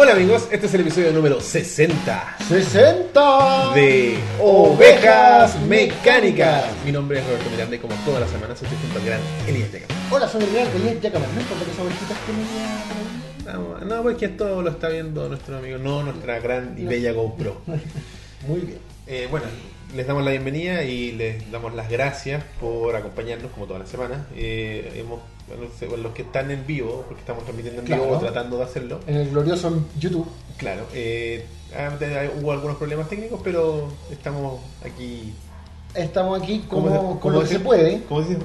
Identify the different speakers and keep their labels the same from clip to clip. Speaker 1: Hola amigos, este es el episodio número 60
Speaker 2: 60
Speaker 1: de Ovejas Mecánicas. Mi nombre es Roberto Miranda y como todas las semanas estoy junto al gran Elías Yacaman.
Speaker 2: Hola, soy el gran Elías Yacaman. No importa que esa ovejita esté media.
Speaker 1: Vamos, No, porque esto lo está viendo nuestro amigo, no nuestra gran y bella GoPro.
Speaker 2: Muy bien.
Speaker 1: Eh, bueno, les damos la bienvenida y les damos las gracias por acompañarnos como todas las semanas. Eh, hemos, bueno, se- bueno, los que están en vivo, porque estamos transmitiendo en vivo
Speaker 2: Claro.
Speaker 1: o tratando de hacerlo.
Speaker 2: En el glorioso YouTube.
Speaker 1: Claro, eh, ah, de- hubo algunos problemas técnicos, pero estamos aquí
Speaker 2: Estamos aquí como,
Speaker 1: ¿Cómo
Speaker 2: con lo que se puede.
Speaker 1: ¿Cómo dice?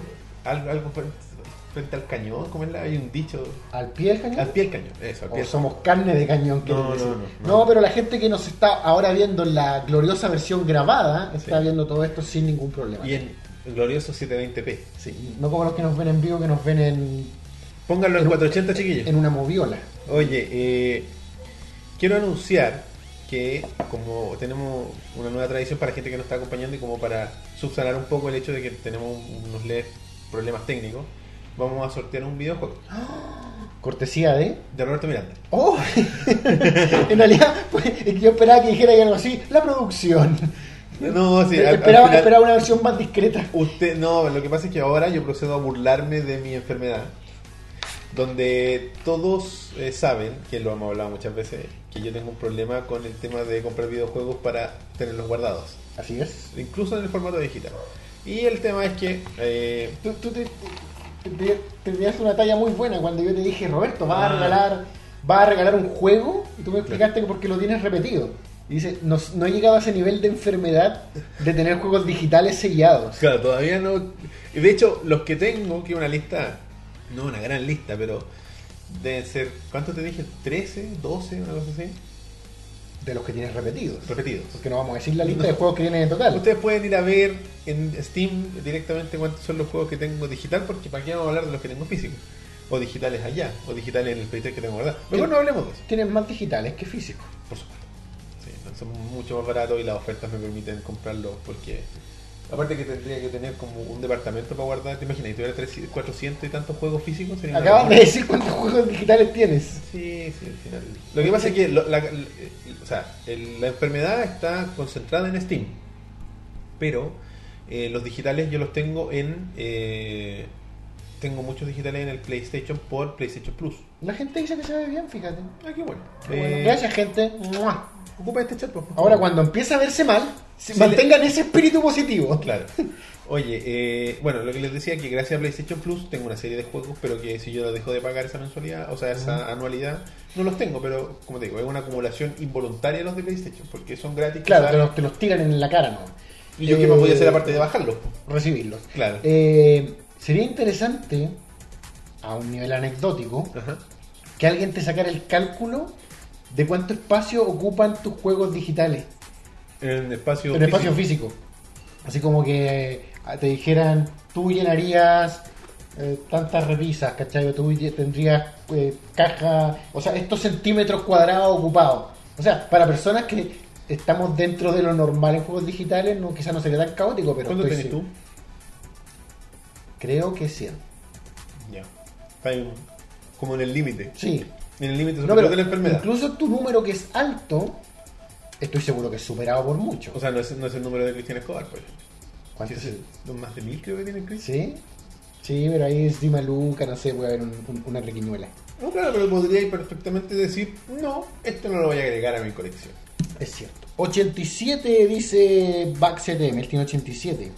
Speaker 1: Algo, algo frente, frente al cañón, ¿cómo es la? Hay un dicho.
Speaker 2: Al pie del cañón.
Speaker 1: Al pie del cañón, eso, al pie
Speaker 2: O
Speaker 1: del
Speaker 2: somos carne de cañón, quieren
Speaker 1: No,
Speaker 2: decir.
Speaker 1: no, no, no.
Speaker 2: no. pero la gente que nos está ahora viendo en la gloriosa versión grabada está
Speaker 1: Sí.
Speaker 2: viendo todo esto sin ningún problema.
Speaker 1: Y en glorioso 720p, sí.
Speaker 2: No como los que nos ven en vivo, que nos ven en,
Speaker 1: Pónganlo en
Speaker 2: En un-
Speaker 1: 480, chiquillos.
Speaker 2: en una moviola.
Speaker 1: Oye, eh, quiero anunciar que como tenemos una nueva tradición para gente que nos está acompañando y como para subsanar un poco el hecho de que tenemos unos leves problemas técnicos, vamos a sortear un videojuego
Speaker 2: Cortesía de.
Speaker 1: de Roberto Miranda.
Speaker 2: ¡Oh! en realidad, pues, es que yo esperaba que dijera algo así, la producción.
Speaker 1: No, sí, al- al
Speaker 2: esperaba,
Speaker 1: final-
Speaker 2: esperaba una versión más discreta.
Speaker 1: Usted, no, lo que pasa es que ahora yo procedo a burlarme de mi enfermedad. Donde todos eh, saben, que lo hemos hablado muchas veces, que yo tengo un problema con el tema de comprar videojuegos para tenerlos guardados.
Speaker 2: Así es.
Speaker 1: Incluso en el formato digital. Y el tema es que... eh,
Speaker 2: Tú, tú te, te- te- te tiraste una talla muy buena cuando yo te dije, Roberto,
Speaker 1: Ah.
Speaker 2: va a regalar va a regalar un juego y tú me explicaste que porque lo tienes repetido. Y dice, no, no he llegado a ese nivel de enfermedad de tener juegos digitales sellados.
Speaker 1: claro, todavía no... y De hecho, los que tengo, que una lista... No, una gran lista, pero... Deben ser... ¿Cuánto te dije? ¿13? ¿12? Una cosa así.
Speaker 2: De los que tienes repetidos.
Speaker 1: Repetidos.
Speaker 2: Porque no vamos a decir la lista de juegos que tienes en total.
Speaker 1: Ustedes pueden ir a ver en Steam directamente cuántos son los juegos que tengo digital, porque para qué vamos a hablar de los que tengo físico. O digitales allá, o digitales en el PlayStation que tengo guardado. Mejor
Speaker 2: Sí.
Speaker 1: no hablemos de eso,
Speaker 2: Tienes más digitales que físicos.
Speaker 1: por supuesto. Sí, no, son mucho más baratos y las ofertas me permiten comprarlos porque... Aparte que tendría que tener como un departamento para guardar, te imaginas, si tuviera 300, 400 y tantos juegos físicos, sería una
Speaker 2: Acabas de
Speaker 1: locura.
Speaker 2: decir cuántos juegos digitales tienes.
Speaker 1: Sí, sí, al final. Lo que pasa es que lo- la, l- o sea, el- la enfermedad está concentrada en Steam, pero eh, los digitales yo los tengo en... eh, tengo muchos digitales en el PlayStation por PlayStation Plus.
Speaker 2: La gente dice que se ve bien, fíjate.
Speaker 1: Ah, qué bueno.
Speaker 2: Qué bueno.
Speaker 1: Eh,
Speaker 2: Gracias, gente. ¡Mua!
Speaker 1: Ocupa este chat. por favor.
Speaker 2: Ahora, cuando empieza a verse mal, se-
Speaker 1: Sí,
Speaker 2: mantengan ese espíritu positivo.
Speaker 1: Claro. Oye, eh, bueno, lo que les decía que gracias a PlayStation Plus tengo una serie de juegos, pero que si yo dejo de pagar esa mensualidad, o sea, esa anualidad, no los tengo, pero como te digo, es una acumulación involuntaria de los de PlayStation, porque son gratis.
Speaker 2: Claro,
Speaker 1: quizás,
Speaker 2: te los, te los tiran en la cara, ¿no?
Speaker 1: ¿Y yo qué
Speaker 2: Eh,
Speaker 1: más voy a hacer aparte de bajarlo?
Speaker 2: Recibirlos.
Speaker 1: Claro.
Speaker 2: Eh, sería interesante, a un nivel anecdótico,
Speaker 1: Ajá.
Speaker 2: que alguien te sacara el cálculo de cuánto espacio ocupan tus juegos digitales
Speaker 1: En espacio
Speaker 2: en el espacio físico. Así como que ah, te dijeran, tú llenarías eh, tantas repisas, ¿cachai? O Tú lle- tendrías eh, caja, o sea, estos centímetros cuadrados ocupados. O sea, para personas que estamos dentro de lo normal en juegos digitales, no, quizás no sería tan caótico, pero...
Speaker 1: ¿Cuánto
Speaker 2: estoy
Speaker 1: tenés tú?
Speaker 2: seguro. Creo que 100.
Speaker 1: Ya. Está en- como en el límite.
Speaker 2: Sí.
Speaker 1: En el límite
Speaker 2: No,
Speaker 1: superior
Speaker 2: pero
Speaker 1: de la enfermedad.
Speaker 2: incluso tu número que es alto, estoy seguro que es superado por mucho.
Speaker 1: O sea, no es, no es el número de Cristian Escobar, pues.
Speaker 2: ¿Cuánto
Speaker 1: Sí,
Speaker 2: es?
Speaker 1: sí. No, Más de mil creo que tiene Cristian.
Speaker 2: ¿Sí? Sí, pero ahí es Dima Luca, no sé, puede haber un- un- una requiñuela.
Speaker 1: No, claro, pero podría perfectamente decir, no, esto no lo voy a agregar a mi colección.
Speaker 2: Es cierto. 87 dice BackCTM, él tiene 87.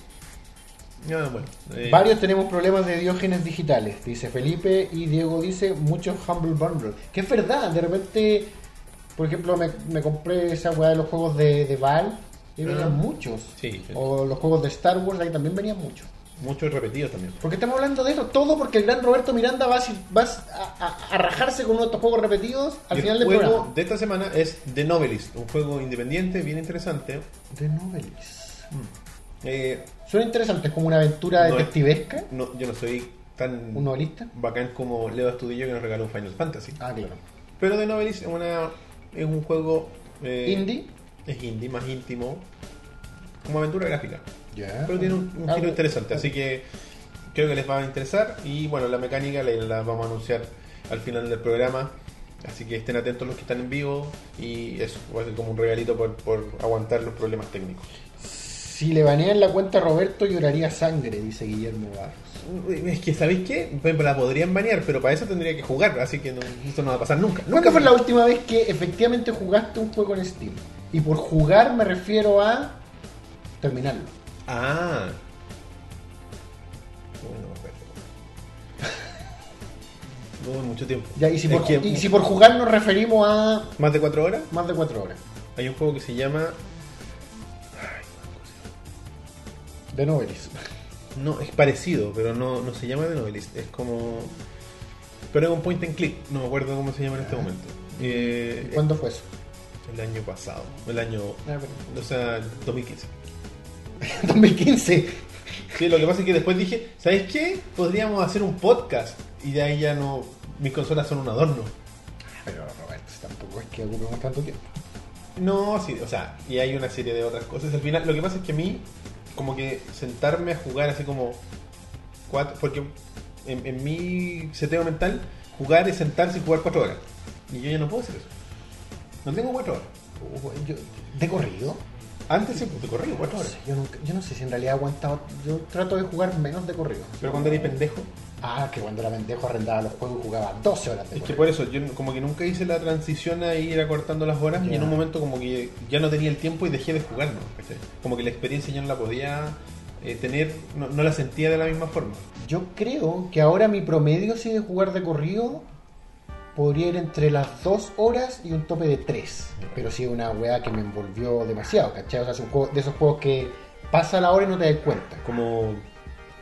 Speaker 1: Ah, bueno. eh,
Speaker 2: Varios tenemos problemas de diógenes digitales, dice Felipe y Diego dice muchos Humble Bundle. Que es verdad, de repente, por ejemplo, me, me compré esa weá de los juegos de, de Val y
Speaker 1: Ah.
Speaker 2: venían muchos.
Speaker 1: Sí, sí.
Speaker 2: O los juegos de Star Wars, ahí también venían muchos.
Speaker 1: Muchos repetidos también.
Speaker 2: Porque estamos hablando de eso todo porque el gran Roberto Miranda va, a si- va a, a- a rajarse con uno de estos juegos repetidos al
Speaker 1: Y
Speaker 2: final
Speaker 1: el
Speaker 2: del
Speaker 1: juego
Speaker 2: programa.
Speaker 1: de esta semana es The Novelist, un juego independiente, bien interesante.
Speaker 2: De novelis.
Speaker 1: Eh,
Speaker 2: Suena interesante, es como una aventura
Speaker 1: No es-
Speaker 2: detectivesca,
Speaker 1: no, yo no soy tan
Speaker 2: un novelista.
Speaker 1: bacán como Leo Astudillo que nos regaló un Final Fantasy.
Speaker 2: Ah, claro.
Speaker 1: Pero The Novelist es, una, es un juego. eh,
Speaker 2: Indie.
Speaker 1: Es indie, más íntimo. Como aventura gráfica.
Speaker 2: Ya.
Speaker 1: Pero tiene un, un
Speaker 2: Ah,
Speaker 1: giro interesante,
Speaker 2: ah,
Speaker 1: así que creo que les va a interesar. Y bueno, la mecánica la, la vamos a anunciar al final del programa. Así que estén atentos los que están en vivo y eso va a ser como un regalito por, por aguantar los problemas técnicos.
Speaker 2: Si le banean la cuenta a Roberto, lloraría sangre, dice Guillermo Barros.
Speaker 1: Es que, ¿sabéis qué? Pues, La podrían banear, pero para eso tendría que jugar, así que no, esto no va a pasar nunca.
Speaker 2: ¿Cuándo
Speaker 1: Nunca
Speaker 2: fue la última vez que efectivamente jugaste un juego en Steam? Y por jugar me refiero a terminarlo.
Speaker 1: Ah. Bueno, no me acuerdo. No, mucho tiempo.
Speaker 2: Ya, y, si por,
Speaker 1: Es que-
Speaker 2: y si por jugar nos referimos a
Speaker 1: ¿Más de cuatro horas?
Speaker 2: más de cuatro horas.
Speaker 1: Hay un juego que se llama.
Speaker 2: De novelis.
Speaker 1: No, es parecido, pero no, no se llama The Novelist. Es como. Pero es un point and click. No me acuerdo cómo se llama en este momento. Eh,
Speaker 2: ¿Cuándo fue eso?
Speaker 1: El año pasado. El año.
Speaker 2: Ah, perdón.
Speaker 1: O sea, 2015.
Speaker 2: 2015.
Speaker 1: Sí, lo que pasa es que después dije, ¿sabes qué? Podríamos hacer un podcast. Y de ahí ya no. Mis consolas son un adorno.
Speaker 2: Pero Roberto, tampoco es que ocupemos tanto tiempo.
Speaker 1: No, sí, o sea, y hay una serie de otras cosas. Al final, lo que pasa es que a mí, como que sentarme a jugar así como. Cuatro, porque en, en mi seteo mental, jugar es sentarse y jugar cuatro horas. Y yo ya no puedo hacer eso. No tengo cuatro horas.
Speaker 2: Uh, yo- ¿De corrido?
Speaker 1: Antes sí, pues de corrido, cuatro horas.
Speaker 2: Yo, nunca- yo no sé si en realidad he aguantado. Yo trato de jugar menos de corrido.
Speaker 1: Pero cuando eres pendejo,
Speaker 2: Ah, que cuando era pendejo arrendaba los juegos y jugaba 12 horas de
Speaker 1: es que
Speaker 2: corrido.
Speaker 1: por eso, yo como que nunca hice la transición a ir acortando las horas y
Speaker 2: Ya.
Speaker 1: en un momento como que ya no tenía el tiempo y dejé de jugar, ¿no? ¿Cachai? Como que la experiencia ya no la podía eh, tener, no- no la sentía de la misma forma.
Speaker 2: Yo creo que ahora mi promedio si de jugar de corrido podría ir entre las 2 horas y un tope de 3. Pero sí una weá que me envolvió demasiado, ¿cachai? O sea, es un juego de esos juegos que pasa la hora y no te das cuenta.
Speaker 1: Como.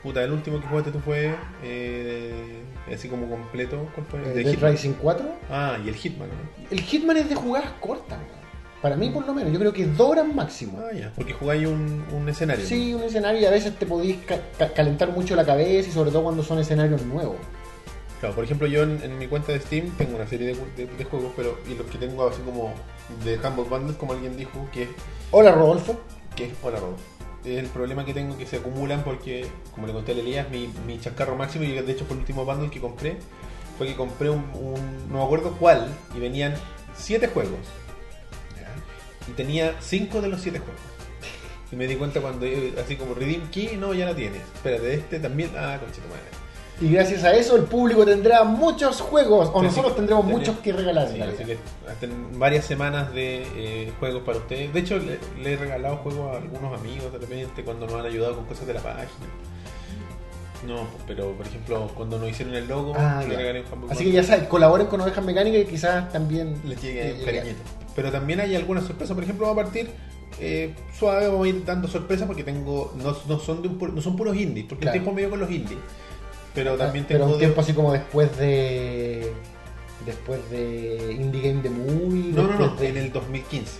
Speaker 1: Puta, el último que jugaste tú fue. eh, así como completo. ¿Cuál fue?
Speaker 2: Eh,
Speaker 1: De
Speaker 2: Dead
Speaker 1: Hitman.
Speaker 2: Rising 4.
Speaker 1: Ah, y el Hitman, ¿no?
Speaker 2: El Hitman es de jugadas cortas, weón. Para mí, por lo menos. Yo creo que 2 horas máximo.
Speaker 1: Ah, ya. Porque jugáis un, un escenario.
Speaker 2: Sí, un escenario y a veces te podís ca- ca- calentar mucho la cabeza y sobre todo cuando son escenarios nuevos.
Speaker 1: ¿no? Claro, por ejemplo, yo en, en mi cuenta de Steam tengo una serie de, de- de juegos, pero. Y los que tengo así como. De Humble Bundle, como alguien dijo, que es.
Speaker 2: Hola, Rodolfo.
Speaker 1: Que es hola, Rob. Es el problema que tengo que se acumulan porque, como le conté a Elías, mi, mi chascarro máximo, y de hecho fue el último bundle que compré, fue que compré un, un- no me acuerdo cuál, y venían 7 juegos. Y tenía 5 de los 7 juegos. Y me di cuenta cuando yo, así como Redeem Key, no, ya la tienes. Espérate, este también. Ah, conchito madre.
Speaker 2: Y gracias a eso el público tendrá muchos juegos, o
Speaker 1: Sí,
Speaker 2: nosotros
Speaker 1: sí.
Speaker 2: tendremos
Speaker 1: Tenía-
Speaker 2: muchos que regalar. en
Speaker 1: Sí,
Speaker 2: realidad.
Speaker 1: así que hacen varias semanas de eh, juegos para ustedes. De hecho, le, le he regalado juegos a algunos amigos de repente cuando nos han ayudado con cosas de la página. No, pero por ejemplo, cuando nos hicieron el logo,
Speaker 2: Ah,
Speaker 1: le
Speaker 2: ya.
Speaker 1: regalé un Humble
Speaker 2: Así
Speaker 1: Bundle.
Speaker 2: que ya saben, colaboren con Ovejas Mecánicas y quizás también
Speaker 1: les llegue
Speaker 2: eh,
Speaker 1: un cariñito. Pero también hay algunas sorpresas. Por ejemplo, vamos a partir eh, suave, vamos a ir dando sorpresas porque tengo. No, no son, de un pu- no son puros indies, porque
Speaker 2: Claro. Ah,
Speaker 1: el tiempo medio con los indies. Pero también
Speaker 2: pero
Speaker 1: tengo.
Speaker 2: un
Speaker 1: de-
Speaker 2: tiempo así como después de. Después de Indie Game The Movie.
Speaker 1: no, no, no,
Speaker 2: después de-
Speaker 1: en el 2015.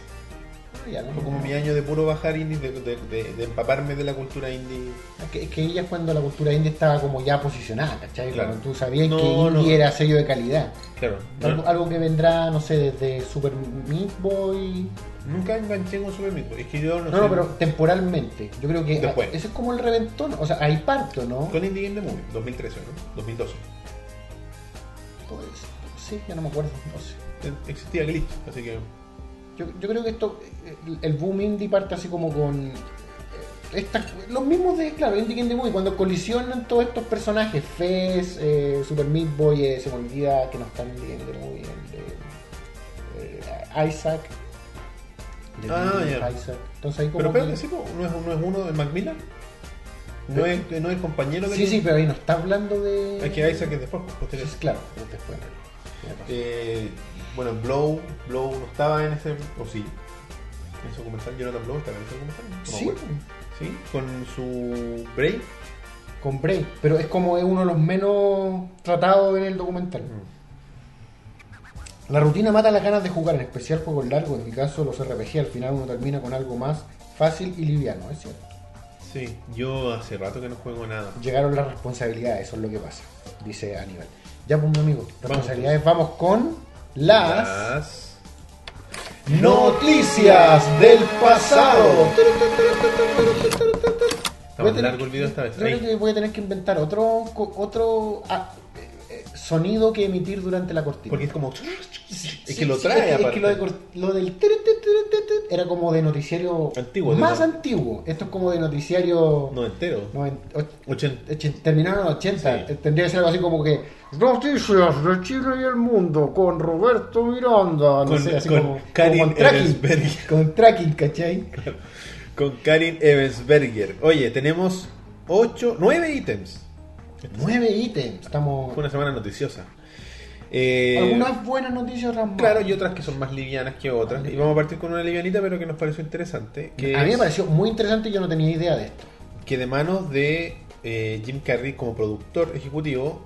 Speaker 2: Ah, ya, no,
Speaker 1: Fue como
Speaker 2: no.
Speaker 1: mi año de puro bajar indies, de, de- de- de empaparme de la cultura indie.
Speaker 2: Es Ah, que, es que ella es cuando la cultura indie estaba como ya posicionada, ¿cachai?
Speaker 1: Claro.
Speaker 2: Cuando tú sabías
Speaker 1: No,
Speaker 2: que indie
Speaker 1: no.
Speaker 2: era sello de calidad.
Speaker 1: Claro,
Speaker 2: Algo, algo que vendrá, no sé, desde Super Meat Boy.
Speaker 1: nunca enganché con Super Meat Boy. Es que yo no,
Speaker 2: No, no,
Speaker 1: sé-
Speaker 2: pero temporalmente. Yo creo que
Speaker 1: Después.
Speaker 2: eso es como el reventón. O sea, ahí parto, ¿no?
Speaker 1: Con Indie Game The Movie, 2013, ¿no? 2012.
Speaker 2: Pues, sí, ya no me acuerdo. No sé.
Speaker 1: Eh, Existía Glitch, así que.
Speaker 2: Yo, yo creo que esto, el, el boom indie parte así como con. eh, Estas, los mismos de, claro, Indie Game The Movie, cuando colisionan todos estos personajes, Fez, eh, Super Meat Boy, eh, se me olvida que no está en Indie Game The Movie, el de, eh, Isaac. El de
Speaker 1: Ah,
Speaker 2: Indie
Speaker 1: ya.
Speaker 2: Isaac. Entonces ahí como.
Speaker 1: Pero
Speaker 2: que-
Speaker 1: espérate, sí, po, ¿no es, no es uno de Macmillan? ¿No es, no es el compañero de
Speaker 2: Sí, sí, pero ahí no está hablando de.
Speaker 1: Es que Isaac es después, pues, posterior.
Speaker 2: Es claro, después. Tiene razón.
Speaker 1: Eh, bueno, Blow, Blow no estaba en ese. O sí. En su comercial, Jonathan Blow estaba en ese comercial. No me
Speaker 2: Sí, pues.
Speaker 1: acuerdo. Sí, con su Brave.
Speaker 2: compré, pero es como es uno de los menos tratados en el documental. La rutina mata las ganas de jugar, en especial juegos largos. En mi caso, los RPG al final uno termina con algo más fácil y liviano, es cierto.
Speaker 1: Sí, yo hace rato que no juego nada.
Speaker 2: Llegaron las responsabilidades, eso es lo que pasa, dice Aníbal. Ya, pues, mi amigo, responsabilidades, vamos con las
Speaker 1: Las-
Speaker 2: noticias del pasado.
Speaker 1: Está más largo el video esta vez.
Speaker 2: Yo creo
Speaker 1: Ahí.
Speaker 2: que voy a tener que inventar otro, co- otro ah, eh, eh, sonido que emitir durante la cortina.
Speaker 1: Porque es como. Es que lo trae,
Speaker 2: es que- es
Speaker 1: aparte.
Speaker 2: que lo, de cor- lo del tiri, tiri, tiri, tiri, tiri, era como de noticiario
Speaker 1: Antiguo,
Speaker 2: más
Speaker 1: de-
Speaker 2: antiguo. Esto es como de noticiario
Speaker 1: No entero.
Speaker 2: noventa- och-
Speaker 1: Ochenta.
Speaker 2: och- terminado en los 80.
Speaker 1: Sí.
Speaker 2: Tendría que ser algo así como que Noticias de Chile y el Mundo con Roberto Miranda. No
Speaker 1: Con-
Speaker 2: sé, así
Speaker 1: con
Speaker 2: como,
Speaker 1: Karin
Speaker 2: como con tracking.
Speaker 1: Eresberg.
Speaker 2: Con tracking, ¿cachai?
Speaker 1: Con Karin Evensberger. Oye, tenemos 8, 9 ítems.
Speaker 2: Nueve ítems. Estamos.
Speaker 1: Fue una semana noticiosa. Eh,
Speaker 2: Algunas buenas noticias, otras malas.
Speaker 1: Claro, y otras que son más livianas que otras. Y vamos a partir con una livianita, pero que nos pareció interesante. Que,
Speaker 2: A mí me
Speaker 1: es-
Speaker 2: pareció muy interesante y yo no tenía idea de esto.
Speaker 1: que de manos de eh, Jim Carrey como productor ejecutivo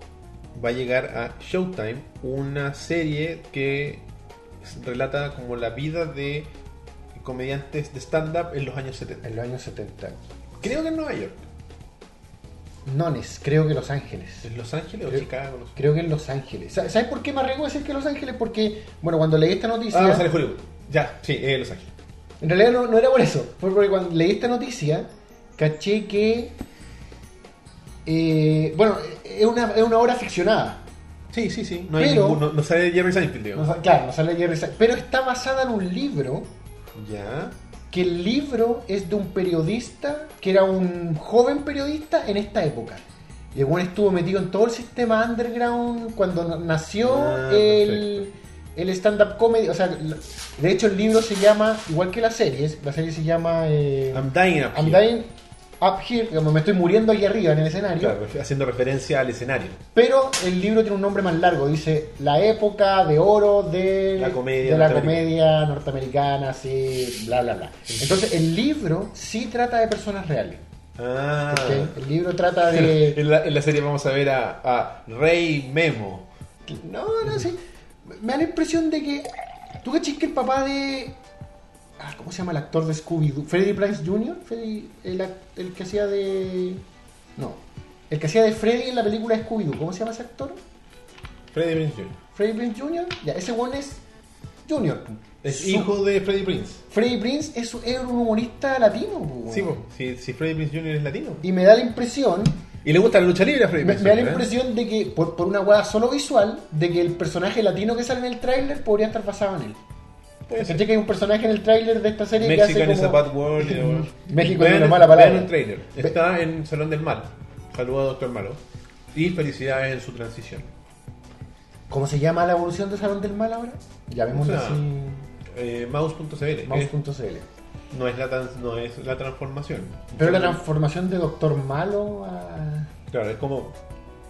Speaker 1: va a llegar a Showtime una serie que s- relata como la vida de comediantes de stand-up en los años 70.
Speaker 2: En los años 70.
Speaker 1: Creo que en Nueva York.
Speaker 2: Nones, creo que Los Ángeles.
Speaker 1: ¿En Los Ángeles o
Speaker 2: Creo- Ah,
Speaker 1: Chicago? No sé.
Speaker 2: Creo que en Los Ángeles. Sa- ¿Sabes por qué me arriesgo a decir que Los Ángeles? Porque, bueno, cuando leí esta noticia.
Speaker 1: Ah, sale Hollywood. Ya, sí, eh, Los Ángeles.
Speaker 2: En realidad no, no era por eso. Fue porque cuando leí esta noticia, caché que. eh, bueno, es una, es una obra ficcionada.
Speaker 1: Sí, sí, sí. No, hay
Speaker 2: Pero-
Speaker 1: ningún- no- no sale Jerry Seinfeld,
Speaker 2: No
Speaker 1: digamos.
Speaker 2: sa- claro, no sale Jerry Sa- Pero está basada en un libro.
Speaker 1: Ya.
Speaker 2: Que el libro es de un periodista que era un joven periodista en esta época. Y el weón estuvo metido en todo el sistema underground cuando na- nació
Speaker 1: Ah,
Speaker 2: el, el stand-up comedy. O sea, la- de hecho el libro se llama, igual que la serie, la serie se llama eh,
Speaker 1: I'm dying up
Speaker 2: I'm
Speaker 1: here.
Speaker 2: Dying Up Here, como me estoy muriendo aquí arriba en el escenario.
Speaker 1: Claro, ref- haciendo referencia al escenario.
Speaker 2: Pero el libro tiene un nombre más largo, dice La época de oro de
Speaker 1: La comedia
Speaker 2: de la
Speaker 1: norteamericana.
Speaker 2: comedia norteamericana, así, bla, bla, bla. Entonces el libro sí trata de personas reales.
Speaker 1: Ah.
Speaker 2: ¿ok? El libro trata de...
Speaker 1: En la, en la serie vamos a ver a, a Rey Memo.
Speaker 2: No, no, sí. Me da la impresión de que... ¿Tú cachis que el papá de... ah, ¿Cómo se llama el actor de Scooby-Doo? ¿Freddy Price Jr.? Freddy- el, ac- el que hacía de... No. El que hacía de Freddy en la película Scooby-Doo. ¿Cómo se llama ese actor?
Speaker 1: Freddy Prinze Jr.
Speaker 2: Freddy Prince Jr. Ya, ese weón es Jr.
Speaker 1: Es
Speaker 2: Su-
Speaker 1: hijo de Freddy Prince.
Speaker 2: Freddy Prince es, era un humorista latino, po, weón.
Speaker 1: Sí, po. si, si Freddy Prince Jr. es latino.
Speaker 2: Y me da la impresión,
Speaker 1: Y le gusta la lucha libre a Freddy
Speaker 2: me,
Speaker 1: Prinze
Speaker 2: me da la
Speaker 1: Jr., ¿eh?
Speaker 2: impresión de que, por, por una weá solo visual, de que el personaje latino que sale en el tráiler podría estar basado en él.
Speaker 1: Puede ser.
Speaker 2: Caché que hay un personaje en el tráiler de esta serie que
Speaker 1: Mexican
Speaker 2: hace
Speaker 1: is a
Speaker 2: como...
Speaker 1: bad word. you know.
Speaker 2: México es
Speaker 1: Vean-
Speaker 2: una mala palabra.
Speaker 1: vean el trailer. Está en Salón del Mal. Saludos a Doctor Malo. Y felicidades en su transición.
Speaker 2: ¿Cómo se llama la evolución de Salón del Mal ahora? Llamémosle
Speaker 1: O sea,
Speaker 2: así...
Speaker 1: Eh, Mouse.cl. que
Speaker 2: Mouse.cl
Speaker 1: No es la trans- no es la transformación.
Speaker 2: Pero la transformación de Doctor Malo a...
Speaker 1: Claro, es como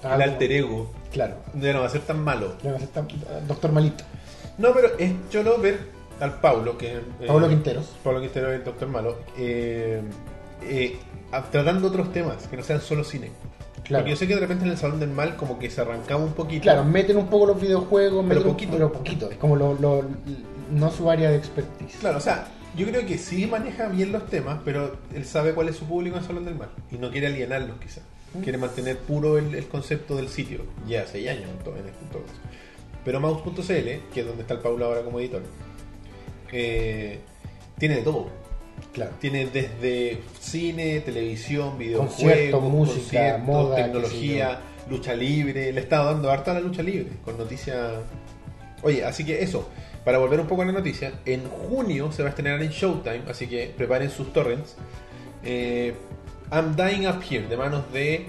Speaker 2: Ah,
Speaker 1: el
Speaker 2: como-
Speaker 1: alter ego.
Speaker 2: Claro.
Speaker 1: Ya no va a ser tan malo.
Speaker 2: Ya no sé, tam- Doctor Malito.
Speaker 1: No, pero es cholo ver al Paulo, que eh,
Speaker 2: Pablo Quinteros.
Speaker 1: Pablo Quintero, el doctor malo, eh, eh, a- tratando otros temas que no sean solo cine.
Speaker 2: Claro.
Speaker 1: Porque yo sé que de repente en el Salón del Mal como que se arrancaba un poquito.
Speaker 2: Claro, meten un poco los videojuegos, meten un-
Speaker 1: poquito.
Speaker 2: pero poquito. Es como lo, lo- no su área de expertise.
Speaker 1: Claro, o sea, yo creo que sí maneja bien los temas, pero él sabe cuál es su público en el Salón del Mal y no quiere alienarlos quizás. Quiere mantener puro el, el concepto del sitio, ya hace ya años en to- en este entonces. Pero mouse.cl, que es donde está el Paulo ahora como editor, eh, tiene de todo.
Speaker 2: Claro.
Speaker 1: Tiene desde cine, televisión, videojuegos,
Speaker 2: Conciertos, música, moda, qué
Speaker 1: tecnología, lucha libre. Le está dando harta a la lucha libre con noticias. Oye, así que eso. Para volver un poco a la noticia, en junio se va a estrenar en Showtime, así que preparen sus torrents. Eh, I'm Dying Up Here, de manos de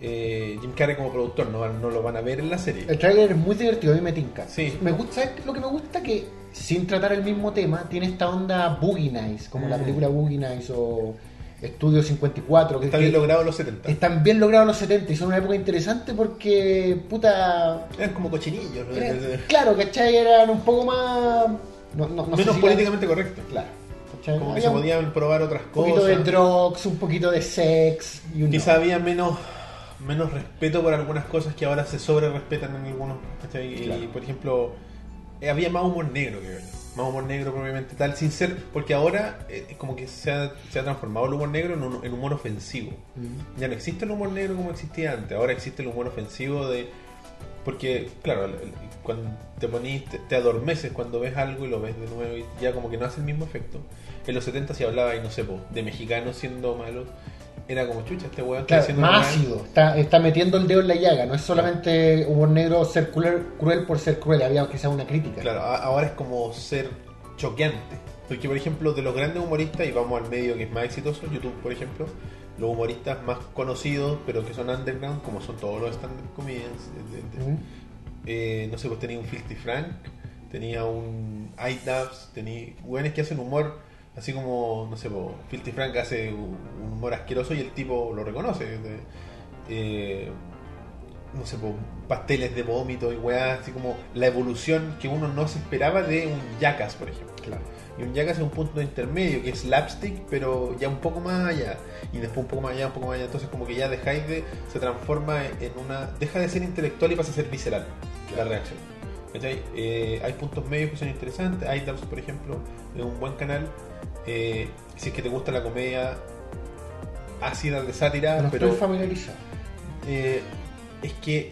Speaker 1: eh, Jim Carrey como productor. No, van- no lo van a ver en la serie.
Speaker 2: El trailer es muy divertido, a mí me tinca.
Speaker 1: Sí.
Speaker 2: Me gusta, ¿sabes lo que me gusta? Que sin tratar el mismo tema, tiene esta onda Boogie Nights, como la
Speaker 1: Mm.
Speaker 2: película Boogie Nights o Estudio 54. Que
Speaker 1: Está bien
Speaker 2: que
Speaker 1: logrado los 70.
Speaker 2: están bien logrados los 70 y son una época interesante porque, puta...
Speaker 1: Eran como cochinillos. ¿no?
Speaker 2: era- claro, ¿cachai? Eran un poco más... No, no,
Speaker 1: eh.
Speaker 2: no sé
Speaker 1: Menos
Speaker 2: si-
Speaker 1: políticamente correctos.
Speaker 2: Claro. ¿cachai?
Speaker 1: Como que
Speaker 2: Había
Speaker 1: se
Speaker 2: un-
Speaker 1: podían probar otras
Speaker 2: Un poquito de
Speaker 1: cosas.
Speaker 2: drugs, un poquito de sex. Y un
Speaker 1: Quizá había menos, menos respeto por algunas cosas que ahora se sobre respetan en algunos. ¿cachai? Y,
Speaker 2: Claro.
Speaker 1: por ejemplo, eh, había más humor negro que ver. Más humor negro propiamente tal, sin ser. Porque ahora eh, es como que se ha, se ha transformado el humor negro en, un- en humor ofensivo.
Speaker 2: Mm.
Speaker 1: Ya no existe el humor negro como existía antes. Ahora existe el humor ofensivo de. Porque, claro, el- el- cuando te ponís, te, te adormeces cuando ves algo y lo ves de nuevo y ya como que no hace el mismo efecto. En los 70 se hablaba, y no sé, po, de mexicanos siendo malos. era como chucha, este weón está
Speaker 2: Claro,
Speaker 1: haciendo
Speaker 2: más
Speaker 1: una-
Speaker 2: ácido, está, está metiendo el dedo en la llaga, no es solamente humor negro ser cruel, cruel por ser cruel, había quizás una crítica.
Speaker 1: Claro, a- ahora es como ser choqueante. Porque, por ejemplo, de los grandes humoristas, y vamos al medio que es más exitoso, YouTube, por ejemplo, los humoristas más conocidos, pero que son underground, como son todos los stand-up comedians, etc.
Speaker 2: Mm.
Speaker 1: Eh, no sé, pues tenía un Filthy Frank, tenía un iDubbbz, tenía hueones que hacen humor, así como, no sé, pues, Filthy Frank hace un un humor asqueroso y el tipo lo reconoce. de- eh, no sé, pues, pasteles de vómito y weá, así como la evolución que uno no se esperaba de un Jackass, por ejemplo.
Speaker 2: Claro.
Speaker 1: Y un Jackass es un punto intermedio, que es slapstick, pero ya un poco más allá. Y después un poco más allá, un poco más allá. Entonces como que ya dejáis de... Se transforma en una... Deja de ser intelectual y pasa a ser visceral la reacción. ¿Cachai? Eh, hay puntos medios que son interesantes. iDubbbz, por ejemplo, es un buen canal. Eh, si es que te gusta la comedia ácida de sátira,
Speaker 2: No
Speaker 1: pero...
Speaker 2: estoy familiarizado.
Speaker 1: Eh, es que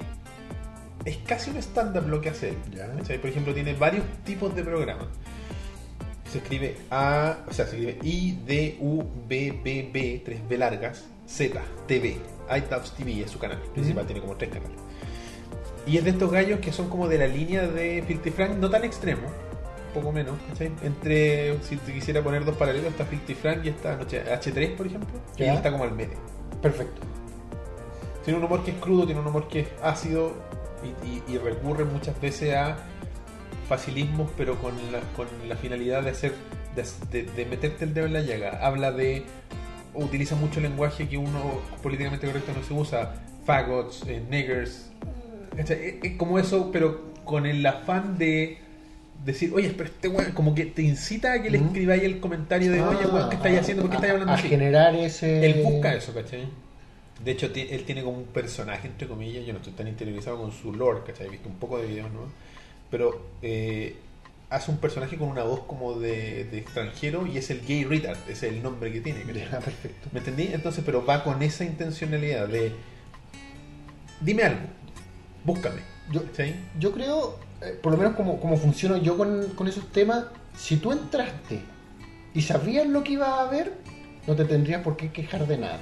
Speaker 1: es casi un stand-up lo que hace él.
Speaker 2: Ya.
Speaker 1: ¿cachai? Por ejemplo, tiene varios tipos de programas. Se escribe A, o sea, se escribe I, D, U, B, B, B, 3 B largas, Z, TV. iTabs TV es su canal principal,
Speaker 2: Ujú.
Speaker 1: tiene como tres canales. Y es de estos gallos que son como de la línea de Filthy Frank, no tan extremo, poco menos, ¿cachai? Entre, si te quisiera poner dos paralelos, está Filthy Frank y está no sé, H3, por ejemplo, y
Speaker 2: Ya.
Speaker 1: él está como al medio.
Speaker 2: Perfecto.
Speaker 1: Tiene un humor que es crudo, tiene un humor que es ácido y, y- y recurre muchas veces a facilismos, pero con la, con la finalidad de hacer de, de- de meterte el dedo en la llaga. Habla de. utiliza mucho lenguaje que uno políticamente correcto no se usa: fagots, eh, niggers. ¿cachai? Es, es como eso, pero con el afán de decir, oye, pero este weón, como que te incita a que le
Speaker 2: Ujú.
Speaker 1: escribáis el comentario de, oye, weón, ¿qué estáis
Speaker 2: Ah,
Speaker 1: haciendo? ¿Por qué
Speaker 2: a-
Speaker 1: estáis hablando
Speaker 2: a,
Speaker 1: así?
Speaker 2: generar ese...
Speaker 1: Él busca eso, ¿cachai? De hecho, ti- él tiene como un personaje, entre comillas, yo no estoy tan interiorizado con su lore, ¿cachai? He visto un poco de videos, ¿no? Pero eh, hace un personaje con una voz como de, de extranjero y es el gay retard, ese es el nombre que tiene, ¿cachai?
Speaker 2: Ya, perfecto.
Speaker 1: ¿Me entendí? Entonces, pero va con esa intencionalidad de... Dime algo, búscame,
Speaker 2: Yo,
Speaker 1: ¿cachai?
Speaker 2: yo creo, eh, por lo menos como, como funciono yo con, con esos temas, si tú entraste y sabías lo que iba a haber, no te tendrías por qué quejar de nada.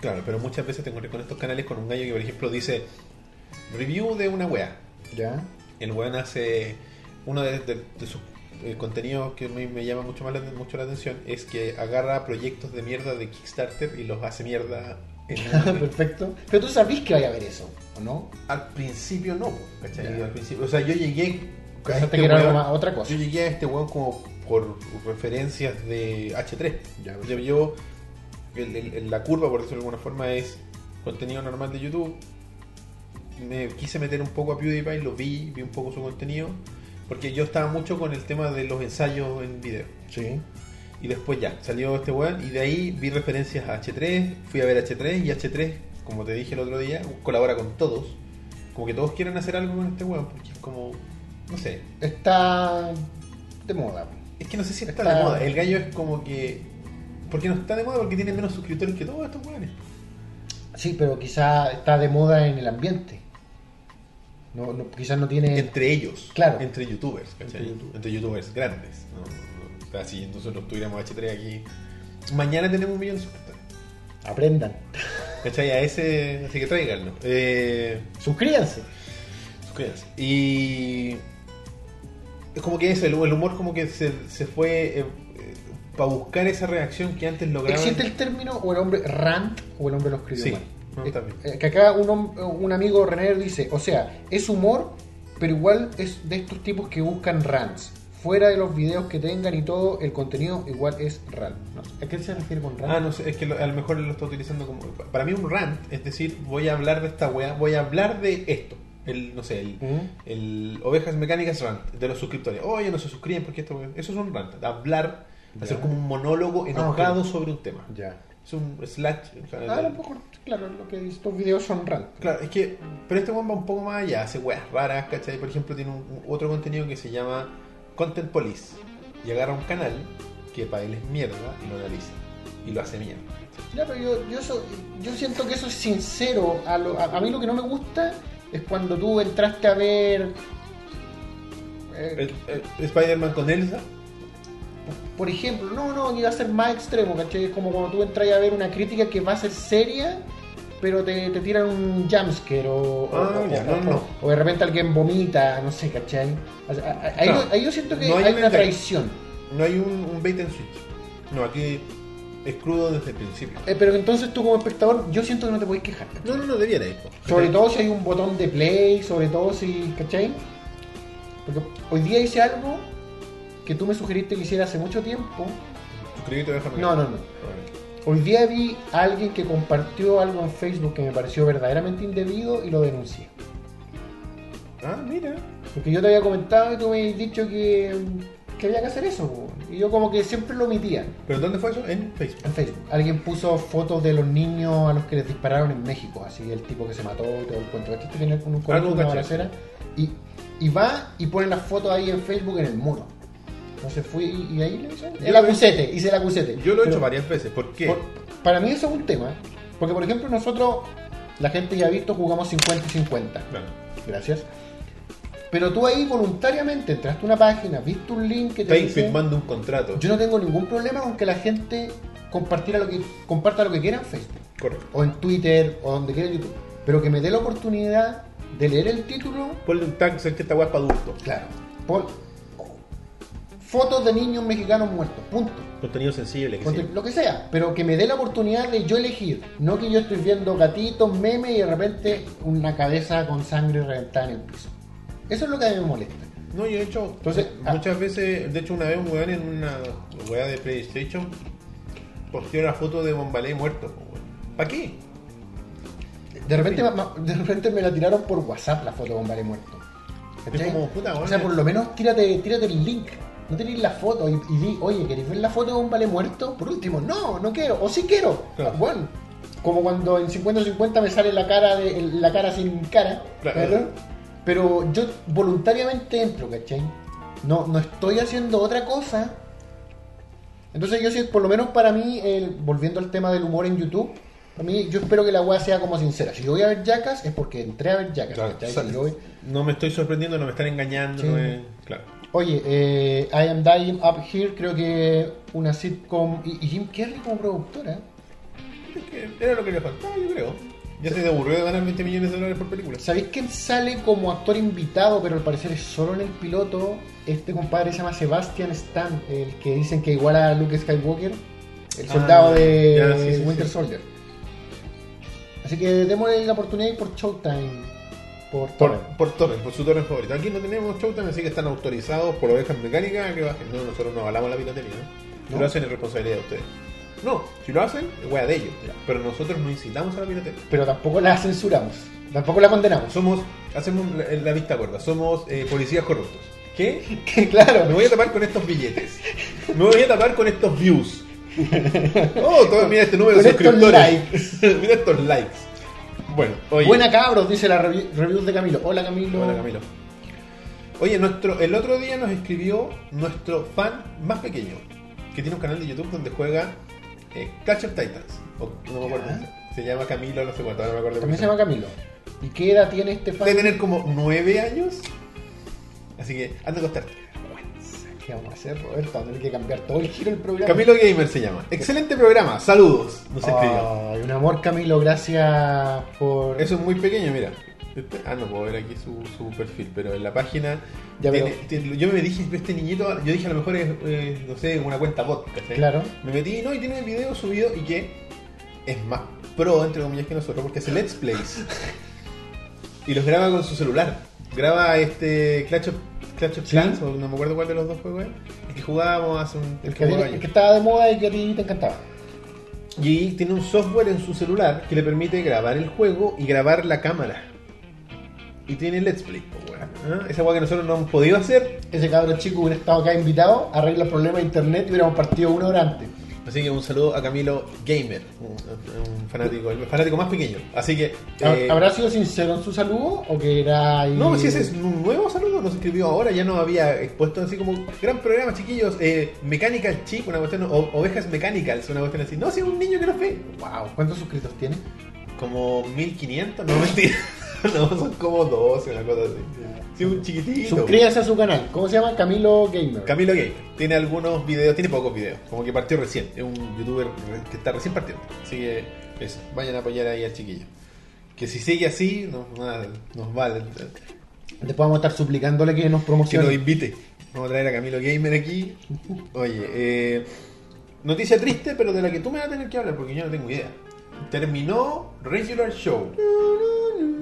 Speaker 1: Claro, pero muchas veces te encontré con estos canales con un gallo que, por ejemplo, dice... Review de una wea,
Speaker 2: ¿Ya?
Speaker 1: El weón hace. Uno de, de- de sus eh, contenidos que me, me llama mucho, más la, mucho la atención es que agarra proyectos de mierda de Kickstarter y los hace mierda. en-
Speaker 2: perfecto. Pero tú sabís que vaya a haber eso, ¿o no?
Speaker 1: al principio no, po, ¿cachai?
Speaker 2: Ya.
Speaker 1: Al principio, o sea, yo llegué. a
Speaker 2: Pensaste
Speaker 1: este
Speaker 2: que era algo
Speaker 1: weón-
Speaker 2: más- otra cosa.
Speaker 1: Yo llegué a este weón como por referencias de H3.
Speaker 2: Ya,
Speaker 1: yo, yo- el- el- el- la curva, por decirlo de alguna forma, es contenido normal de YouTube. Me quise meter un poco a PewDiePie, lo vi, vi un poco su contenido, porque yo estaba mucho con el tema de los ensayos en video.
Speaker 2: Sí.
Speaker 1: Y después ya, salió este weón y de ahí vi referencias a H3, fui a ver H3 y H3, como te dije el otro día, colabora con todos. Como que todos quieren hacer algo con este weón, porque es como, no sé,
Speaker 2: Está de moda.
Speaker 1: es que no sé si está,
Speaker 2: Está-
Speaker 1: de moda. El gallo es como que... Porque no está de moda porque tiene menos suscriptores que todos estos weones.
Speaker 2: Sí, pero quizá está de moda en el ambiente. No, no, quizás no tiene...
Speaker 1: Entre ellos,
Speaker 2: Claro.
Speaker 1: entre youtubers, ¿cachai?
Speaker 2: Entre
Speaker 1: Entre,
Speaker 2: youtubers.
Speaker 1: youtubers grandes. ¿no? O sea, si nosotros tuviéramos H3 aquí, mañana tenemos un millón de suscriptores.
Speaker 2: Aprendan.
Speaker 1: ¿Cachai? A ese, así que tráiganlo. Eh...
Speaker 2: Suscríbanse.
Speaker 1: Suscríbanse. Y es como que eso, el, el humor como que se, se fue para buscar esa reacción que antes lograban.
Speaker 2: ¿Existe el término o el hombre rant o el hombre lo escribió
Speaker 1: Sí,
Speaker 2: mal?
Speaker 1: no,
Speaker 2: Eh,
Speaker 1: está bien.
Speaker 2: eh, que acá un, hom- un amigo René dice, o sea, es humor, pero igual es de estos tipos que buscan rants. Fuera de los videos que tengan y todo, el contenido igual es rant. No sé, ¿A qué se refiere con rant?
Speaker 1: Ah, no sé, es que lo- a lo mejor lo está utilizando como... Para mí un rant, es decir, voy a hablar de esta weá, voy a hablar de esto. El, no sé, el,
Speaker 2: ¿Mm?
Speaker 1: el Ovejas Mecánicas Rant, de los suscriptores. Oye, no se suscriben porque esto... Eso es un rant, hablar,
Speaker 2: Ya. Ah,
Speaker 1: hacer como un monólogo enojado sobre un tema.
Speaker 2: Ya.
Speaker 1: Es un slash... o sea,
Speaker 2: Ah, a lo mejor, claro, lo que estos videos son rant.
Speaker 1: Claro, es que. Pero este weón va un poco más allá, hace weas raras, ¿cachai? Por ejemplo, tiene un, un- otro contenido que se llama Content Police. Y agarra un canal que para él es mierda y lo analiza. Y lo hace mierda.
Speaker 2: Ya, pero yo, yo, so- yo siento que eso es sincero. A, lo- a- a mí lo que no me gusta es cuando tú entraste a ver... eh,
Speaker 1: eh, El- el- Spider-Man con Elsa.
Speaker 2: por ejemplo, no, no, que va a ser más extremo, ¿cachai? Es como cuando tú entras a ver una crítica que va a ser seria, pero te, te tiran un jumpscare o, o-
Speaker 1: Ah,
Speaker 2: o-
Speaker 1: ya,
Speaker 2: o-
Speaker 1: no, no.
Speaker 2: o de repente alguien vomita, no sé, ¿cachai? O sea, a- a- ahí,
Speaker 1: Claro.
Speaker 2: yo- ahí yo siento que
Speaker 1: No hay
Speaker 2: hay,
Speaker 1: un
Speaker 2: una
Speaker 1: engaño.
Speaker 2: traición.
Speaker 1: No hay un, un bait and switch. No, aquí es crudo desde el principio.
Speaker 2: Eh, pero entonces tú como espectador, yo siento que no te puedes quejar. ¿cachai?
Speaker 1: No, no, no debiera ir. po.
Speaker 2: Sobre
Speaker 1: Pero-
Speaker 2: todo si hay un botón de play, sobre todo si, ¿cachai? Porque hoy día hice algo que tú me sugeriste que hiciera hace mucho tiempo.
Speaker 1: Suscríbete, déjame.
Speaker 2: No, no, no. Hoy día vi a alguien que compartió algo en Facebook que me pareció verdaderamente indebido y lo denuncié.
Speaker 1: Ah, mira.
Speaker 2: Porque yo te había comentado y tú me habías dicho que, que había que hacer eso. po. Y yo como que siempre lo omitía
Speaker 1: ¿Pero dónde fue eso? En Facebook.
Speaker 2: en Facebook. Alguien puso fotos de los niños a los que les dispararon en México. Así el tipo que se mató y todo el cuento. Este tenía un, un
Speaker 1: Algo
Speaker 2: colegio, una
Speaker 1: caché.
Speaker 2: balacera. Y, y va y pone las fotos ahí en Facebook en el muro. Entonces fui y, y ahí le hice
Speaker 1: Yo
Speaker 2: el
Speaker 1: lo he-
Speaker 2: acusete. Hice el acusete.
Speaker 1: Yo lo he
Speaker 2: Pero-
Speaker 1: hecho varias veces. ¿Por qué?
Speaker 2: por- para mí eso es un tema. Porque, por ejemplo, nosotros, la gente ya ha visto, jugamos 50 y 50.
Speaker 1: Claro.
Speaker 2: Gracias. Pero tú ahí voluntariamente entraste a una página, viste un link que te
Speaker 1: Estáis
Speaker 2: dice...
Speaker 1: firmando un contrato.
Speaker 2: Yo no tengo ningún problema con que la gente compartiera lo que, comparta lo que quiera en Facebook.
Speaker 1: Correcto.
Speaker 2: O en Twitter, o donde quiera en YouTube. Pero que me dé la oportunidad de leer el título
Speaker 1: Ponle un tag, sé que esta weá es para adultos.
Speaker 2: Claro. Por fotos de niños mexicanos muertos. Punto.
Speaker 1: Contenido sensible. Que
Speaker 2: Conte-
Speaker 1: sí.
Speaker 2: Lo que sea, pero que me dé la oportunidad de yo elegir. No que yo estoy viendo gatitos, memes y de repente una cabeza con sangre reventada en el piso. Eso es lo que a mí me molesta.
Speaker 1: No, yo he hecho Entonces,
Speaker 2: Entonces, ah.
Speaker 1: muchas veces, de hecho una vez un weón en una weá de PlayStation posteó una foto de Bombalé muerto. ¿Para qué?
Speaker 2: De repente, ma- ma- de repente me la tiraron por WhatsApp la foto con Vale Muerto. ¿Cachai?
Speaker 1: Es como, puta,
Speaker 2: o
Speaker 1: bueno.
Speaker 2: sea, por lo menos tírate, tírate el link. No tenéis la foto y, y di, oye, ¿queréis ver la foto con Vale Muerto? Por último, no, no quiero. O sí quiero.
Speaker 1: Claro.
Speaker 2: Bueno, como cuando en 50-50 me sale la cara de el- la cara sin cara.
Speaker 1: Claro.
Speaker 2: ¿verdad? Pero yo voluntariamente entro, ¿cachai? No, no estoy haciendo otra cosa. Entonces yo sí, por lo menos para mí, el- volviendo al tema del humor en YouTube, para mí yo espero que la weá sea como sincera. Si yo voy a ver Jackass es porque entré a ver Jackass. ¿cachai? Si yo voy-
Speaker 1: No me estoy sorprendiendo, no me están engañando.
Speaker 2: Sí.
Speaker 1: no es- Claro.
Speaker 2: Oye, eh, I Am Dying Up Here, creo que una sitcom y, y Jim Carrey como productora. ¿eh?
Speaker 1: Es que Era lo que le faltaba, yo creo. Ya se te aburrió de ganar 20 millones de dólares por película.
Speaker 2: ¿Sabéis quién sale como actor invitado, pero al parecer es solo en el piloto? Este compadre se llama Sebastian Stan, el que dicen que igual a Luke Skywalker, el
Speaker 1: Ah,
Speaker 2: soldado de
Speaker 1: ya, sí, sí,
Speaker 2: Winter
Speaker 1: sí.
Speaker 2: Soldier. Así que démosle la oportunidad y por Showtime. Por,
Speaker 1: Por,
Speaker 2: Torrent.
Speaker 1: por torrent, por su torrent favorito. Aquí no tenemos Showtime, así que están autorizados por ovejas mecánicas a que bajen. No, nosotros no avalamos la piratería, ¿no?
Speaker 2: No.
Speaker 1: Lo hacen en responsabilidad de ustedes. No, si lo hacen, es wea de ellos. Pero nosotros no incitamos a la piratería.
Speaker 2: Pero tampoco la censuramos, tampoco la condenamos.
Speaker 1: Somos, hacemos la, la vista gorda, somos eh, policías corruptos. ¿Qué?
Speaker 2: Que claro,
Speaker 1: Me voy a tapar con estos billetes. Me voy a tapar con estos views. Oh, todo- mira este número de
Speaker 2: Con estos
Speaker 1: suscriptores. mira estos likes. Bueno, oye.
Speaker 2: Buena cabros, dice la revi- review de Camilo. Hola Camilo.
Speaker 1: Hola Camilo. Oye, nuestro, el otro día nos escribió nuestro fan más pequeño, que tiene un canal de YouTube donde juega eh, Clash of Titans. O, no me acuerdo. Se llama Camilo, no sé cuánto, ahora no me acuerdo.
Speaker 2: También se
Speaker 1: cómo
Speaker 2: llama Camilo. ¿Y qué edad tiene este fan?
Speaker 1: Debe tener como nueve años. Así que anda a acostarte.
Speaker 2: ¿Qué vamos a hacer, Roberto? Vamos a tener que cambiar todo el giro del programa.
Speaker 1: Camilo Gamer se llama. Excelente programa, saludos. Nos
Speaker 2: Ah.
Speaker 1: escribió.
Speaker 2: Ay, un amor, Camilo, gracias por.
Speaker 1: Eso es muy pequeño, mira. Este- Ah, no puedo ver aquí su, su perfil, pero en la página.
Speaker 2: Ya
Speaker 1: tiene-
Speaker 2: veo.
Speaker 1: tiene- yo me dije, este niñito, yo dije a lo mejor es, eh, no sé, una cuenta bot, ¿cachai?
Speaker 2: Claro.
Speaker 1: Me metí no, y tiene videos subidos y que es más pro, entre comillas, que nosotros, porque hace Let's Plays. y los graba con su celular. Graba este Clash of, Clash of
Speaker 2: Sí.
Speaker 1: Clans, o no me acuerdo cuál de los dos juegos es, el que jugábamos hace un.
Speaker 2: El que,
Speaker 1: como dos
Speaker 2: el
Speaker 1: años.
Speaker 2: que estaba de moda y que a ti te encantaba.
Speaker 1: Y tiene un software en su celular que le permite grabar el juego y grabar la cámara. Y tiene Let's Play, po, weón. ¿Ah? Esa weá que nosotros no hemos podido hacer.
Speaker 2: Ese cabrón chico hubiera estado acá invitado, arregla el problema de internet y hubiéramos partido una hora antes.
Speaker 1: Así que un saludo a Camilo Gamer, un, un fanático, el fanático más pequeño. Así que.
Speaker 2: ¿Hab-
Speaker 1: eh,
Speaker 2: Ah, ¿Habrá sido sincero en su saludo o que era.? ahí-
Speaker 1: No, si ese es un nuevo saludo, nos escribió ahora, ya no había expuesto así como gran programa, chiquillos. Eh, Mechanical Chick, una cuestión, o, ovejas Mechanicals, una cuestión así. No, si es un niño que nos ve.
Speaker 2: Wow, ¿cuántos suscritos tiene?
Speaker 1: Como 1500, no mentira. no, son como 12, una cosa así. Sí, un chiquitito.
Speaker 2: Suscríbase a su canal. ¿Cómo se llama? Camilo Gamer.
Speaker 1: Camilo Gamer tiene algunos videos, tiene pocos videos, como que partió recién, es un youtuber que está recién partiendo. Así que eso, vayan a apoyar ahí al chiquillo. Que si sigue así, nos, va- nos vale.
Speaker 2: Después vamos a estar suplicándole que nos
Speaker 1: Que nos
Speaker 2: promocione.
Speaker 1: invite. Vamos a traer a Camilo Gamer aquí. Oye, eh, noticia triste, pero de la que tú me vas a tener que hablar porque yo no tengo idea. Terminó Regular Show.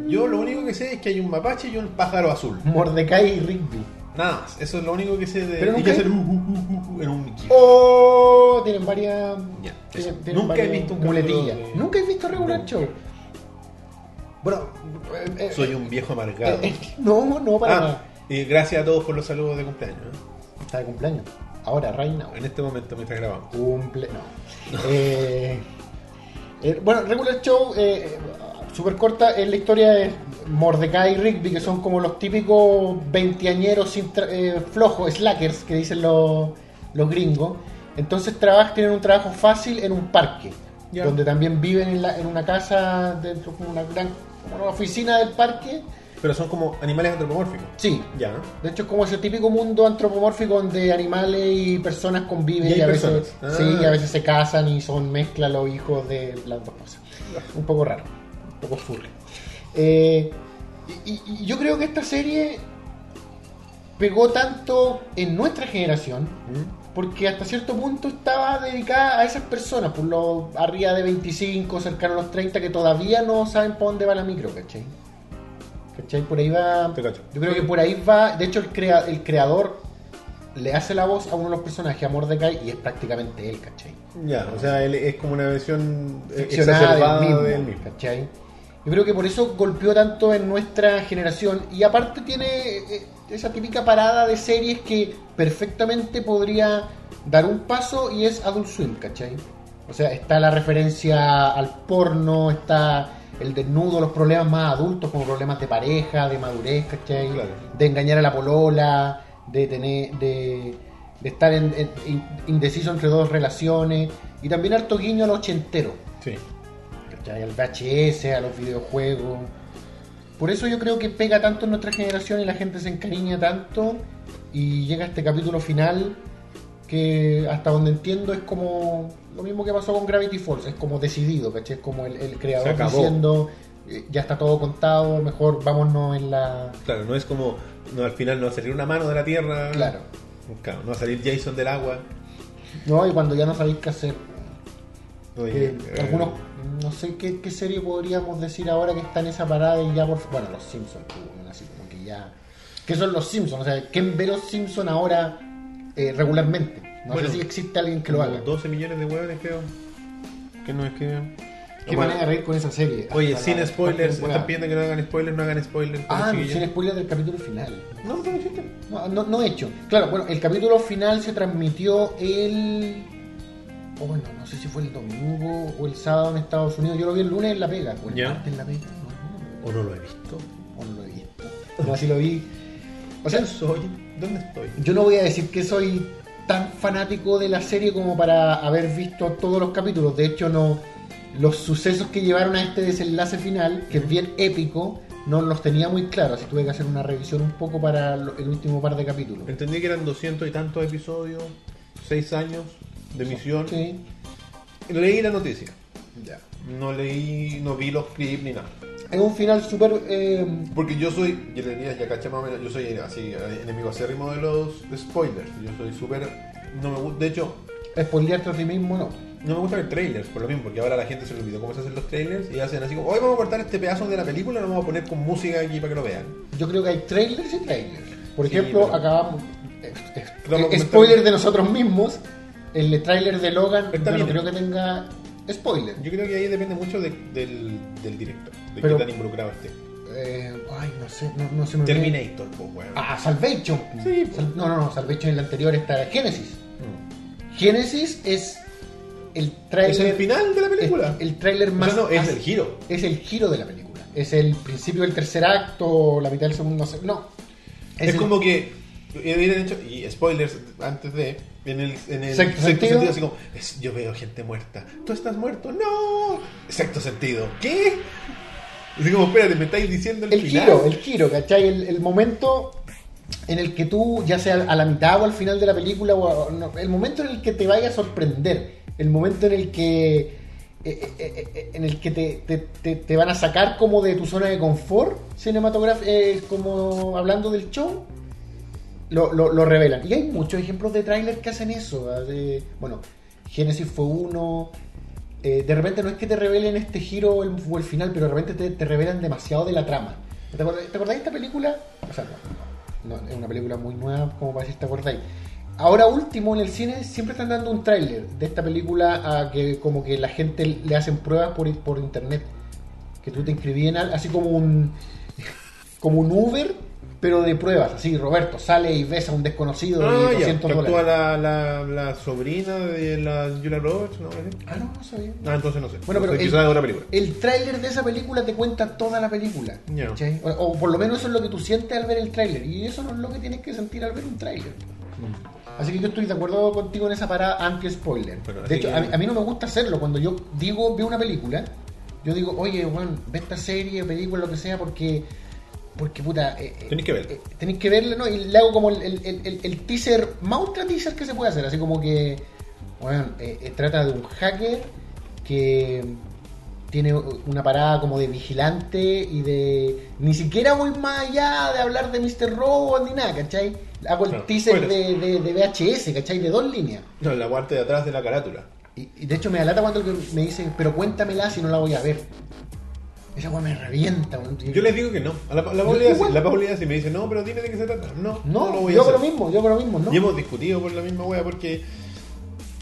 Speaker 1: Yo lo único que sé es que hay un mapache y un pájaro azul.
Speaker 2: Mordecai y Rigby.
Speaker 1: Nada más, eso es lo único que sé de.
Speaker 2: Pero
Speaker 1: y
Speaker 2: nunca
Speaker 1: que
Speaker 2: hay-
Speaker 1: hacer uh, uh, uh, uh, en un gif.
Speaker 2: Oh, tienen varias.
Speaker 1: Ya,
Speaker 2: tienen-
Speaker 1: eso.
Speaker 2: tienen
Speaker 1: Nunca he
Speaker 2: varias
Speaker 1: visto un
Speaker 2: muletillas.
Speaker 1: capítulo de-
Speaker 2: Nunca he visto regular
Speaker 1: No.
Speaker 2: show. Bueno, eh, eh,
Speaker 1: Soy un viejo amargado.
Speaker 2: eh, eh, no, no para
Speaker 1: Ah,
Speaker 2: nada.
Speaker 1: y gracias a todos por los saludos de cumpleaños. ¿eh?
Speaker 2: Está de cumpleaños. Ahora, right now.
Speaker 1: En este momento mientras grabamos.
Speaker 2: Cumple. No. Eh, eh, bueno, Regular Show, eh, súper corta, es la historia de Mordecai y Rigby, que son como los típicos veinteañeros sin tra- eh, flojos, slackers, que dicen los, los gringos. Entonces trabajan, tienen un trabajo fácil en un parque,
Speaker 1: Ya.
Speaker 2: donde también viven en, la- en una casa, dentro como una gran como una oficina del parque.
Speaker 1: Pero son como animales antropomórficos.
Speaker 2: Sí,
Speaker 1: Ya.
Speaker 2: de hecho, es como ese típico mundo antropomórfico donde animales y personas conviven
Speaker 1: Y hay
Speaker 2: a veces,
Speaker 1: personas.
Speaker 2: sí,
Speaker 1: Ah.
Speaker 2: y a veces se casan y son mezcla los hijos de las dos cosas. Un poco raro, un poco furry. Eh, y, y- y yo creo que esta serie pegó tanto en nuestra generación
Speaker 1: ¿Mm?
Speaker 2: porque hasta cierto punto estaba dedicada a esas personas, por los arriba de 25, cercano a los 30, que todavía no saben por dónde va la micro, ¿cachai? ¿Cachai? Por ahí va...
Speaker 1: Te cacho.
Speaker 2: Yo creo que por ahí va. De hecho, el, crea- el creador le hace la voz a uno de los personajes, a Mordecai, y es prácticamente él, ¿cachai?
Speaker 1: Ya, o sea, él es como una versión eh,
Speaker 2: Ficcionada
Speaker 1: exacerbada
Speaker 2: del mismo,
Speaker 1: del mismo.
Speaker 2: ¿cachai? Yo creo que por eso golpeó tanto en nuestra generación. Y aparte tiene eh, esa típica parada de series que perfectamente podría dar un paso y es Adult Swim, ¿cachai? O sea, está la referencia al porno, está el desnudo, los problemas más adultos como problemas de pareja, de madurez, ¿cachai?
Speaker 1: Claro.
Speaker 2: De engañar a la polola, de tener... de de estar en- en- in- indeciso entre dos relaciones y también harto guiño al ochentero,
Speaker 1: Sí.
Speaker 2: ¿cachai? al VHS, a los videojuegos. Por eso yo creo que pega tanto en nuestra generación y la gente se encariña tanto y llega este capítulo final que hasta donde entiendo es como lo mismo que pasó con Gravity Falls, es como decidido, ¿cachai? Es como el, el creador
Speaker 1: acabó.
Speaker 2: diciendo eh, ya está todo contado, mejor vámonos en la...
Speaker 1: Claro, no es como. No, al final no va a salir una mano de la tierra.
Speaker 2: Claro.
Speaker 1: Claro, no va a salir Jason del agua.
Speaker 2: No, y cuando ya no sabéis qué hacer,
Speaker 1: Oye,
Speaker 2: Que
Speaker 1: eh,
Speaker 2: algunos, no sé qué, qué serie podríamos decir ahora que está en esa parada y ya por Bueno, los Simpsons, que, bueno, así como que ya. ¿Qué son los Simpsons? O sea, ¿quién ve los Simpsons ahora eh, regularmente? No
Speaker 1: Bueno,
Speaker 2: sé si existe alguien que lo
Speaker 1: como
Speaker 2: haga.
Speaker 1: 12 millones de hueones, creo. Que no escriben.
Speaker 2: Qué
Speaker 1: Bueno,
Speaker 2: manera de reír con esa serie.
Speaker 1: Oye,
Speaker 2: Hasta
Speaker 1: sin
Speaker 2: la-
Speaker 1: spoilers.
Speaker 2: hasta la
Speaker 1: Están pidiendo que no hagan spoilers, no hagan spoilers.
Speaker 2: temporada. Ah,
Speaker 1: chiquillos.
Speaker 2: sin spoilers del capítulo final.
Speaker 1: No, no existe.
Speaker 2: No, no, no he hecho. Claro, bueno, el capítulo final se transmitió el. oh, bueno, no sé si fue el domingo o el sábado en Estados Unidos. Yo lo vi el lunes en La Pega. O el
Speaker 1: Ya.
Speaker 2: martes en La Pega. No, no, no.
Speaker 1: O no lo he visto.
Speaker 2: O no lo he visto. No, así lo vi. O sea,
Speaker 1: ¿Quién soy? ¿Dónde estoy?
Speaker 2: yo no voy a decir que soy tan fanático de la serie como para haber visto todos los capítulos. De hecho, no. Los sucesos que llevaron a este desenlace final, que es bien épico, no los tenía muy claros. Así tuve que hacer una revisión un poco para lo- el último par de capítulos.
Speaker 1: Entendí que eran 200 y tantos episodios, 6 años de misión.
Speaker 2: Sí.
Speaker 1: Leí la noticia.
Speaker 2: Ya.
Speaker 1: No leí, no vi los clips ni nada.
Speaker 2: Es un final súper. eh,
Speaker 1: Porque yo soy, ya tenías ya caché más o menos, yo soy eh, así, enemigo acérrimo de los spoilers. Yo soy súper, no me gusta, de hecho,
Speaker 2: spoilearte a ti mismo, no.
Speaker 1: no me gustan los trailers, por lo mismo, porque ahora la gente se le olvidó cómo se hacen los trailers y hacen así como, hoy vamos a cortar este pedazo de la película y lo vamos a poner con música aquí para que lo vean.
Speaker 2: Yo creo que hay trailers y trailers. Por
Speaker 1: Sí,
Speaker 2: ejemplo,
Speaker 1: pero-
Speaker 2: acabamos. eh, eh,
Speaker 1: Vamos a
Speaker 2: eh,
Speaker 1: comentar-
Speaker 2: spoiler de nosotros mismos. El trailer de Logan,
Speaker 1: Está
Speaker 2: yo no
Speaker 1: bien.
Speaker 2: creo que tenga spoiler.
Speaker 1: Yo creo que ahí depende mucho de- del, del director, de
Speaker 2: Pero-
Speaker 1: qué tan involucrado esté.
Speaker 2: Eh, ay, no sé, no, no se me viene.
Speaker 1: Terminator, pues, weón.
Speaker 2: Ah, Salvation.
Speaker 1: Sí, pues.
Speaker 2: Sal- no, no, no, Salvation en el anterior está Genesis.
Speaker 1: Mm.
Speaker 2: Genesis es el trailer.
Speaker 1: Es el final de la película.
Speaker 2: El, el trailer
Speaker 1: O sea,
Speaker 2: más.
Speaker 1: no, es
Speaker 2: as-
Speaker 1: el giro.
Speaker 2: es el giro de la película. Es el principio del tercer acto, la mitad del segundo. no sé, No.
Speaker 1: Es,
Speaker 2: el-
Speaker 1: como que hubieran hecho, y spoilers antes de, en el, en el
Speaker 2: Sexto
Speaker 1: sexto,
Speaker 2: sentido.
Speaker 1: sentido, así como, es, yo veo gente muerta, tú estás muerto, no, sexto sentido, ¿qué? Así como, espérate, me estáis diciendo el,
Speaker 2: el
Speaker 1: final.
Speaker 2: giro, el giro, ¿cachai? El, el momento en el que tú, ya sea a la mitad o al final de la película, o a- no, el momento en el que te vaya a sorprender, el momento en el que eh, eh, eh, en el que te, te- te- te van a sacar como de tu zona de confort cinematográfico, como hablando del show, lo, lo- lo revelan. Y hay muchos ejemplos de tráiler que hacen eso. ¿verdad? De- bueno, Genesis fue uno. eh, de repente no es que te revelen este giro o el, o el final, pero de repente te, te revelan demasiado de la trama. ¿Te acordás, te acordás de esta película? O sea, no, no, es una película muy nueva, como para decir, ¿te acordáis? Ahora último, en el cine siempre están dando un tráiler de esta película a que como que la gente le hacen pruebas por, por internet. Que tú te inscribías en al- así como un como un Uber, pero de pruebas. Así, Roberto sale y besa a un desconocido
Speaker 1: Ah,
Speaker 2: de
Speaker 1: ya,
Speaker 2: 200
Speaker 1: que actúa
Speaker 2: dólares.
Speaker 1: la, la, la sobrina de la Julia Roberts, ¿no? ¿Vale?
Speaker 2: Ah, no, no sabía.
Speaker 1: Ah, entonces no sé.
Speaker 2: Bueno, pero
Speaker 1: Quizás
Speaker 2: el-
Speaker 1: de otra película.
Speaker 2: El tráiler de esa película te cuenta toda la película.
Speaker 1: Ya.
Speaker 2: ¿cachai? O, o por lo menos eso es lo que tú sientes al ver el tráiler. Y eso no es lo que tienes que sentir al ver un tráiler. Así que yo estoy de acuerdo contigo en esa parada anti-spoiler.
Speaker 1: Pero así
Speaker 2: de hecho,
Speaker 1: que-
Speaker 2: a, mí- a mí no me gusta hacerlo. Cuando yo digo, veo una película, yo digo, oye, Juan, ve esta serie, película, lo que sea, porque... Porque puta... eh, eh,
Speaker 1: Tenés que verla.
Speaker 2: eh, tenéis que verla, ¿no? Y le hago como el, el- el- el- el teaser, más ultra teaser que se puede hacer. Así como que, bueno, eh, eh, trata de un hacker que tiene una parada como de vigilante y de... Ni siquiera voy más allá de hablar de Mr. Robot ni nada, ¿cachai? Hago el
Speaker 1: Claro,
Speaker 2: teaser
Speaker 1: bueno.
Speaker 2: de, de- de VHS, ¿cachai? De dos líneas.
Speaker 1: No, en la parte de atrás de la carátula.
Speaker 2: Y, y de hecho me alata cuando alguien me dice, pero cuéntamela si no la voy a ver. Esa weá me revienta. weón.
Speaker 1: Yo les digo que no. A la, la
Speaker 2: Yo
Speaker 1: Paulina
Speaker 2: igual.
Speaker 1: la Paulina sí me dice, no, pero dime de qué se trata. No,
Speaker 2: No,
Speaker 1: no lo voy
Speaker 2: yo
Speaker 1: a hacer.
Speaker 2: hago lo mismo, yo hago lo mismo, ¿no?
Speaker 1: Y hemos discutido por la misma wea porque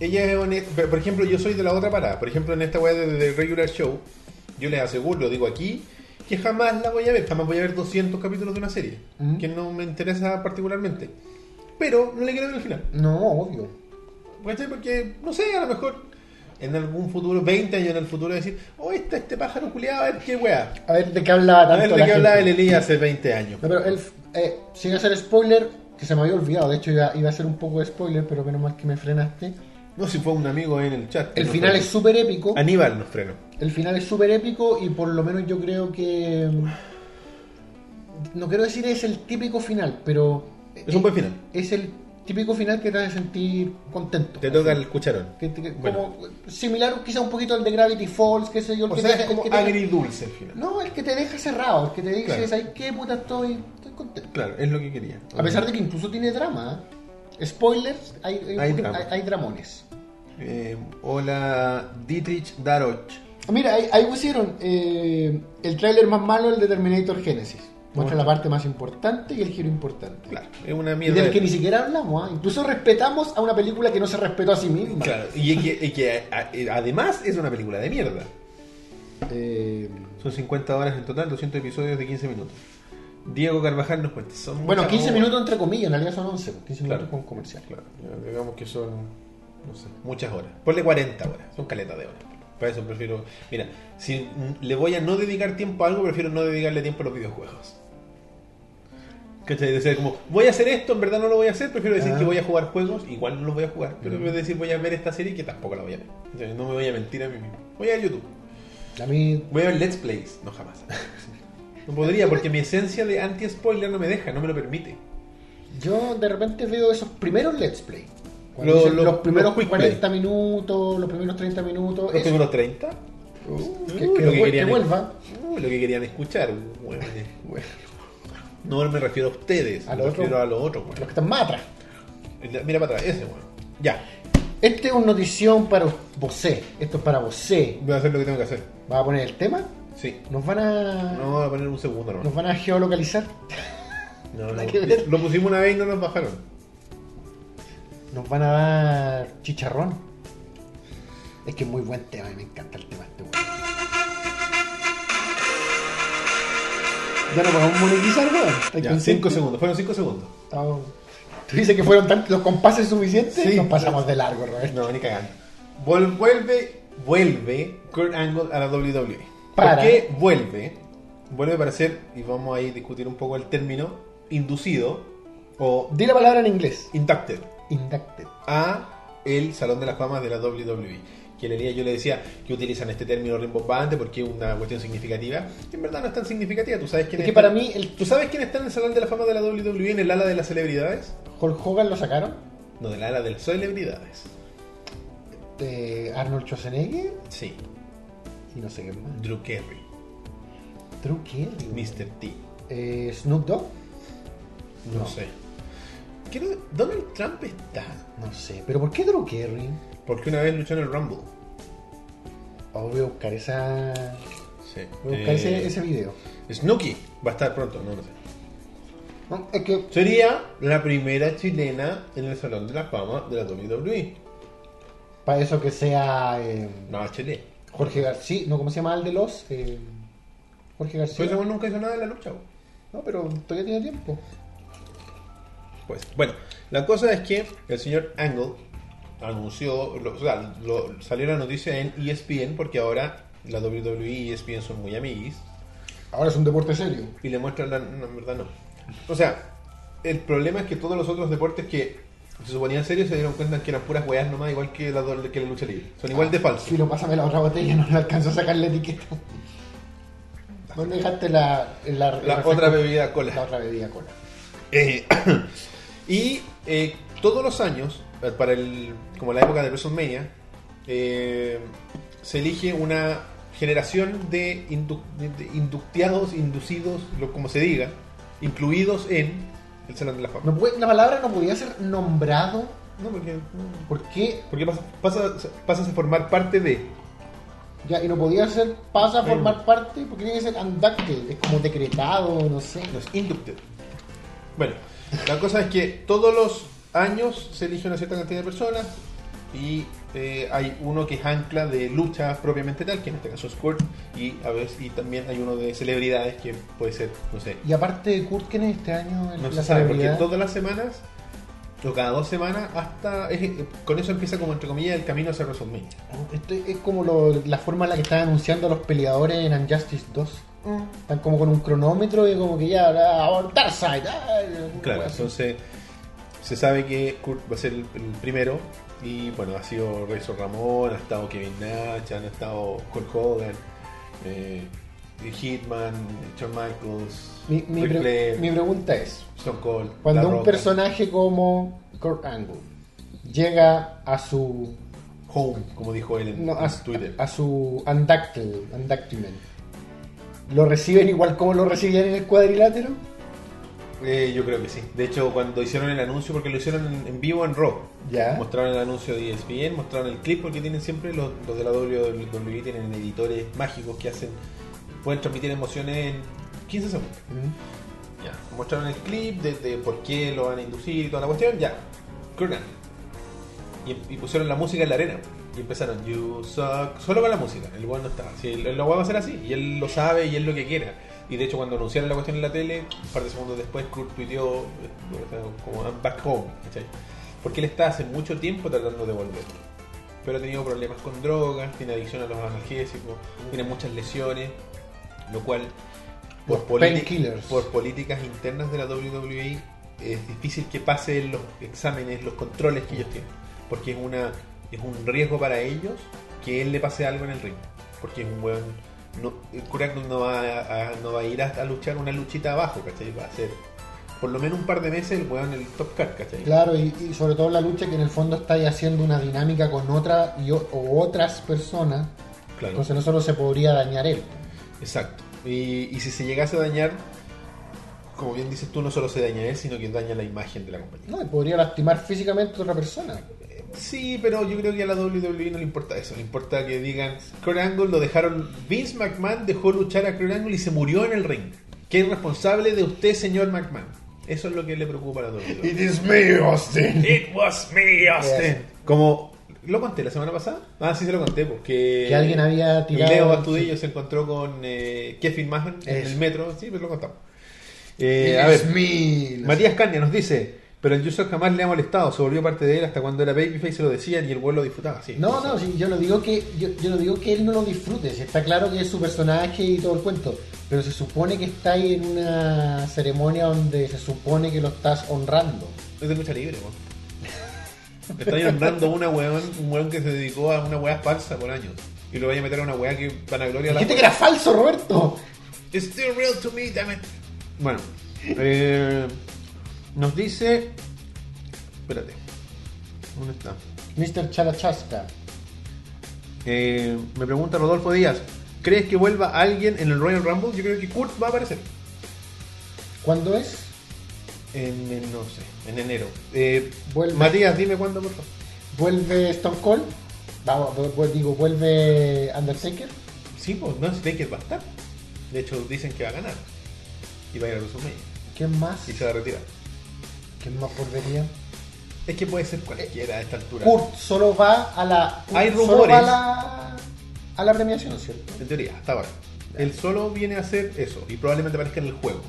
Speaker 1: ella es honesta. Por ejemplo, yo soy de la otra parada. Por ejemplo, en esta wea de, de Regular Show, yo les aseguro, lo digo aquí, que jamás la voy a ver. Jamás voy a ver 200 capítulos de una serie.
Speaker 2: Ujú.
Speaker 1: Que no me interesa particularmente. Pero no le quiero ver el final.
Speaker 2: No, obvio.
Speaker 1: ¿Cachai? Porque, no sé, a lo mejor en algún futuro, 20 años en el futuro, decir, oh, este, este pájaro culiado, a ver qué wea.
Speaker 2: A ver de qué hablaba
Speaker 1: A
Speaker 2: tanto
Speaker 1: ver de
Speaker 2: la
Speaker 1: qué
Speaker 2: gente.
Speaker 1: hablaba el Elías hace 20 años.
Speaker 2: No, pero él, eh, sin hacer spoiler, que se me había olvidado, de hecho iba, iba a hacer un poco de spoiler, pero menos mal que me frenaste.
Speaker 1: No, si fue un amigo en el chat. que
Speaker 2: El
Speaker 1: nos
Speaker 2: final
Speaker 1: frenó.
Speaker 2: es súper épico.
Speaker 1: Aníbal nos frenó.
Speaker 2: El final es súper épico y por lo menos yo creo que... No quiero decir es el típico final, pero...
Speaker 1: Es un buen final.
Speaker 2: Es el típico final que te hace sentir contento.
Speaker 1: Te toca el cucharón.
Speaker 2: Que- que-
Speaker 1: Bueno.
Speaker 2: como, similar quizá un poquito al de Gravity Falls, qué sé yo. el
Speaker 1: O
Speaker 2: que
Speaker 1: sea,
Speaker 2: te-
Speaker 1: es como
Speaker 2: el que te-
Speaker 1: agridulce al final.
Speaker 2: No, el que te deja cerrado, el que te dice,
Speaker 1: Claro.
Speaker 2: ¿sabes qué puta estoy? Estoy contento.
Speaker 1: Claro, es lo que quería.
Speaker 2: A pesar de que incluso tiene drama. ¿eh? Spoilers, hay, hay,
Speaker 1: Hay
Speaker 2: hay-
Speaker 1: drama.
Speaker 2: hay dramones.
Speaker 1: Eh, hola, Dietrich Daroch.
Speaker 2: Mira, ahí, ahí pusieron eh, el tráiler más malo, el de Terminator Genesis. Muestra
Speaker 1: Bueno.
Speaker 2: la parte más importante y el giro importante.
Speaker 1: Claro, es una
Speaker 2: Y
Speaker 1: mierda.
Speaker 2: del
Speaker 1: de-
Speaker 2: que ni siquiera hablamos, ¿ah? incluso respetamos a una película que no se respetó a sí misma.
Speaker 1: Claro, y que, y que a- eh, además es una película de mierda.
Speaker 2: Eh,
Speaker 1: Son 50 horas en total, 200 episodios de 15 minutos. Diego Carvajal nos cuenta. Son
Speaker 2: bueno,
Speaker 1: muchas
Speaker 2: 15
Speaker 1: horas.
Speaker 2: minutos entre comillas, en realidad son 11, pues, 15
Speaker 1: Claro.
Speaker 2: minutos con comercial.
Speaker 1: Claro, ya digamos que son, no sé, muchas horas. Ponle 40 horas, son caletas de horas. Para eso prefiero. Mira, si mm, le voy a no dedicar tiempo a algo, prefiero no dedicarle tiempo a los videojuegos. ¿Cachai? De ser como, voy a hacer esto, en verdad no lo voy a hacer, prefiero decir
Speaker 2: Ah.
Speaker 1: que voy a jugar juegos, igual no los voy a jugar, pero voy a decir voy a ver esta serie que tampoco la voy a ver. Entonces, no me voy a mentir a mí mismo. Voy a YouTube,
Speaker 2: A mí
Speaker 1: voy a ver Let's Plays, no jamás. No podría, porque mi esencia de anti-spoiler no me deja, no me lo permite.
Speaker 2: Yo de repente veo esos primeros Let's Play. Cuando
Speaker 1: Los-
Speaker 2: dicen
Speaker 1: los-
Speaker 2: los, primeros
Speaker 1: los quick
Speaker 2: 40 minutos, los primeros 30 minutos.
Speaker 1: ¿No
Speaker 2: eso.
Speaker 1: tengo los 30?
Speaker 2: Uh, que,
Speaker 1: Uh,
Speaker 2: que
Speaker 1: lo que
Speaker 2: vuel-
Speaker 1: querían
Speaker 2: que
Speaker 1: es-
Speaker 2: vuelva.
Speaker 1: Uh, lo que querían escuchar. hueones. No me refiero a ustedes,
Speaker 2: A
Speaker 1: me
Speaker 2: lo
Speaker 1: refiero
Speaker 2: otro.
Speaker 1: a los otros. hueón.
Speaker 2: Los que están más atrás.
Speaker 1: Mira para atrás, ese weón. Ya,
Speaker 2: Este es una notición para vos. Esto es para vos.
Speaker 1: voy a hacer lo que tengo que hacer.
Speaker 2: ¿Vas a poner el tema?
Speaker 1: Sí.
Speaker 2: ¿Nos van a,
Speaker 1: No, voy a poner un segundo
Speaker 2: ¿nos
Speaker 1: nomás.
Speaker 2: van a geolocalizar?
Speaker 1: No,
Speaker 2: nada
Speaker 1: no.
Speaker 2: que ver.
Speaker 1: Lo pusimos una vez y no nos bajaron.
Speaker 2: ¿Nos van a dar chicharrón? Es que es muy buen tema y me encanta el tema este weón. Ya no podemos monetizar, weón. ¿Estáis
Speaker 1: Ya,
Speaker 2: conscientes?
Speaker 1: 5 segundos, fueron 5 segundos.
Speaker 2: Oh. ¿Tú dices que fueron tan- los compases suficientes?
Speaker 1: Sí.
Speaker 2: Nos pasamos de largo, Roberto.
Speaker 1: No, ni cagando. Vol- vuelve, vuelve Kurt Angle a la WWE. ¿Por
Speaker 2: Para.
Speaker 1: qué vuelve? Vuelve para ser, y vamos a discutir un poco el término, inducido o
Speaker 2: Di la palabra en inglés.
Speaker 1: inducted.
Speaker 2: Inducted.
Speaker 1: a el Salón de la Fama de la WWE. que leía yo le decía que utilizan este término rimbombante porque es una cuestión significativa, que en verdad no es tan significativa. Tú sabes quién
Speaker 2: Es que
Speaker 1: está-
Speaker 2: para mí el
Speaker 1: ¿Tú sabes quién está en el Salón de la Fama de la WWE en el ala de las celebridades?
Speaker 2: Hulk Hogan lo sacaron.
Speaker 1: No, del ala de las celebridades.
Speaker 2: Eh, Arnold Schwarzenegger
Speaker 1: Sí,
Speaker 2: y no sé qué más.
Speaker 1: Drew Carey,
Speaker 2: Drew Carey.
Speaker 1: Mr. T.
Speaker 2: Eh, Snoop Dogg.
Speaker 1: No,
Speaker 2: No.
Speaker 1: sé. Quiero- Donald Trump está.
Speaker 2: No sé. Pero ¿por qué Drew Carey?
Speaker 1: Porque una vez luchó en el Rumble.
Speaker 2: Oh, voy a buscar esa.
Speaker 1: Sí.
Speaker 2: Voy a buscar ese,
Speaker 1: Eh,
Speaker 2: ese video.
Speaker 1: Snooki va a estar pronto, no lo sé.
Speaker 2: No, es que
Speaker 1: Sería la primera chilena en el Salón de la Fama de la E. WWE.
Speaker 2: para eso que sea eh,
Speaker 1: No, Chile.
Speaker 2: Jorge García. No, ¿cómo se llama el de los? Eh, Jorge
Speaker 1: Pues
Speaker 2: García.
Speaker 1: ese weón nunca hizo nada de la lucha. weón.
Speaker 2: No, pero todavía tiene tiempo.
Speaker 1: Pues, bueno, la cosa es que el señor Angle anunció, lo- o sea, lo- salió la noticia en E ESPN porque ahora la WWE y E ESPN son muy amiguis
Speaker 2: Ahora es un deporte serio.
Speaker 1: y le muestran la. No, en verdad no. O sea, el problema es que todos los otros deportes que se suponían serios se dieron cuenta que eran puras weas nomás, igual que la, do- que la lucha libre. Son igual de falsos.
Speaker 2: Si lo pásame la otra botella, no le alcanzo a sacar la etiqueta. ¿Dónde dejaste la, la, el
Speaker 1: La
Speaker 2: refresco?
Speaker 1: otra bebida
Speaker 2: La
Speaker 1: cola.
Speaker 2: otra bebida cola.
Speaker 1: Eh, y eh, todos los años, eh, para el, como la época de WrestleMania, eh, se elige una generación de, indu- de- de inducteados, inducidos, lo, como se diga, incluidos en el Salón de la Fama.
Speaker 2: No puede- la palabra no podía ser nombrado.
Speaker 1: No, porque, no,
Speaker 2: ¿Por qué?
Speaker 1: porque pasa- pasa- pasas a formar parte de...
Speaker 2: Ya, y no podía ser pasa a
Speaker 1: Bueno.
Speaker 2: formar parte, porque tiene que ser andante, es como decretado, no sé.
Speaker 1: Los inducted. Bueno, la cosa es que todos los años se elige una cierta cantidad de personas y eh, hay uno que es ancla de lucha propiamente tal, que en este caso es Kurt, y a veces y también hay uno de celebridades que puede ser, no sé,
Speaker 2: Y aparte de Kurt, ¿quién es este año el-
Speaker 1: no se
Speaker 2: la
Speaker 1: sabe, porque
Speaker 2: celebridad?
Speaker 1: todas las semanas, o cada dos semanas, hasta es- eh, con eso empieza como entre comillas el camino hacia WrestleMania.
Speaker 2: Esto Oh, este es como lo- la forma en la que están anunciando a los peleadores en Unjustice 2. Están como con un cronómetro y como que ya, ahora abortar side.
Speaker 1: Claro, entonces se sabe que Kurt va a ser el, el primero. Y bueno, ha sido Razor Ramón, ha estado Kevin Nash, han estado Hulk Hogan, eh, Hitman, Shawn Michaels,
Speaker 2: Mi, mi
Speaker 1: Ric
Speaker 2: pre-
Speaker 1: Flair,
Speaker 2: mi pregunta es,
Speaker 1: Stone Cold.
Speaker 2: cuando
Speaker 1: La
Speaker 2: un
Speaker 1: Roca,
Speaker 2: personaje como Kurt Angle llega a su
Speaker 1: Home, como dijo él en,
Speaker 2: no,
Speaker 1: en
Speaker 2: ah, a,
Speaker 1: Twitter.
Speaker 2: a su undactyl, undactymen, ¿lo reciben igual como lo recibían en el cuadrilátero? ah.
Speaker 1: Eh, yo creo que sí. De hecho, cuando hicieron el anuncio, porque lo hicieron en, en vivo en Raw,
Speaker 2: Ya.
Speaker 1: mostraron el anuncio de E ESPN, mostraron el clip, porque tienen siempre los, los de la WWE, tienen editores mágicos que hacen, pueden transmitir emociones en 15 segundos.
Speaker 2: Mm.
Speaker 1: Ya. Mostraron el clip de, de por qué lo van a inducir y toda la cuestión. Ya. Kurt Angle. Y, y pusieron la música en la arena. Y empezaron, you suck. Solo con la música. El weón no estaba. Si el, el weón va a ser así. Y él lo sabe y él lo que quiera. Y de hecho, cuando anunciaron la cuestión en la tele, un par de segundos después, Kurt tuiteó eh, o sea, como I'm back home. ¿cachai? Porque él está hace mucho tiempo tratando de volver. Pero ha tenido problemas con drogas, tiene adicción a los analgésicos, tiene muchas lesiones. Lo cual por,
Speaker 2: Los
Speaker 1: politi-
Speaker 2: painkillers.
Speaker 1: por políticas internas de la WWE es difícil que pasen los exámenes, los controles que ellos tienen, porque es una es un riesgo para ellos que él le pase algo en el ring, porque es un buen no, el Kurt Angle no va a, a- no va a ir a, a luchar una luchita abajo, ¿cachai? Va a ser por lo menos un par de meses el weón en el top card, ¿cachai?
Speaker 2: Claro, y, y sobre todo la lucha que en el fondo está ahí haciendo una dinámica con otra y o- o otras personas,
Speaker 1: Claro.
Speaker 2: entonces no solo se podría dañar él.
Speaker 1: Exacto. Y, y si se llegase a dañar, como bien dices tú, no solo se daña él, sino que daña la imagen de la compañía.
Speaker 2: No, y podría lastimar físicamente a otra persona.
Speaker 1: Sí, pero yo creo que a la WWE no le importa eso. Le importa que digan, Kurt Angle lo dejaron, Vince McMahon dejó luchar a Kurt Angle y se murió en el ring. ¿Qué es responsable de usted, señor McMahon? Eso es lo que le preocupa a la E. WWE.
Speaker 2: is me, Austin.
Speaker 1: It was me,
Speaker 2: Austin.
Speaker 1: Como, ¿lo conté la semana pasada? Ah, sí se lo conté, porque...
Speaker 2: Que alguien había tirado-
Speaker 1: Leo Bastudillo se encontró con eh, Kevin Mahan en
Speaker 2: Eso.
Speaker 1: el metro. Sí, pero lo contamos. Eh, a ver, Matías Caña nos dice, pero el Yusuf jamás le ha molestado, se volvió parte de él hasta cuando era babyface se lo decían y el vuelo lo disfrutaba. Sí,
Speaker 2: No, no, sí, yo no digo que yo, yo no digo que él no lo disfrute, si está claro que es su personaje y todo el cuento, pero se supone que está ahí en una ceremonia donde se supone que lo estás honrando.
Speaker 1: Es de lucha libre, weón. Me está nombrando una weón, un weón que se dedicó a una weá falsa por años. Y lo vaya a meter a una weá que para gloria la.
Speaker 2: Dijiste que era falso, Roberto.
Speaker 1: It's still real to me, damn it. Bueno, eh, nos dice. Espérate. ¿Dónde está?
Speaker 2: Mr. Chalachasca.
Speaker 1: Eh, me pregunta Rodolfo Díaz. ¿Crees que vuelva alguien en el Royal Rumble? Yo creo que Kurt va a aparecer.
Speaker 2: ¿Cuándo es?
Speaker 1: En, en- no sé, en enero. Eh,
Speaker 2: Vuelve.
Speaker 1: Matías, dime cuándo, por favor.
Speaker 2: ¿Vuelve Stone Cold? Vamos, vu- vu- digo, ¿vuelve Undertaker?
Speaker 1: Sí, pues no sé que va a estar. De hecho, dicen que va a ganar. Y va a ir a WrestleMania.
Speaker 2: ¿Quién más?
Speaker 1: Y se va a retirar.
Speaker 2: ¿Quién más volvería?
Speaker 1: Es que puede ser cualquiera a esta altura.
Speaker 2: Kurt solo va a la. Kurt
Speaker 1: Hay
Speaker 2: solo
Speaker 1: rumores.
Speaker 2: va a la, a la premiación, ¿cierto?
Speaker 1: En teoría, hasta ahora. Él solo viene a hacer eso. Y probablemente aparezca en el juego.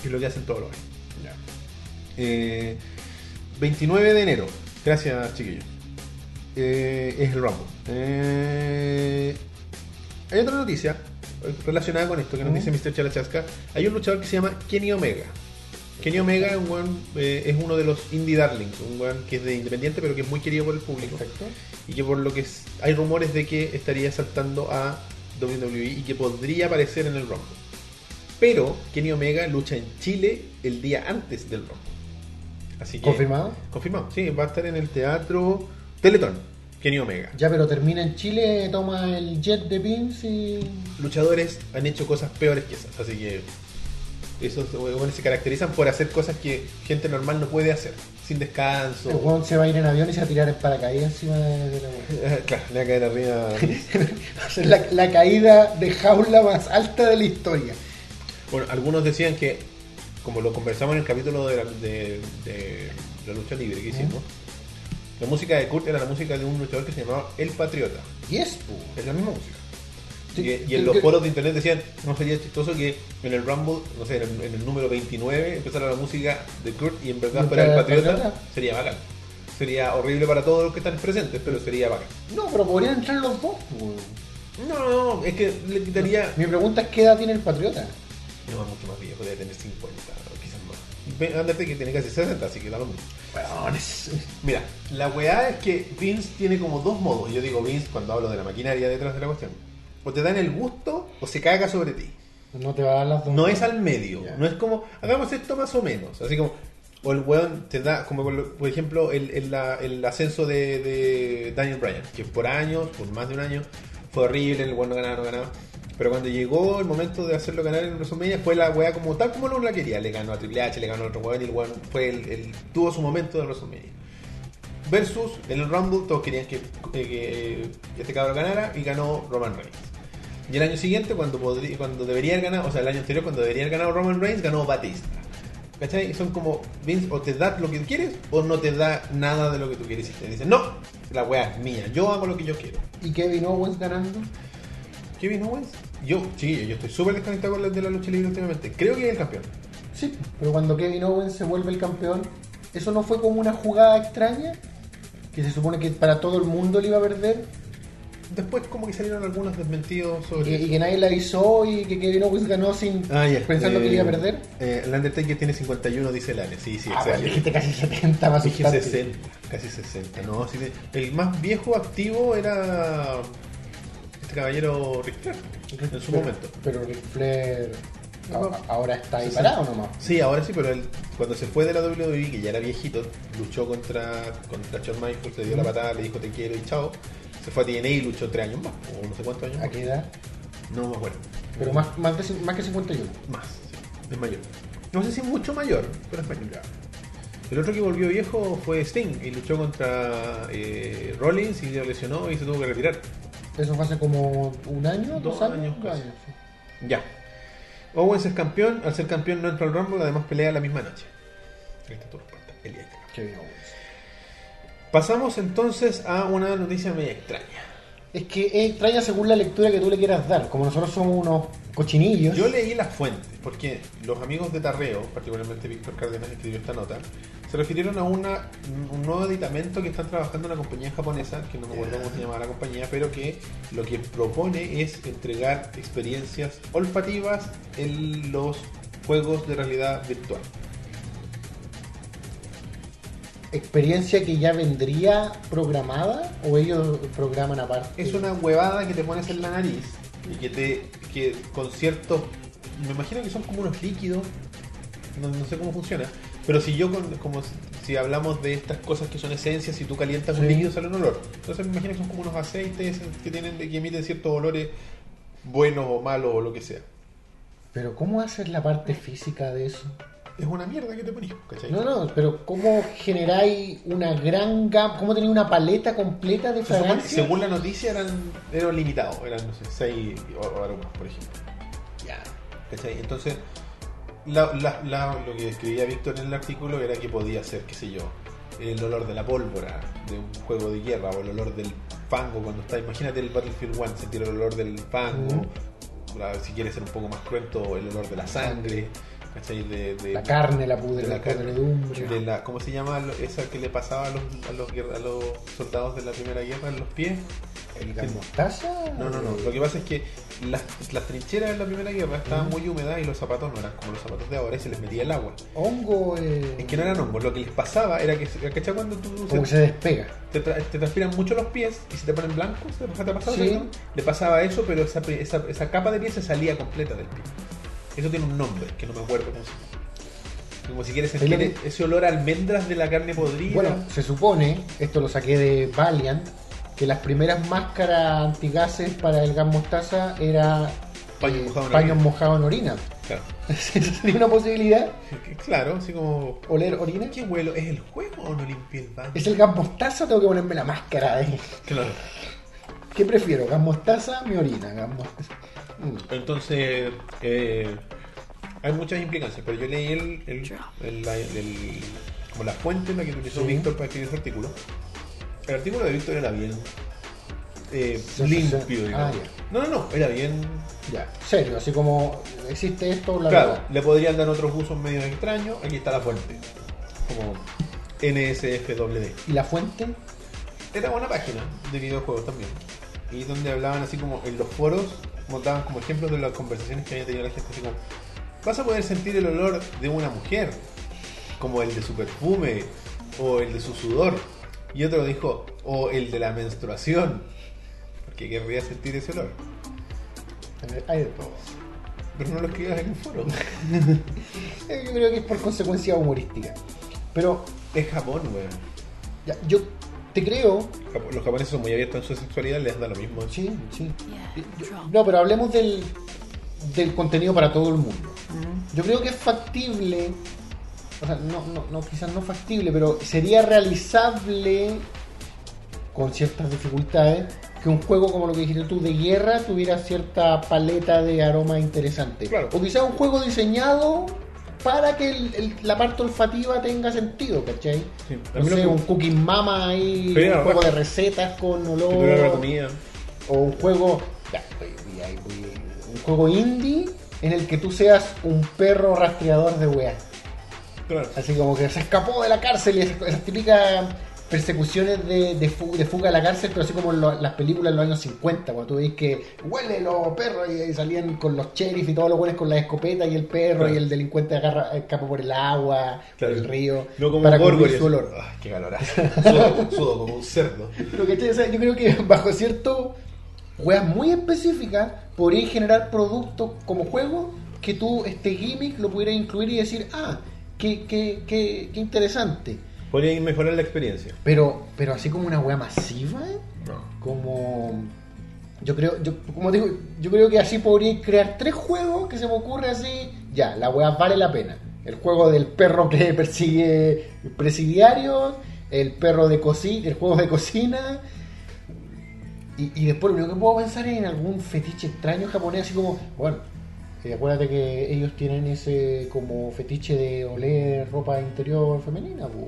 Speaker 1: Que es lo que hacen todos los años. Eh, 29 de enero. Gracias, chiquillos. Eh, es el Rumble. Eh, hay otra noticia relacionada con esto que nos
Speaker 2: Ujú.
Speaker 1: dice Mr. Chalachasca. Hay un luchador que se llama Kenny Omega. Kenny Omega es, un weón, eh, es uno de los indie darlings, un weón que es de independiente pero que es muy querido por el público
Speaker 2: Perfecto.
Speaker 1: y que por lo que es- hay rumores de que estaría saltando a WWE y que podría aparecer en el Rumble. Pero Kenny Omega lucha en Chile el día antes del Rumble. Así que
Speaker 2: ¿Confirmado?
Speaker 1: confirmado, sí, va a estar en el teatro Teletón, Kenny Omega.
Speaker 2: Ya, pero termina en Chile, toma el jet de Pins y.
Speaker 1: Luchadores han hecho cosas peores que esas, así que esos huevones se caracterizan por hacer cosas que gente normal no puede hacer, sin descanso.
Speaker 2: El weón se va a ir en avión y se va a tirar en paracaídas encima de, de la weá.
Speaker 1: claro, le va a caer arriba.
Speaker 2: Va a ser la, la caída de jaula más alta de la historia.
Speaker 1: Bueno, algunos decían que, como lo conversamos en el capítulo de la, de- de la lucha libre que hicimos, la música de Kurt era la música de un luchador que se llamaba El Patriota.
Speaker 2: Y es, po.
Speaker 1: Es la misma música.
Speaker 2: Sí,
Speaker 1: Y, y
Speaker 2: sí,
Speaker 1: en los
Speaker 2: que-
Speaker 1: foros de internet decían, no sería chistoso que en el Rumble, no sé, en el, en el número 29 empezara la música de Kurt y en verdad
Speaker 2: ¿No
Speaker 1: fuera
Speaker 2: era
Speaker 1: el
Speaker 2: el
Speaker 1: Patriota,
Speaker 2: Patriota?
Speaker 1: sería bacán. Sería horrible para todos los que están presentes, pero sería bacán.
Speaker 2: No, pero podrían entrar los dos, po.
Speaker 1: No, no, no, es que le quitaría...
Speaker 2: Mi pregunta es: ¿qué edad tiene el patriota?
Speaker 1: No, es mucho más viejo, debe tener 50 o quizás más. Ve- Ándate que tiene casi 60, así que da lo mismo.
Speaker 2: Weón, es-
Speaker 1: Mira, la weá es que Vince tiene como dos modos. Yo digo Vince cuando hablo de la maquinaria detrás de la cuestión. O te dan el gusto o se caga sobre ti.
Speaker 2: No te va a dar las dos.
Speaker 1: No es al medio.
Speaker 2: Ya.
Speaker 1: No es como, hagamos esto más o menos. Así como, o el weón te da, como por lo- por ejemplo, el, el- la- el ascenso de, de Daniel Bryan, que por años, por más de un año, fue horrible, el weón no ganaba, no ganaba. Pero cuando llegó el momento de hacerlo ganar en WrestleMania, fue la weá como tal como no la quería. Le ganó a Triple H, le ganó a otro weón y el weón fue el, el- tuvo su momento de WrestleMania. Versus en el Rumble, todos querían que, que- que este cabrón ganara y ganó Roman Reigns. Y el año siguiente, cuando, podría, cuando debería haber ganado, o sea, el año anterior, cuando debería haber ganado Roman Reigns, ganó Batista. ¿Cachai? Son como, Vince, o te da lo que quieres, o no te da nada de lo que tú quieres. Y te dicen, no, la weá es mía, yo hago lo que yo quiero.
Speaker 2: ¿Y Kevin Owens ganando?
Speaker 1: Kevin Owens, yo, sí, yo estoy súper desconectado con la de la lucha libre últimamente. Creo que es el campeón.
Speaker 2: Sí, pero cuando Kevin Owens se vuelve el campeón, ¿eso no fue como una jugada extraña? Que se supone que para todo el mundo le iba a perder
Speaker 1: Después, como que salieron algunos desmentidos
Speaker 2: y que,
Speaker 1: sobre.
Speaker 2: y que nadie le avisó y que Kevin Owens ganó sin
Speaker 1: Ah, ya.
Speaker 2: pensando que
Speaker 1: Eh,
Speaker 2: le iba a perder.
Speaker 1: eh, el Undertaker tiene 51, dice Lane. Sí, sí,
Speaker 2: ah,
Speaker 1: exacto.
Speaker 2: bueno, dijiste casi 70 más
Speaker 1: Dije
Speaker 2: sustancia.
Speaker 1: 60, casi 60. No, sí, el más viejo activo era este caballero Richter en su
Speaker 2: Pero-
Speaker 1: momento.
Speaker 2: Pero Ric Flair a-
Speaker 1: No.
Speaker 2: ahora está ahí
Speaker 1: 60.
Speaker 2: parado nomás.
Speaker 1: Sí, ahora sí, pero él, cuando se fue de la WWE, que ya era viejito, luchó contra, contra Shawn Michaels, le dio la patada, le dijo te quiero y chao. Se fue a TNA y luchó tres años más, o no sé cuántos años
Speaker 2: ¿A
Speaker 1: más.
Speaker 2: qué edad?
Speaker 1: No me acuerdo.
Speaker 2: Pero más, más, de cin- más que 51.
Speaker 1: Más, sí, es mayor. No sé si mucho mayor, pero es mayor. El otro que volvió viejo fue Sting y luchó contra eh, Rollins y se lesionó y se tuvo que retirar.
Speaker 2: Eso fue hace como un año, dos,
Speaker 1: Dos
Speaker 2: años.
Speaker 1: años
Speaker 2: dos
Speaker 1: casi.
Speaker 2: años, sí.
Speaker 1: Ya. Owens es campeón, al ser campeón no entra al Rumble, además pelea la misma noche. Ahí está tu respuesta, Elías Cano.
Speaker 2: Kevin Owens.
Speaker 1: Pasamos entonces a una noticia media extraña.
Speaker 2: Es que es extraña según la lectura que tú le quieras dar. Como nosotros somos unos cochinillos.
Speaker 1: Yo leí las fuentes, porque los amigos de Tarreo, particularmente Víctor Cárdenas, escribió esta nota, se refirieron a una, un nuevo editamento que están trabajando en una compañía japonesa, que no me acuerdo cómo se llamaba la compañía, pero que lo que propone es entregar experiencias olfativas en los juegos de realidad virtual.
Speaker 2: experiencia que ya vendría programada o ellos programan aparte?
Speaker 1: Es una huevada que te pones en la nariz y que te. que con ciertos. Me imagino que son como unos líquidos. No, no sé cómo funciona. Pero si yo, con- como si- si hablamos de estas cosas que son esencias, si tú calientas un
Speaker 2: Sí.
Speaker 1: líquido sale un olor. Entonces me imagino que son como unos aceites que tienen que emiten ciertos olores buenos o malos o lo que sea.
Speaker 2: Pero ¿cómo haces la parte física de eso?
Speaker 1: Es una mierda que te ponís, ¿cachai?
Speaker 2: No, no, pero ¿cómo generáis una gran gama? ¿Cómo tenéis una paleta completa de
Speaker 1: Se supone-
Speaker 2: fragancias?
Speaker 1: según la noticia eran, eran limitados, eran no sé, 6 aromas, por ejemplo.
Speaker 2: Ya.
Speaker 1: ¿Cachai? Entonces, la- la- la- lo que escribía Víctor en el artículo era que podía ser, qué sé yo, el olor de la pólvora de un juego de guerra o el olor del fango cuando está. Imagínate el Battlefield 1, sentir el olor del fango. la- si quieres ser un poco más cruento, el olor de la sangre. ¿Cachai? De, de-
Speaker 2: La carne, la pudre,
Speaker 1: de
Speaker 2: la,
Speaker 1: la carne,
Speaker 2: podredumbre.
Speaker 1: de la- ¿Cómo se llama lo- esa que le pasaba a los, a los guerra- a los soldados de la Primera Guerra en los pies?
Speaker 2: ¿El gas mostaza?
Speaker 1: No, no, no. Lo que pasa es que las, las trincheras en la Primera Guerra estaban muy húmedas y los zapatos no eran como los zapatos de ahora y se les metía el agua.
Speaker 2: Hongo. eh,
Speaker 1: Es que no eran hongos. Lo que les pasaba era que, ¿cachai? Cuando tú
Speaker 2: Como que
Speaker 1: se-
Speaker 2: se despega.
Speaker 1: te, tra- te transpiran mucho los pies y se te ponen blancos, ¿te ha pasado?
Speaker 2: Sí.
Speaker 1: ¿no? Le pasaba eso, pero esa, pri- esa, esa capa de piel se salía completa del pie. Eso tiene un nombre que no me acuerdo cómo se llama. Como si quieres sentir
Speaker 2: Es lo
Speaker 1: ese olor a almendras de la carne podrida.
Speaker 2: Bueno, se supone, esto lo saqué de Valiant, que las primeras máscaras antigases para el gas mostaza era
Speaker 1: Paño
Speaker 2: eh,
Speaker 1: mojado en
Speaker 2: paños
Speaker 1: orina.
Speaker 2: mojados en orina.
Speaker 1: claro.
Speaker 2: ¿Sería una posibilidad
Speaker 1: claro, así como. "Oh,
Speaker 2: oler orina?
Speaker 1: ¿Qué huelo? ¿Es el juego o no limpié el baño?
Speaker 2: ¿Es el gas mostaza? Tengo que ponerme la máscara. eh.
Speaker 1: Claro.
Speaker 2: ¿Qué prefiero? ¿Gas mostaza? Mi orina. Gas mostaza. Mm.
Speaker 1: Entonces, eh, hay muchas implicancias, pero yo leí el, el- el- la, el- como la fuente en la que utilizó
Speaker 2: Sí.
Speaker 1: Víctor para escribir su artículo. El artículo de Víctor era bien eh,
Speaker 2: Sensación.
Speaker 1: limpio, digamos.
Speaker 2: Ah, ya.
Speaker 1: No, no, no, era bien.
Speaker 2: Ya, serio, así como existe esto, la
Speaker 1: claro,
Speaker 2: verdad.
Speaker 1: le podrían dar otros usos medio extraños. Aquí está la fuente, como NSFWD.
Speaker 2: ¿Y la fuente?
Speaker 1: Era una página de videojuegos también. Y donde hablaban así como en los foros, montaban como ejemplos de las conversaciones que había tenido la gente. Así como, vas a poder sentir el olor de una mujer, como el de su perfume, o el de su sudor. Y otro dijo, o el de la menstruación, porque querría sentir ese olor.
Speaker 2: Hay de todo.
Speaker 1: Pero no lo escribas en un foro.
Speaker 2: Eh, Yo creo que es por consecuencia humorística. Pero
Speaker 1: es Japón, weón.
Speaker 2: ya, yo te creo,
Speaker 1: Japo- Los japoneses son muy abiertos en su sexualidad, les da lo mismo.
Speaker 2: sí, sí. Yo- No, pero hablemos del, del contenido para todo el mundo. Yo creo que es factible, o sea, no, no, no, quizás no factible, pero sería realizable con ciertas dificultades que un juego como lo que dijiste tú de guerra tuviera cierta paleta de aromas interesante.
Speaker 1: Claro.
Speaker 2: O quizás un juego diseñado para que el- el- la parte olfativa tenga sentido, ¿cachai?
Speaker 1: Sí. A
Speaker 2: No
Speaker 1: mí lo
Speaker 2: sé,
Speaker 1: que-
Speaker 2: un cooking mama ahí,
Speaker 1: Pero,
Speaker 2: un juego
Speaker 1: bueno.
Speaker 2: de recetas con olor
Speaker 1: Que tuviera la comida.
Speaker 2: o un juego ya, voy- voy ahí, voy- un juego indie en el que tú seas un perro rastreador de weas
Speaker 1: Claro.
Speaker 2: así como que se escapó de la cárcel y esas, esas típicas persecuciones de, de fu- de fuga a la cárcel pero así como en lo- las películas de los años 50 cuando tú veis que huele los perros y, y salían con los sheriff y todos los buenos con la escopeta y el perro
Speaker 1: Claro.
Speaker 2: y el delincuente agarra, escapa por el agua
Speaker 1: Claro.
Speaker 2: por el río
Speaker 1: No como
Speaker 2: para
Speaker 1: un gorgo
Speaker 2: cubrir su olor
Speaker 1: Ay, qué calorazo. Sudo, sudo como un cerdo.
Speaker 2: Pero, ¿cachai? O sea, yo creo que bajo cierto weas muy específicas podrías generar productos como juego que tú este gimmick lo pudieras incluir y decir, ah, qué, qué, qué, qué interesante.
Speaker 1: Podrían mejorar la experiencia.
Speaker 2: Pero, pero así como una wea masiva, eh. como yo creo, yo, como digo, yo creo que así podría crear tres juegos que se me ocurre así, ya, la weá vale la pena. El juego del perro que persigue presidiarios, el perro de cocina, el juego de cocina. Y, y después lo único que puedo pensar es en algún fetiche extraño japonés, así como, bueno, eh, acuérdate que ellos tienen ese como fetiche de oler ropa interior femenina. pues.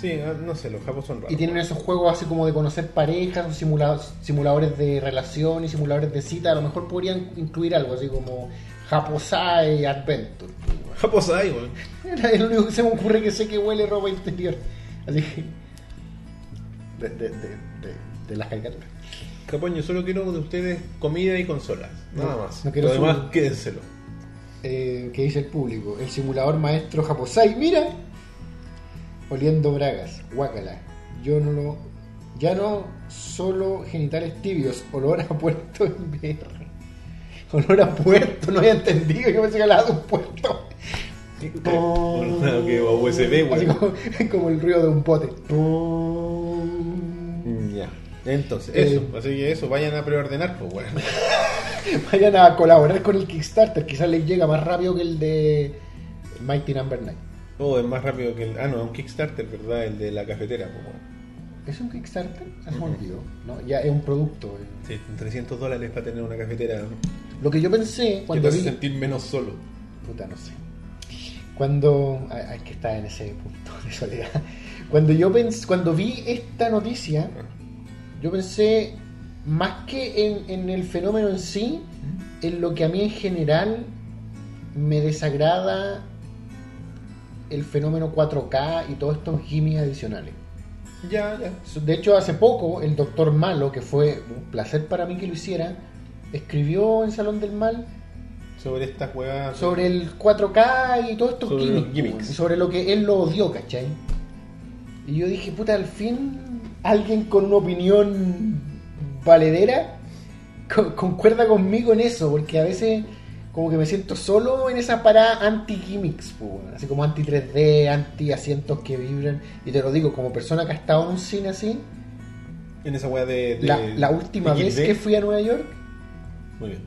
Speaker 1: Sí, ah, no sé, los japos son raros.
Speaker 2: Y tienen esos juegos así como de conocer parejas, o simula- simuladores de relación y simuladores de cita. A lo mejor podrían incluir algo así como Japosai Adventure.
Speaker 1: Japos hay, weón.
Speaker 2: Era el único que se me ocurre que sé que huele ropa interior. Así que. De, de, de, de, de las caricaturas.
Speaker 1: Japón, yo solo quiero de ustedes comida y consolas. Nada
Speaker 2: No,
Speaker 1: más.
Speaker 2: no quiero
Speaker 1: Lo demás,
Speaker 2: su-
Speaker 1: quédenselo.
Speaker 2: Eh, ¿Qué dice el público? El simulador maestro Japosai. ¡Mira! oliendo bragas, guácala. Yo no lo. Ya no solo genitales tibios, olor a puerto en VR. Olor a puerto, no había entendido, yo pensé que hablaba de un puerto.
Speaker 1: Bueno, claro que va USB, güey.
Speaker 2: Así como, como el ruido de un bote.
Speaker 1: Mm, Ya. Entonces,
Speaker 2: Eh.
Speaker 1: eso. Así que eso, vayan a preordenar, pues, weón.
Speaker 2: Vayan a colaborar con el Kickstarter, quizás les llega más rápido que el de Mighty Number 9.
Speaker 1: Oh, es más rápido que el. Ah, no, es un Kickstarter, ¿verdad? El de la cafetera, pues, weón.
Speaker 2: ¿Es un Kickstarter? Se me
Speaker 1: Ujú.
Speaker 2: olvidó, ¿no? Ya es un producto. eh.
Speaker 1: Sí, 300 dólares para tener una cafetera. ¿no?
Speaker 2: Lo que yo pensé
Speaker 1: Que
Speaker 2: cuando
Speaker 1: te hace
Speaker 2: vi.
Speaker 1: sentir menos solo.
Speaker 2: Puta, no sé. Cuando. ay, Hay que estar en ese punto de soledad. Cuando yo pens- cuando vi esta noticia, yo pensé más que en, en el fenómeno en sí, en lo que a mí en general me desagrada el fenómeno 4K y todos estos gimmies adicionales.
Speaker 1: Ya, ya.
Speaker 2: De hecho, hace poco el doctor Malo, que fue un placer para mí que lo hiciera, escribió en Salón del Mal
Speaker 1: Sobre estas huevas.
Speaker 2: sobre el 4K y todos estos
Speaker 1: Sobre
Speaker 2: gimmicks,
Speaker 1: los gimmicks.
Speaker 2: weón, y sobre lo que él lo odió, ¿cachai? Y yo dije, puta, al fin alguien con una opinión valedera co- concuerda conmigo en eso, porque a veces como que me siento solo en esa parada anti-gimmicks, po, weón, así como anti-3D, anti-asientos que vibran, y te lo digo, como persona que ha estado en un cine así,
Speaker 1: En esa hueá de, de-
Speaker 2: la, la última
Speaker 1: de
Speaker 2: vez
Speaker 1: 15D.
Speaker 2: que fui a Nueva York,
Speaker 1: Muy bien.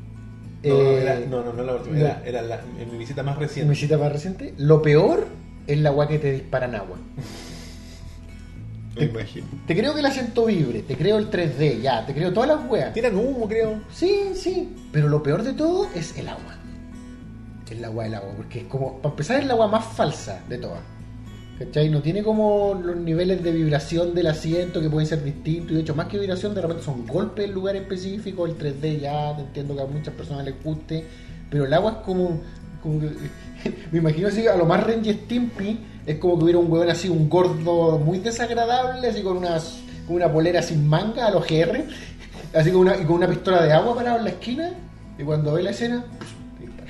Speaker 1: No, no,
Speaker 2: eh,
Speaker 1: era- no, no, no la última.
Speaker 2: no.
Speaker 1: Era, era la- en mi visita más
Speaker 2: en mi
Speaker 1: reciente.
Speaker 2: cita más reciente, lo peor es la agua que te disparan agua.
Speaker 1: Me imagino.
Speaker 2: Te creo que el acento vibre, te creo el 3D, ya, te creo todas las weas.
Speaker 1: Tiran humo, creo.
Speaker 2: Sí, sí, pero lo peor de todo es el agua. El agua, el agua, porque es como, para empezar, es el agua más falsa de todas. ¿Cachai? No tiene como los niveles de vibración del asiento que pueden ser distintos. Y de hecho, más que vibración, de repente son golpes en lugares específicos. El 3D ya, te entiendo que a muchas personas les guste. Pero el agua es como. como que- me imagino así, a lo más Ranger Stimpy, es como que hubiera un huevón así, un gordo muy desagradable, así con una, con una polera sin manga a los GR, así con una, y con una pistola de agua parado en la esquina. Y cuando ve la escena, dispara.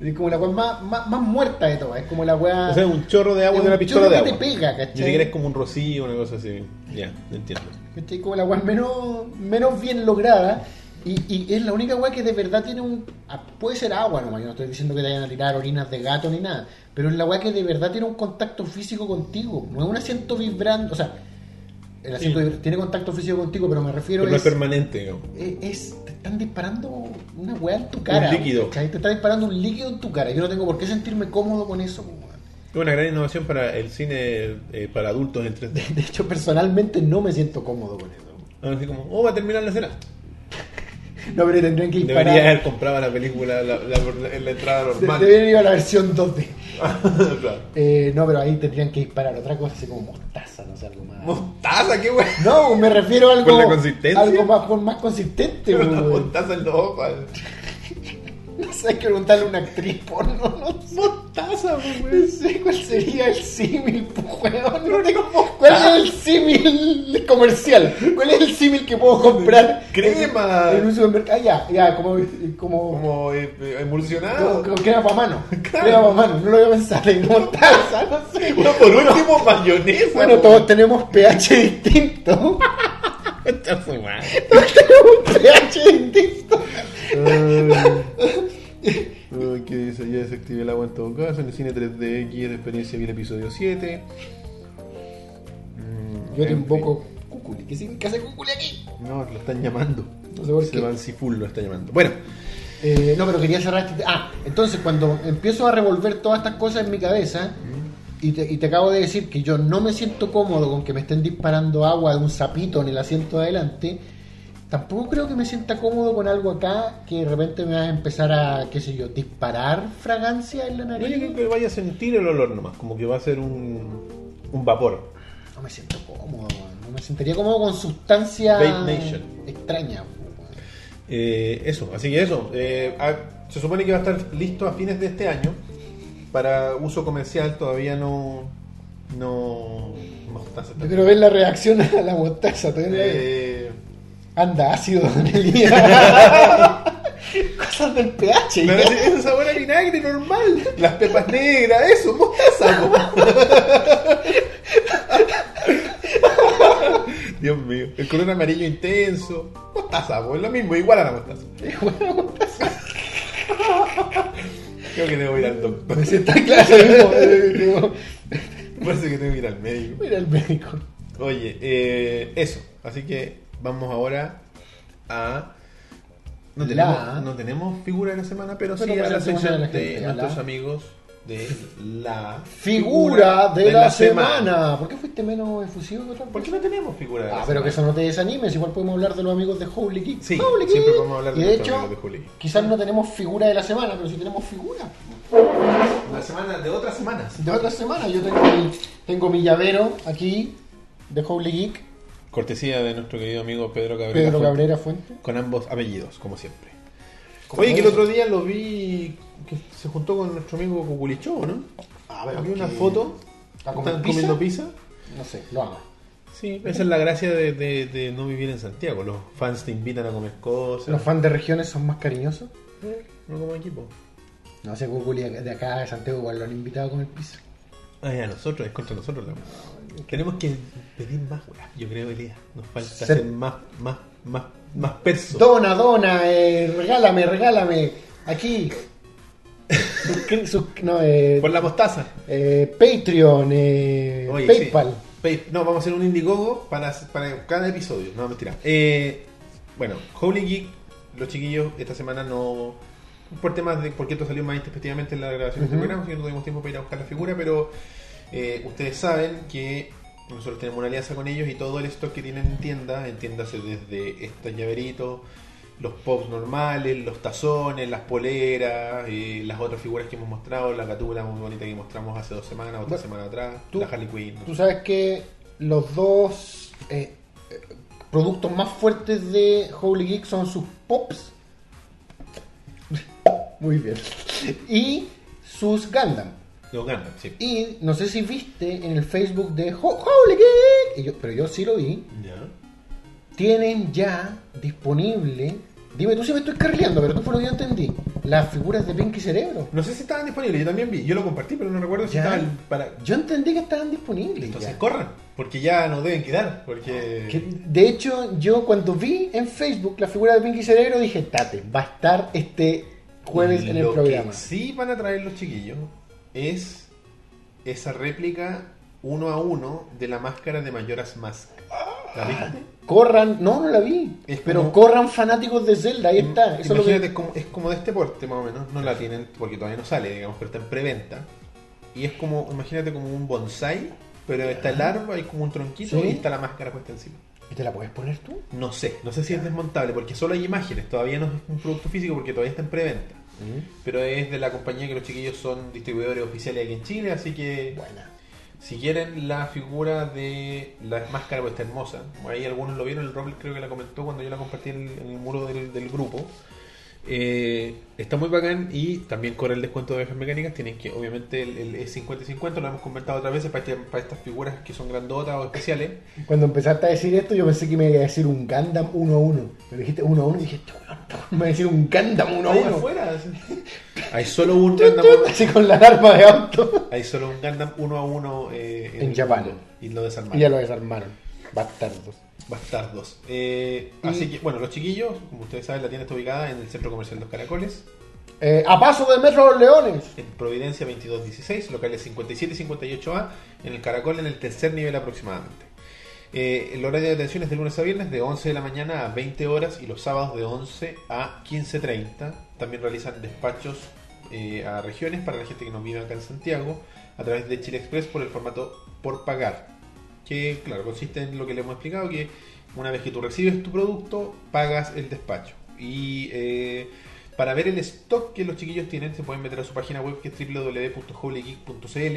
Speaker 2: Es como la weá más, más, más muerta de todas. Es como la weá.
Speaker 1: O sea, un chorro de agua
Speaker 2: Es
Speaker 1: de una
Speaker 2: Ah. un
Speaker 1: pistola
Speaker 2: chorro
Speaker 1: de
Speaker 2: que
Speaker 1: agua.
Speaker 2: te pega, ¿cachai?
Speaker 1: Ni siquiera es como un rocío, una cosa así. Ya, entiendo.
Speaker 2: ¿cachai? Como la weá menos, menos bien lograda. Y, y es la única weá que de verdad tiene un. ah, Puede ser agua nomás. Yo no estoy diciendo que te vayan a tirar orinas de gato ni nada. Pero es la weá que de verdad tiene un contacto físico contigo. No es un asiento vibrando. O sea, el asiento
Speaker 1: Sí.
Speaker 2: vibra- tiene contacto físico contigo, pero me refiero
Speaker 1: Pero, no es
Speaker 2: es-
Speaker 1: permanente, digamos.
Speaker 2: es, es- te están disparando una weá en tu cara.
Speaker 1: Un líquido.
Speaker 2: ¿cachai? Te está disparando un líquido en tu cara. Yo no tengo por qué sentirme cómodo con eso, po, weón.
Speaker 1: Es una gran innovación para el cine eh, para adultos en 3D.
Speaker 2: De hecho, personalmente no me siento cómodo con eso.
Speaker 1: Ahora Así como, oh, va a terminar la escena.
Speaker 2: No, pero tendrían que disparar.
Speaker 1: Debería haber comprado la película la, la, en la entrada
Speaker 2: De-
Speaker 1: normal.
Speaker 2: Deberían ir a la versión 2D.
Speaker 1: Claro.
Speaker 2: Eh, no, pero ahí tendrían que disparar otra cosa, así como mostaza, no sé, algo más.
Speaker 1: Mostaza, qué weón.
Speaker 2: No, me refiero a algo.
Speaker 1: ¿Con la consistencia?
Speaker 2: Algo más, con más consistente,
Speaker 1: Una
Speaker 2: weón.
Speaker 1: mostaza en los ojos.
Speaker 2: No sé, hay que preguntarle a una actriz porno, no sé.
Speaker 1: Mostaza,
Speaker 2: No sé cuál sería el símil, pues, weón. No tengo- ¿Cuál es el símil comercial? ¿Cuál es el símil que puedo comprar?
Speaker 1: Crema.
Speaker 2: En un supermercado. Ah, ya, ya, como. como
Speaker 1: Como eh, eh, emulsionado.
Speaker 2: Como, como crema para mano.
Speaker 1: Claro.
Speaker 2: Crema para mano, no lo había pensado. Y mostaza, no sé.
Speaker 1: Bueno, por último, mayonesa.
Speaker 2: Bueno, todos tenemos pH distinto. Todos
Speaker 1: Muy mal.
Speaker 2: tenemos un pH distinto.
Speaker 1: Ay, Mm. ¿Qué dice? Ya desactivé el agua en todo caso. En el cine 3DX, la experiencia vi el episodio 7. Mm,
Speaker 2: Yo te
Speaker 1: en
Speaker 2: invoco Cuculi. ¿Qué significa hacer Cuculi aquí?
Speaker 1: fin. No, lo están llamando.
Speaker 2: No sé por qué.
Speaker 1: Esteban Siful lo está llamando. Bueno,
Speaker 2: Eh, no, pero quería cerrar este te- Ah, entonces cuando empiezo a revolver todas estas cosas en mi cabeza y te, y te acabo de decir que yo no me siento cómodo con que me estén disparando agua de un sapito en el asiento de adelante, tampoco creo que me sienta cómodo con algo acá que de repente me va a empezar a, qué sé yo, disparar fragancia en la
Speaker 1: no, yo creo
Speaker 2: nariz.
Speaker 1: que vaya a sentir el olor nomás. Como que va a ser un, un vapor.
Speaker 2: No me siento cómodo, weón. no me sentiría cómodo con sustancia
Speaker 1: Bait Nation.
Speaker 2: extraña. weón.
Speaker 1: Eh, eso, así que eso. eh, a- se supone que va a estar listo a fines de este año para uso comercial. Todavía no. No. Mostaza
Speaker 2: Yo
Speaker 1: está-
Speaker 2: quiero ver la reacción a la mostaza. todavía no la veo.
Speaker 1: Eh,
Speaker 2: Anda, ácido, Don Elías. Cosas del pH.
Speaker 1: claro,
Speaker 2: ya.
Speaker 1: sí, esa es la buena que vinagre normal, las pepas negras, eso, mostaza. po. Dios mío, el color amarillo intenso, mostaza, po, es lo mismo, igual a la mostaza. Creo que debo ir al doctor,
Speaker 2: Pues está claro. digo, eh, digo,
Speaker 1: parece que tengo que ir al médico.
Speaker 2: mira el médico.
Speaker 1: Oye, eh, eso. Así que vamos ahora a. No
Speaker 2: La-
Speaker 1: tenemos, no tenemos figura de la semana, pero,
Speaker 2: Pero
Speaker 1: sí a la
Speaker 2: presentemos a
Speaker 1: sección
Speaker 2: la
Speaker 1: de,
Speaker 2: gente, a la-
Speaker 1: nuestros amigos de la
Speaker 2: Figura de, la, semana. ¿Por qué fuiste menos efusivo que otra
Speaker 1: ¿Por qué no tenemos figura de la
Speaker 2: Ah, pero
Speaker 1: semana?
Speaker 2: que eso no te desanimes, igual podemos hablar de los amigos de Holy Geek.
Speaker 1: Sí,
Speaker 2: Holy Geek.
Speaker 1: siempre podemos hablar de
Speaker 2: Y de
Speaker 1: nuestros
Speaker 2: hecho,
Speaker 1: amigos de Holy Geek.
Speaker 2: quizás no tenemos figura de la semana, pero sí tenemos figura.
Speaker 1: La semana de otras semanas.
Speaker 2: De otra semana, yo tengo mi, tengo mi llavero aquí de Holy Geek,
Speaker 1: Cortesía de nuestro querido amigo Pedro Cabrera.
Speaker 2: Pedro
Speaker 1: Fuente,
Speaker 2: Cabrera Fuente.
Speaker 1: Con ambos apellidos, como siempre.
Speaker 2: Como
Speaker 1: Oye, que el
Speaker 2: es.
Speaker 1: otro día lo vi que se juntó con nuestro amigo Cuculichó, ¿no?
Speaker 2: Ah, pero
Speaker 1: Había
Speaker 2: que-
Speaker 1: una foto.
Speaker 2: ¿Está comiendo
Speaker 1: están
Speaker 2: pizza?
Speaker 1: comiendo pizza.
Speaker 2: No sé, lo ama.
Speaker 1: Sí, esa es la gracia de, de- de no vivir en Santiago. Los fans te invitan a comer cosas.
Speaker 2: ¿Los fans de regiones son más cariñosos?
Speaker 1: Eh, No como equipo.
Speaker 2: No sé, Cuculi de acá de Santiago igual lo han invitado a comer pizza.
Speaker 1: Ay, a nosotros, es contra nosotros. la weá. Tenemos que pedir más, weá. Yo creo, Elías. Nos falta
Speaker 2: Ser-
Speaker 1: ser más, más, más, más perso.
Speaker 2: Dona, dona, eh, regálame, regálame. Aquí. Suscri- sus- no, eh,
Speaker 1: Por la mostaza.
Speaker 2: eh, Patreon, eh,
Speaker 1: Oye,
Speaker 2: PayPal.
Speaker 1: sí. Pay- No, vamos a hacer un Indiegogo para, para cada episodio. No, mentira. Eh, bueno, Holy Geek, los chiquillos, esta semana no. Por temas de. Porque esto salió más intempestivamente en la grabación del
Speaker 2: Ujú.
Speaker 1: programa, así que no tuvimos tiempo para ir a buscar la figura, pero eh, ustedes saben que nosotros tenemos una alianza con ellos y todo el stock que tienen en tienda, entiéndase desde estos llaveritos, los pops normales, los tazones, las poleras, eh, las otras figuras que hemos mostrado, la gatula muy bonita que mostramos hace dos semanas, otra
Speaker 2: Bueno,
Speaker 1: semana atrás,
Speaker 2: tú-
Speaker 1: la Harley Quinn.
Speaker 2: Tú sabes que los dos eh, eh, productos más fuertes de Holy Geek son sus pops. Muy bien. Y sus Gundam.
Speaker 1: Los Gundam, sí.
Speaker 2: Y no sé si viste en el Facebook de Ho- Holy Geek. y yo- pero yo sí lo vi.
Speaker 1: Ya.
Speaker 2: tienen ya disponible. Dime tú si me estoy carrileando, pero tú fue lo que yo entendí. Las figuras de Pinky Cerebro.
Speaker 1: No sé si estaban disponibles, yo también vi, yo lo compartí, pero no recuerdo si
Speaker 2: Ya.
Speaker 1: estaban para...
Speaker 2: Yo entendí que estaban disponibles.
Speaker 1: Entonces
Speaker 2: ya.
Speaker 1: corran, porque ya no deben quedar, porque...
Speaker 2: Que, de hecho, yo cuando vi en Facebook la figura de Pinky Cerebro dije, tate, va a estar este jueves en el
Speaker 1: Lo que
Speaker 2: programa.
Speaker 1: sí van a traer los chiquillos es esa réplica uno a uno de la máscara de Mayoras Mask. ¿La viste?
Speaker 2: Ah, Corran, no, no la vi.
Speaker 1: Es
Speaker 2: pero
Speaker 1: como- Mm,
Speaker 2: corran fanáticos de Zelda, ahí está. Eso es lo
Speaker 1: Imagínate,
Speaker 2: que...
Speaker 1: es, como, es como de este porte más o menos, no la tienen porque todavía no sale, digamos, pero está en preventa. Y es como, imagínate como un bonsai, pero está el árbol, hay como un tronquito
Speaker 2: Sí.
Speaker 1: y está la máscara puesta encima.
Speaker 2: ¿Y te la puedes poner tú?
Speaker 1: No sé, no sé si es desmontable, porque solo hay imágenes, todavía no es un producto físico porque todavía está en preventa. Pero es de la compañía que los chiquillos son distribuidores oficiales aquí en Chile, así que
Speaker 2: Buena.
Speaker 1: si quieren la figura de la máscara, pues está hermosa. Ahí algunos lo vieron, el Robert creo que la comentó cuando yo la compartí en el, en el muro del, del grupo. Eh, está muy bacán y también corre el descuento de ovejas mecánicas. Tienen que, obviamente, el, el- es 50 y 50, lo hemos comentado otras veces para, este- para estas figuras que son grandotas o especiales.
Speaker 2: Cuando empezaste a decir esto, yo pensé que me iba a decir un Gundam 1 a 1. Me dijiste 1 a 1 y dije, "Este weón, me va a decir un Gundam 1 a
Speaker 1: Ahí
Speaker 2: 1.
Speaker 1: afuera. Hay solo un
Speaker 2: Tut,
Speaker 1: Gundam,
Speaker 2: tut, Así con la alarma de auto.
Speaker 1: hay solo un Gundam uno a uno eh,
Speaker 2: En
Speaker 1: el
Speaker 2: Japón.
Speaker 1: mundo. Y lo
Speaker 2: Y ya
Speaker 1: desarmaron.
Speaker 2: lo desarmaron. Bastardos.
Speaker 1: Bastardos. Eh,
Speaker 2: Y-
Speaker 1: Así que, bueno, los chiquillos, como ustedes saben, la tienda está ubicada en el Centro Comercial Los Caracoles,
Speaker 2: Eh, a paso de Metro Los Leones.
Speaker 1: en Providencia 2216, locales 57 y 58A, en el Caracol, en el tercer nivel aproximadamente. Eh, el horario de atención es de lunes a viernes de 11 de la mañana a 20 horas y los sábados de 11 a 15.30. También realizan despachos eh, a regiones para la gente que no vive acá en Santiago a través de Chile Express por el formato por pagar. Que, claro, consiste en lo que le hemos explicado, que una vez que tú recibes tu producto, pagas el despacho. Y eh, para ver el stock que los chiquillos tienen, se pueden meter a su página web que es www.holygeek.cl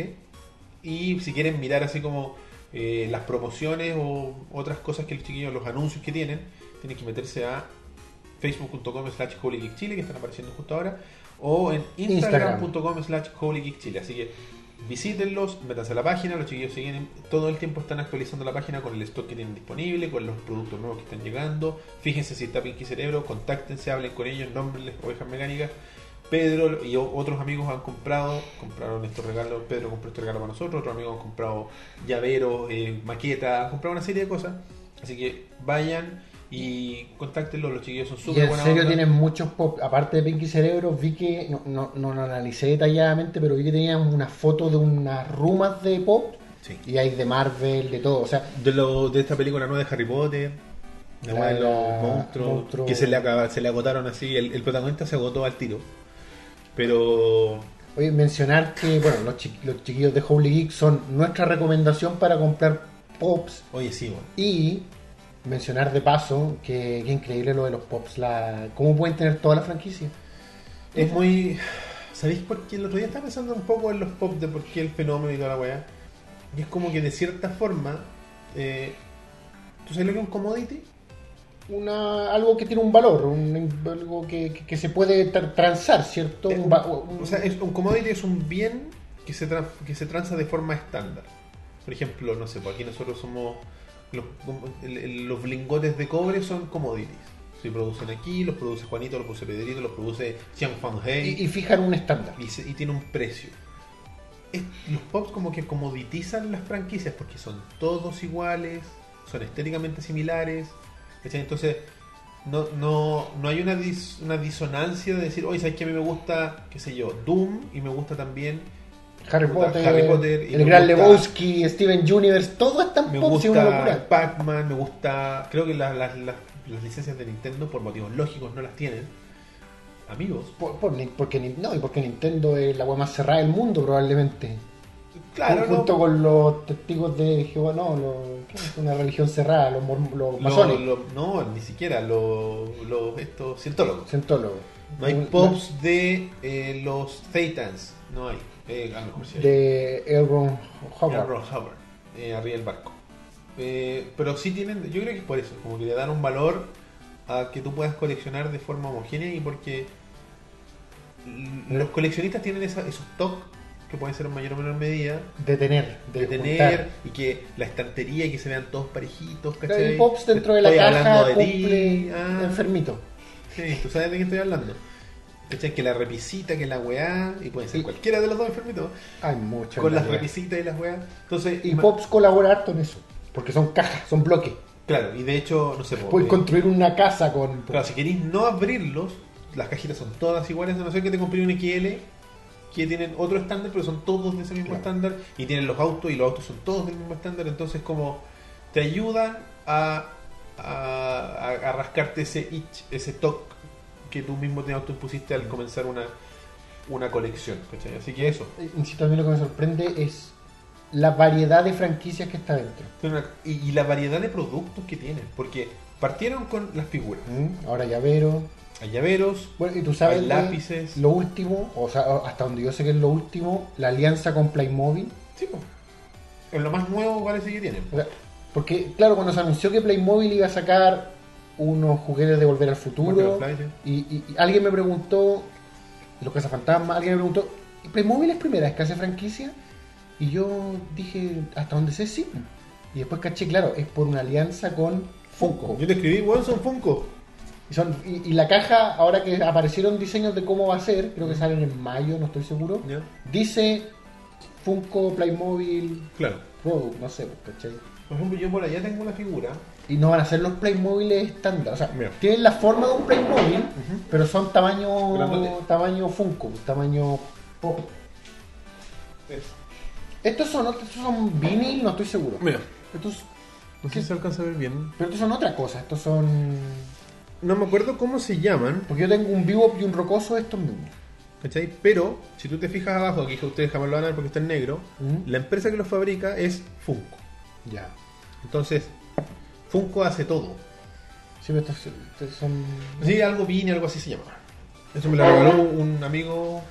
Speaker 1: y si quieren mirar así como eh, las promociones o otras cosas que los chiquillos, los anuncios que tienen, tienen que meterse a facebook.com slash holygeekchile, que están apareciendo justo ahora, o en
Speaker 2: Instagram.
Speaker 1: instagram.com slash holygeekchile. Así que visítenlos, métanse a la página, los chiquillos siguen, todo el tiempo están actualizando la página con el stock que tienen disponible, con los productos nuevos que están llegando. Fíjense si está Pinky Cerebro, contáctense, hablen con ellos, nombrenles ovejas mecánicas Pedro y o- otros amigos han comprado, compraron estos regalos, Pedro compró este regalo para nosotros, otros amigos han comprado llaveros, eh, maquetas, han comprado una serie de cosas. Así que vayan y contáctenlos, los chiquillos son
Speaker 2: Y
Speaker 1: súper
Speaker 2: en
Speaker 1: buenos.
Speaker 2: serio tienen muchos pop. Aparte de Pinky Cerebro, vi que, no, no, no lo analicé detalladamente, pero vi que tenían una foto de unas rumas de pop. Y hay de Marvel, de todo. O sea,
Speaker 1: De, lo, de esta película no de Harry Potter, de
Speaker 2: La-
Speaker 1: bueno,
Speaker 2: la-
Speaker 1: los monstruos,
Speaker 2: Eh, monstruo.
Speaker 1: que se le, acaba- se le agotaron así, el, el protagonista se agotó al tiro. Pero
Speaker 2: Oye, mencionar que, bueno, los, chi- los chiquillos de Holy Geek son nuestra recomendación para comprar pops
Speaker 1: Oye, sí, bueno.
Speaker 2: y mencionar de paso que, que increíble lo de los pops, la, cómo pueden tener toda la franquicia.
Speaker 1: Es muy. ¿Sabéis por qué? El otro día estaba pensando un poco en los pop de por qué el fenómeno y toda la weá. Y es como que de cierta forma. eh, ¿Tú sabes lo que es un commodity?
Speaker 2: Una, algo que tiene un valor, un- algo que, que- que se puede tra- transar, ¿cierto?
Speaker 1: Eh,
Speaker 2: Un va- un-
Speaker 1: O sea, es- un commodity es un bien que se, tran- que se transa de forma estándar. Por ejemplo, no sé, pues aquí nosotros somos. Los, el- el- los lingotes de cobre son commodities. Se producen aquí, los produce Juanito, los produce Pedrito, los produce Xiang Fan Hei.
Speaker 2: y, y fijar un estándar.
Speaker 1: y, se- y tiene un precio. Es- los pops como que comoditizan las franquicias porque son todos iguales, son estéticamente similares. ¿cachai? Entonces, no, no, no hay una, dis- una disonancia de decir, oye, ¿sabes que a mí me gusta, qué sé yo, Doom y me gusta también
Speaker 2: Harry
Speaker 1: puta,
Speaker 2: Potter,
Speaker 1: Harry Potter, y me
Speaker 2: el gran
Speaker 1: gusta-
Speaker 2: Lebowski, Steven Universe, todo es tan
Speaker 1: me
Speaker 2: pop, sí, una
Speaker 1: gusta
Speaker 2: locura.
Speaker 1: Pac-Man, me gusta. Creo que las, las- las- las licencias de Nintendo, por motivos lógicos, no las tienen. Amigos,
Speaker 2: Por- por ni- porque, ni- no, y porque Nintendo es la web más cerrada del mundo, probablemente.
Speaker 1: claro, no-
Speaker 2: junto con los testigos de Jehová, no, los- ¿qué es una religión cerrada, los, morm- los
Speaker 1: lo-
Speaker 2: masones,
Speaker 1: lo- no, ni siquiera los lo, estos cientólogos.
Speaker 2: cientólogos.
Speaker 1: No hay
Speaker 2: Un-
Speaker 1: pops de eh, los Thetans. No hay. Eh, a lo mejor sí hay.
Speaker 2: De Elron Howard.
Speaker 1: Era Ron Hubbard, eh, arriba del barco. Eh, pero sí tienen, yo creo que es por eso, como que le dan un valor a que tú puedas coleccionar de forma homogénea y porque l- los coleccionistas tienen esa- esos toques que pueden ser en mayor o menor medida
Speaker 2: De tener, de,
Speaker 1: de
Speaker 2: juntar.
Speaker 1: tener y que la estantería y que se vean todos parejitos, ¿cachai?
Speaker 2: Hay pops dentro de la
Speaker 1: Estoy
Speaker 2: caja
Speaker 1: hablando de ti,
Speaker 2: cumple
Speaker 1: ah.
Speaker 2: enfermito.
Speaker 1: Sí, tú sabes de qué estoy hablando. ¿Cachai? Que la repisita, que la weá, y pueden ser
Speaker 2: Y-
Speaker 1: cualquiera de los dos enfermitos,
Speaker 2: Hay mucho.
Speaker 1: con
Speaker 2: en
Speaker 1: las
Speaker 2: realidad.
Speaker 1: repisitas y las weas. Entonces,
Speaker 2: Y
Speaker 1: ima-
Speaker 2: Pops colabora harto en eso, porque son cajas, son bloques.
Speaker 1: claro, y de hecho, no sé, po,
Speaker 2: Puedes
Speaker 1: eh,
Speaker 2: construir una casa con...
Speaker 1: claro, si queréis no abrirlos, las cajitas son todas iguales, a no ser que te compré un XL que tienen otro estándar, pero son todos de ese mismo
Speaker 2: Claro.
Speaker 1: estándar, y tienen los autos, y los autos son todos del mismo estándar, entonces como te ayudan a, a, a- a rascarte ese itch, ese toque que tú mismo te autoimpusiste al comenzar una, una colección, ¿cachai? Así que eso.
Speaker 2: Eh, Insisto, a mí lo que me sorprende es la variedad de franquicias que está dentro.
Speaker 1: Tiene una- Y, y la variedad de productos que tienen. Porque partieron con las figuras.
Speaker 2: ¿Mm? Ahora llavero,
Speaker 1: Hay llaveros,
Speaker 2: Bueno, y tú sabes
Speaker 1: hay
Speaker 2: de
Speaker 1: lápices.
Speaker 2: lo último, o sea, hasta donde yo sé que es lo último, la alianza con Playmobil.
Speaker 1: Sí, po. Es lo más nuevo parece que tienen.
Speaker 2: O sea, porque, claro, cuando se anunció que Playmobil iba a sacar unos juguetes de Volver al Futuro,
Speaker 1: Porque los flyers.
Speaker 2: y, y- y alguien me preguntó, los cazafantasmas, alguien me preguntó, ¿y ¿Playmobil es primera vez que hace franquicia? Y yo dije, hasta donde sé, sí. Y después caché, claro, es por una alianza con Funko.
Speaker 1: Yo te escribí, weón, son Funko.
Speaker 2: Y, son- y- y la caja, ahora que aparecieron diseños de cómo va a ser, creo que salen en mayo, no estoy seguro.
Speaker 1: Ya,
Speaker 2: Dice Funko, Playmobil,
Speaker 1: Claro.
Speaker 2: Product, no sé, pues, ¿cachai?
Speaker 1: Por ejemplo, yo por allá tengo una figura.
Speaker 2: Y no van a ser los Playmobiles estándar. O sea,
Speaker 1: Mira.
Speaker 2: tienen la forma de un Playmobil, pero son tamaño,
Speaker 1: Grandote.
Speaker 2: tamaño Funko, tamaño pop. Estos son, otros- estos son vinil, no estoy seguro.
Speaker 1: Mira,
Speaker 2: Estos,
Speaker 1: no
Speaker 2: sé si se
Speaker 1: alcanza a ver bien.
Speaker 2: pero estos son otra cosa, estos son...
Speaker 1: No me acuerdo cómo se llaman,
Speaker 2: Porque yo tengo un bebop y un rocoso de estos mismos.
Speaker 1: ¿cachai? Pero, si tú te fijas abajo, aquí que ustedes jamás lo van a ver porque está en negro,
Speaker 2: Ujú.
Speaker 1: la empresa que los fabrica es Funko.
Speaker 2: Ya.
Speaker 1: Entonces, Funko hace todo.
Speaker 2: Sí, pero estos, estos son...
Speaker 1: Sí, algo vine, algo así se llama. Eso me lo regaló un amigo.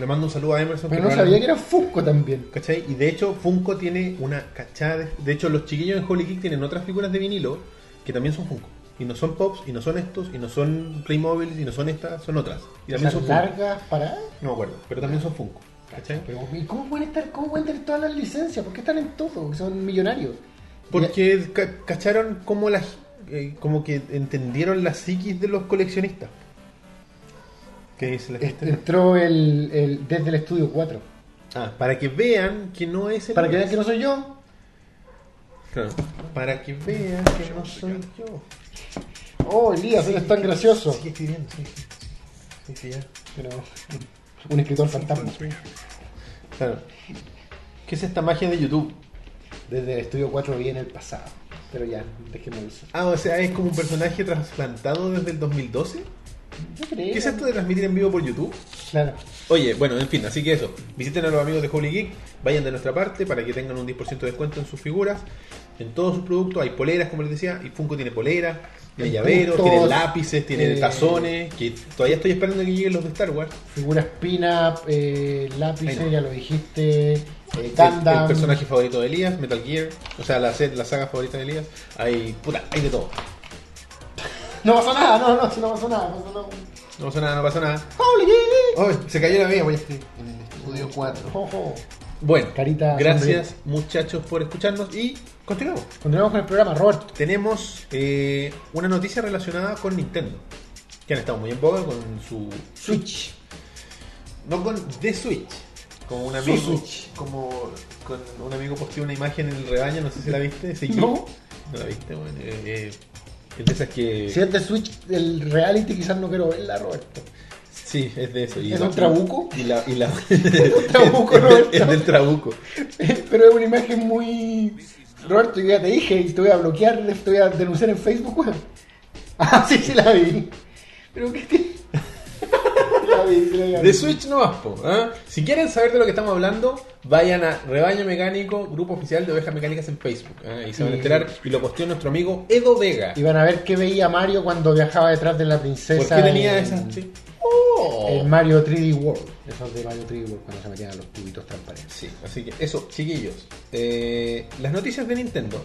Speaker 1: Le mando un saludo a Emerson.
Speaker 2: Pero
Speaker 1: que
Speaker 2: no
Speaker 1: regala-
Speaker 2: sabía que eran Funko también.
Speaker 1: ¿Cachai? Y de hecho, Funko tiene una cachada. De, de hecho, los chiquillos en Holy Geek tienen otras figuras de vinilo que también son Funko. Y no son Pops, y no son estos, y no son Playmobiles, y no son estas, son otras. Y también
Speaker 2: Esas
Speaker 1: son Funko.
Speaker 2: largas para...
Speaker 1: No me acuerdo, pero también son Funko. ¿Cachai?
Speaker 2: Pero, ¿y cómo pueden estar, cómo pueden tener todas las licencias? ¿Por qué están en todo? Son millonarios.
Speaker 1: Porque ca- cacharon como las. eh, como que entendieron la psiquis de los coleccionistas. ¿Qué dice la
Speaker 2: Est-
Speaker 1: gente?
Speaker 2: Entró el, el- desde el estudio 4.
Speaker 1: Ah, para que vean que no es el
Speaker 2: Para que vean que no soy yo.
Speaker 1: Claro. Para que vean que no soy yo.
Speaker 2: Oh, Elías, eres tan gracioso.
Speaker 1: Sigue escribiendo, sí. Sí, sí, ya.
Speaker 2: Pero, un escritor fantasma.
Speaker 1: Claro. ¿Qué es esta magia de YouTube?
Speaker 2: Desde el estudio 4 vi en el pasado. Pero ya, déjeme eso.
Speaker 1: Ah, o sea, es como un personaje trasplantado desde el 2012.
Speaker 2: Yo creo.
Speaker 1: ¿Qué es esto de transmitir en vivo por YouTube?
Speaker 2: Claro.
Speaker 1: Oye, bueno, en fin, así que eso. Visiten a los amigos de Holy Geek, vayan de nuestra parte para que tengan un 10% de descuento en sus figuras, en todos sus productos. Hay poleras, como les decía, y Funko tiene poleras, tiene
Speaker 2: Hay
Speaker 1: llaveros,
Speaker 2: puntos,
Speaker 1: tiene lápices, tiene
Speaker 2: eh,
Speaker 1: tazones. Que todavía estoy esperando que lleguen los de Star Wars.
Speaker 2: Figuras pin-up, eh, lápices,
Speaker 1: Ahí no.
Speaker 2: ya lo dijiste. Eh,
Speaker 1: El,
Speaker 2: Gundam.
Speaker 1: el personaje favorito de Elías, Metal Gear, o sea, la, se- la saga favorita de Elías. Hay, puta, hay de todo.
Speaker 2: No pasó nada, no, no, si no pasó nada. Pasó nada.
Speaker 1: No pasa nada, no pasa nada.
Speaker 2: Holy Geek.
Speaker 1: Oh, se cayó la mía, voy a escribir en el estudio 4.
Speaker 2: Ojo.
Speaker 1: Bueno,
Speaker 2: Carita
Speaker 1: gracias muchachos por escucharnos y continuamos.
Speaker 2: Continuamos con el programa, Robert.
Speaker 1: tenemos eh, una noticia relacionada con Nintendo. Que han estado muy en boga con su.
Speaker 2: Switch.
Speaker 1: No con The Switch. Como un
Speaker 2: Su
Speaker 1: amigo.
Speaker 2: Switch.
Speaker 1: Como con un amigo posteó una imagen en el rebaño, no sé si la viste. ese GIF.
Speaker 2: No.
Speaker 1: No la viste, bueno. eh, eh, es de esas que.
Speaker 2: Si es de Switch, el reality quizás no quiero verla, Roberto.
Speaker 1: Sí, es de eso. y
Speaker 2: ¿Es
Speaker 1: la-
Speaker 2: un trabuco?
Speaker 1: Y la. Y la...
Speaker 2: trabuco,
Speaker 1: es, del-
Speaker 2: Roberto.
Speaker 1: es del trabuco.
Speaker 2: Pero es una imagen muy. Roberto, yo ya te dije y te voy a bloquear, te voy a denunciar en Facebook, weón. Ah, sí, sí la vi. Pero que tiene. la vi, sí la vi.
Speaker 1: De Switch no más, po, ¿ah? Si quieren saber de lo que estamos hablando, vayan a Rebaño Mecánico, grupo oficial de Ovejas Mecánicas en Facebook. ¿ah? Y se van a
Speaker 2: Y-
Speaker 1: enterar. Y lo posteó nuestro amigo Edo Vega.
Speaker 2: Y van a ver qué veía Mario cuando viajaba detrás de la
Speaker 1: ¿Por
Speaker 2: princesa.
Speaker 1: qué tenía
Speaker 2: en-
Speaker 1: esa? Sí. ¡Oh!
Speaker 2: En Mario 3D World. Esos de Mario 3D World cuando se metían a los tubitos transparentes.
Speaker 1: Sí, así que eso, chiquillos. Eh, las noticias de Nintendo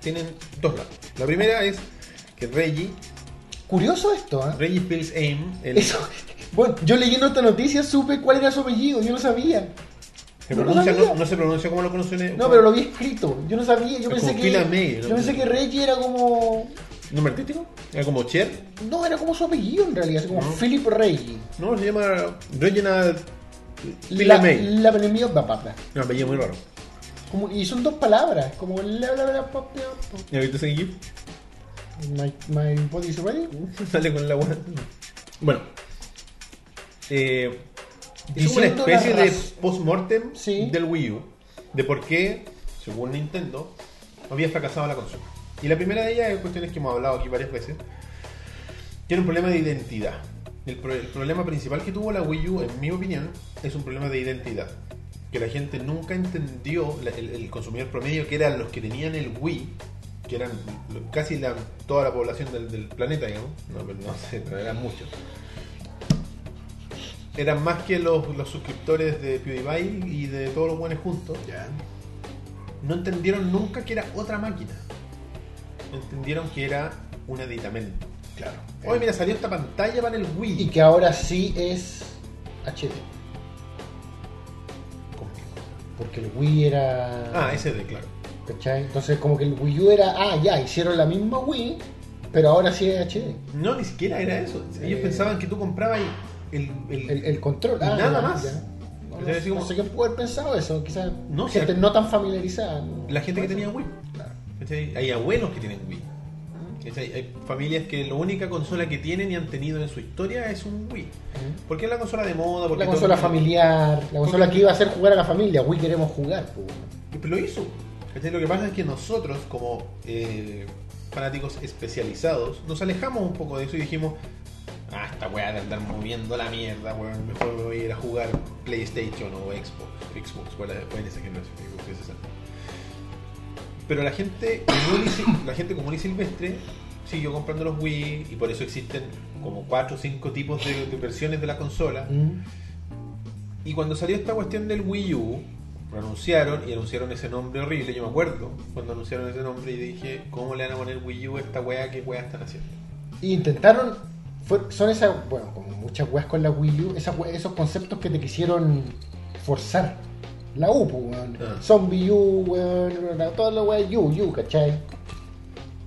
Speaker 1: tienen dos lados. La primera es que Reggie,
Speaker 2: Curioso esto, ¿eh?
Speaker 1: Reggie Pills Aim, el,
Speaker 2: Eso. Bueno, yo leyendo esta noticia supe cuál era su apellido, yo no sabía.
Speaker 1: se
Speaker 2: no lo
Speaker 1: pronuncia- no,
Speaker 2: sabía.
Speaker 1: no se pronuncia como lo conocen.
Speaker 2: No, pero lo vi escrito. Yo no sabía. Yo
Speaker 1: Es
Speaker 2: pensé
Speaker 1: como
Speaker 2: que.
Speaker 1: Pila May, ¿no?
Speaker 2: Yo pensé que Reggie era como.
Speaker 1: ¿Nombre artístico? ¿Era como Cher?
Speaker 2: No, era como su apellido en realidad, así como
Speaker 1: No.
Speaker 2: Philip Reggie.
Speaker 1: No, se llama Reginald Pila
Speaker 2: La,
Speaker 1: May.
Speaker 2: la apellido papá. pues.
Speaker 1: No, apellido muy raro.
Speaker 2: Como, y son dos palabras, como la la la pa- pa- pa-
Speaker 1: ¿Ya viste ese GIF?
Speaker 2: My, my body is ready.
Speaker 1: Sale con la buena. Bueno. Eh, es como una
Speaker 2: Diciendo la
Speaker 1: especie de
Speaker 2: raz-
Speaker 1: post-mortem
Speaker 2: Sí.
Speaker 1: del Wii U. De por qué, según Nintendo, había fracasado la consola. Y la primera de ellas es cuestiones que hemos hablado aquí varias veces. Tiene un problema de identidad. El, pro- el problema principal que tuvo la Wii U, en mi opinión, es un problema de identidad. Que la gente nunca entendió, la- el, el consumidor promedio, que eran los que tenían el Wii, que eran lo- casi la- toda la población del, del planeta, digamos. No, pero no sé, pero eran muchos. Eran más que los, los suscriptores de PewDiePie y de todos los buenos juntos. No entendieron nunca que era otra máquina. Entendieron que era un aditamento.
Speaker 2: Claro.
Speaker 1: Oye, mira, salió esta pantalla para el Wii.
Speaker 2: Y que ahora sí es HD.
Speaker 1: ¿Cómo que?
Speaker 2: Porque el Wii era.
Speaker 1: Ah, SD, claro.
Speaker 2: ¿Cachai? Entonces, como que el Wii U era. Ah, ya, hicieron la misma Wii, pero ahora sí es HD.
Speaker 1: No, ni siquiera era eso. Ellos
Speaker 2: Eh.
Speaker 1: pensaban que tú comprabas el... el-
Speaker 2: El, el control. Ah,
Speaker 1: Nada
Speaker 2: ya,
Speaker 1: más.
Speaker 2: ya. No,
Speaker 1: Es
Speaker 2: no-
Speaker 1: decir,
Speaker 2: no
Speaker 1: como-
Speaker 2: sé qué puede haber pensado eso. Quizás
Speaker 1: No, o sea,
Speaker 2: gente no tan familiarizada. ¿no?
Speaker 1: La gente que
Speaker 2: Por
Speaker 1: tenía
Speaker 2: eso.
Speaker 1: Wii.
Speaker 2: Claro.
Speaker 1: ¿Cachai? Hay abuelos que tienen Wii. ¿Cachai? Hay familias que la única consola que tienen y han tenido en su historia es un Wii. Porque es la consola de moda, porque
Speaker 2: La consola
Speaker 1: todo-
Speaker 2: familiar, la consola que iba a hacer jugar a la familia. Wii queremos jugar. pues.
Speaker 1: Y Lo hizo. ¿Cachai? Lo que pasa es que nosotros, como eh, fanáticos especializados, nos alejamos un poco de eso y dijimos: Ah, esta weá de andar moviendo la mierda, weón. Mejor me voy a ir a jugar PlayStation o Xbox. Xbox, fue, la, fue en esa generación, Xbox 360. Pero la gente, común y sil- la gente común y silvestre siguió comprando los Wii y por eso existen como 4 o 5 tipos de, de versiones de la consola.
Speaker 2: Mm.
Speaker 1: Y cuando salió esta cuestión del Wii U, lo anunciaron y anunciaron ese nombre horrible. Yo me acuerdo cuando anunciaron ese nombre y dije, ¿cómo le van a poner Wii U a esta weá? ¿Qué weá están haciendo?
Speaker 2: Y intentaron. fue- son esas. Bueno, como muchas weas con la Wii U, esas we- esos conceptos que te quisieron forzar. La U, pues, weón.
Speaker 1: Ah.
Speaker 2: Zombie U, weón. la- Todas las weas U, U, ¿cachai?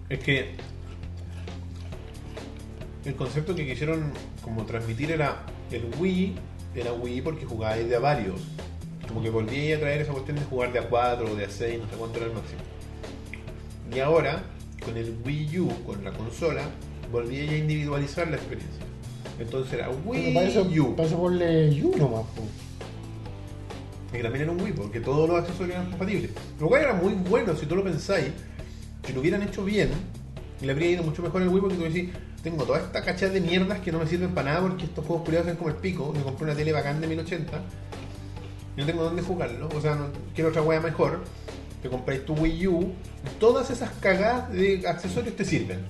Speaker 1: Es que el concepto que quisieron como transmitir era el Wii, era Wii porque jugáis de a varios. Como que volví a traer esa cuestión de jugar de a 4 o de a 6, no sé cuánto era el máximo. Y ahora, con el Wii U, con la consola, volví a individualizar la experiencia. Entonces era Wii
Speaker 2: para eso,
Speaker 1: U.
Speaker 2: para eso ponle U nomás. po.
Speaker 1: Y también era un Wii, porque todos los accesorios eran compatibles. Lo cual era muy bueno, si tú lo pensáis, si lo hubieran hecho bien, le habría ido mucho mejor al Wii porque tú decís, tengo toda esta cachada de mierdas que no me sirven para nada porque estos juegos curiosos son como el pico, me compré una tele bacán de 1080, y no tengo dónde jugarlo, o sea, no, quiero otra wea mejor, te compráis tu Wii U, todas esas cagadas de accesorios te sirven.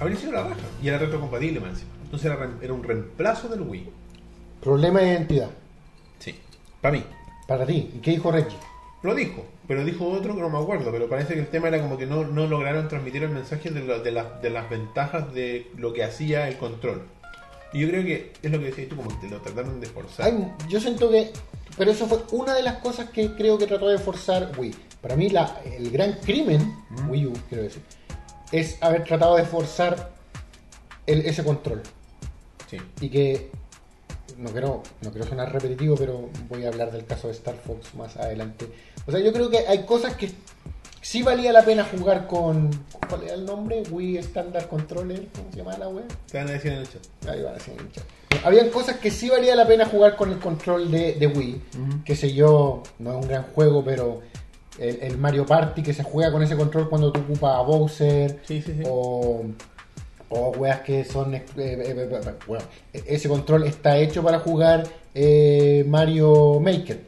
Speaker 1: Habría sido la baja, y era retrocompatible más encima. Entonces era, re- era un reemplazo del Wii.
Speaker 2: Problema de identidad.
Speaker 1: Sí. Para mí.
Speaker 2: Para ti. ¿Y qué dijo Reggie?
Speaker 1: Lo dijo, pero dijo otro que no me acuerdo, pero parece que el tema era como que no, no lograron transmitir el mensaje de, la- de las- de las ventajas de lo que hacía el control. Y yo creo que es lo que decías tú, como que te lo trataron de forzar.
Speaker 2: Ay, yo siento que. Pero eso fue una de las cosas que creo que trató de forzar Wii. Para mí, la, el gran crimen, Wii U, quiero decir, es haber tratado de forzar el- ese control.
Speaker 1: Sí.
Speaker 2: Y que. No quiero, no quiero sonar repetitivo, pero voy a hablar del caso de Star Fox más adelante. O sea, yo creo que hay cosas que sí valía la pena jugar con. ¿Cuál era el nombre? Wii Standard Controller. ¿Cómo se llama la web?
Speaker 1: Te van a decir en el chat.
Speaker 2: Ahí van a ser hinchas. Habían cosas que sí valía la pena jugar con el control de, de Wii. Que sé yo, no es un gran juego, pero el, el Mario Party que se juega con ese control cuando tú ocupas a Bowser.
Speaker 1: Sí, sí, sí.
Speaker 2: O, o weas que son. ex- eh, eh, eh, eh, bueno, e- ese control está hecho para jugar eh, Mario Maker.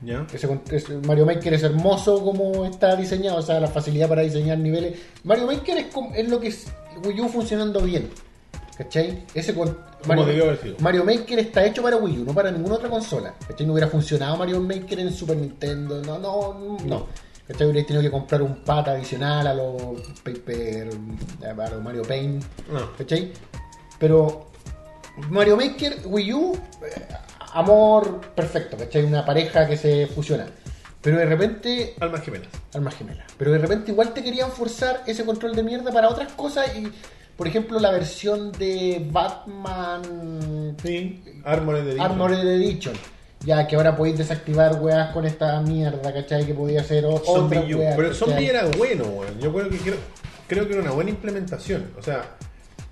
Speaker 1: ¿Ya?
Speaker 2: Ese con- ese Mario Maker es hermoso como está diseñado, o sea, la facilidad para diseñar niveles. Mario Maker es, com- es lo que es Wii U funcionando bien. ¿Cachai? Ese con- Mario,
Speaker 1: debió haber sido.
Speaker 2: Mario Maker está hecho para Wii U, no para ninguna otra consola. ¿Cachai? No hubiera funcionado Mario Maker en Super Nintendo, no, no, no. ¿Cachai? Hubiera tenido que comprar un pata adicional a los, Paper, a los Mario Paint.
Speaker 1: No.
Speaker 2: ¿Cachai? Pero Mario Maker, Wii U, eh, amor perfecto, ¿cachai? Una pareja que se fusiona. Pero de repente,
Speaker 1: Almas gemelas.
Speaker 2: almas gemelas. Pero de repente igual te querían forzar ese control de mierda para otras cosas y, por ejemplo, la versión de Batman
Speaker 1: Sí. Armored de
Speaker 2: Armored Edition. Ya que ahora podéis desactivar weas con esta mierda, ¿cachai? Que podía ser o- otra
Speaker 1: Zombie U.
Speaker 2: wea.
Speaker 1: Pero
Speaker 2: ¿cachai?
Speaker 1: Zombie era bueno, weón. Yo creo que, creo, creo que era una buena implementación. O sea,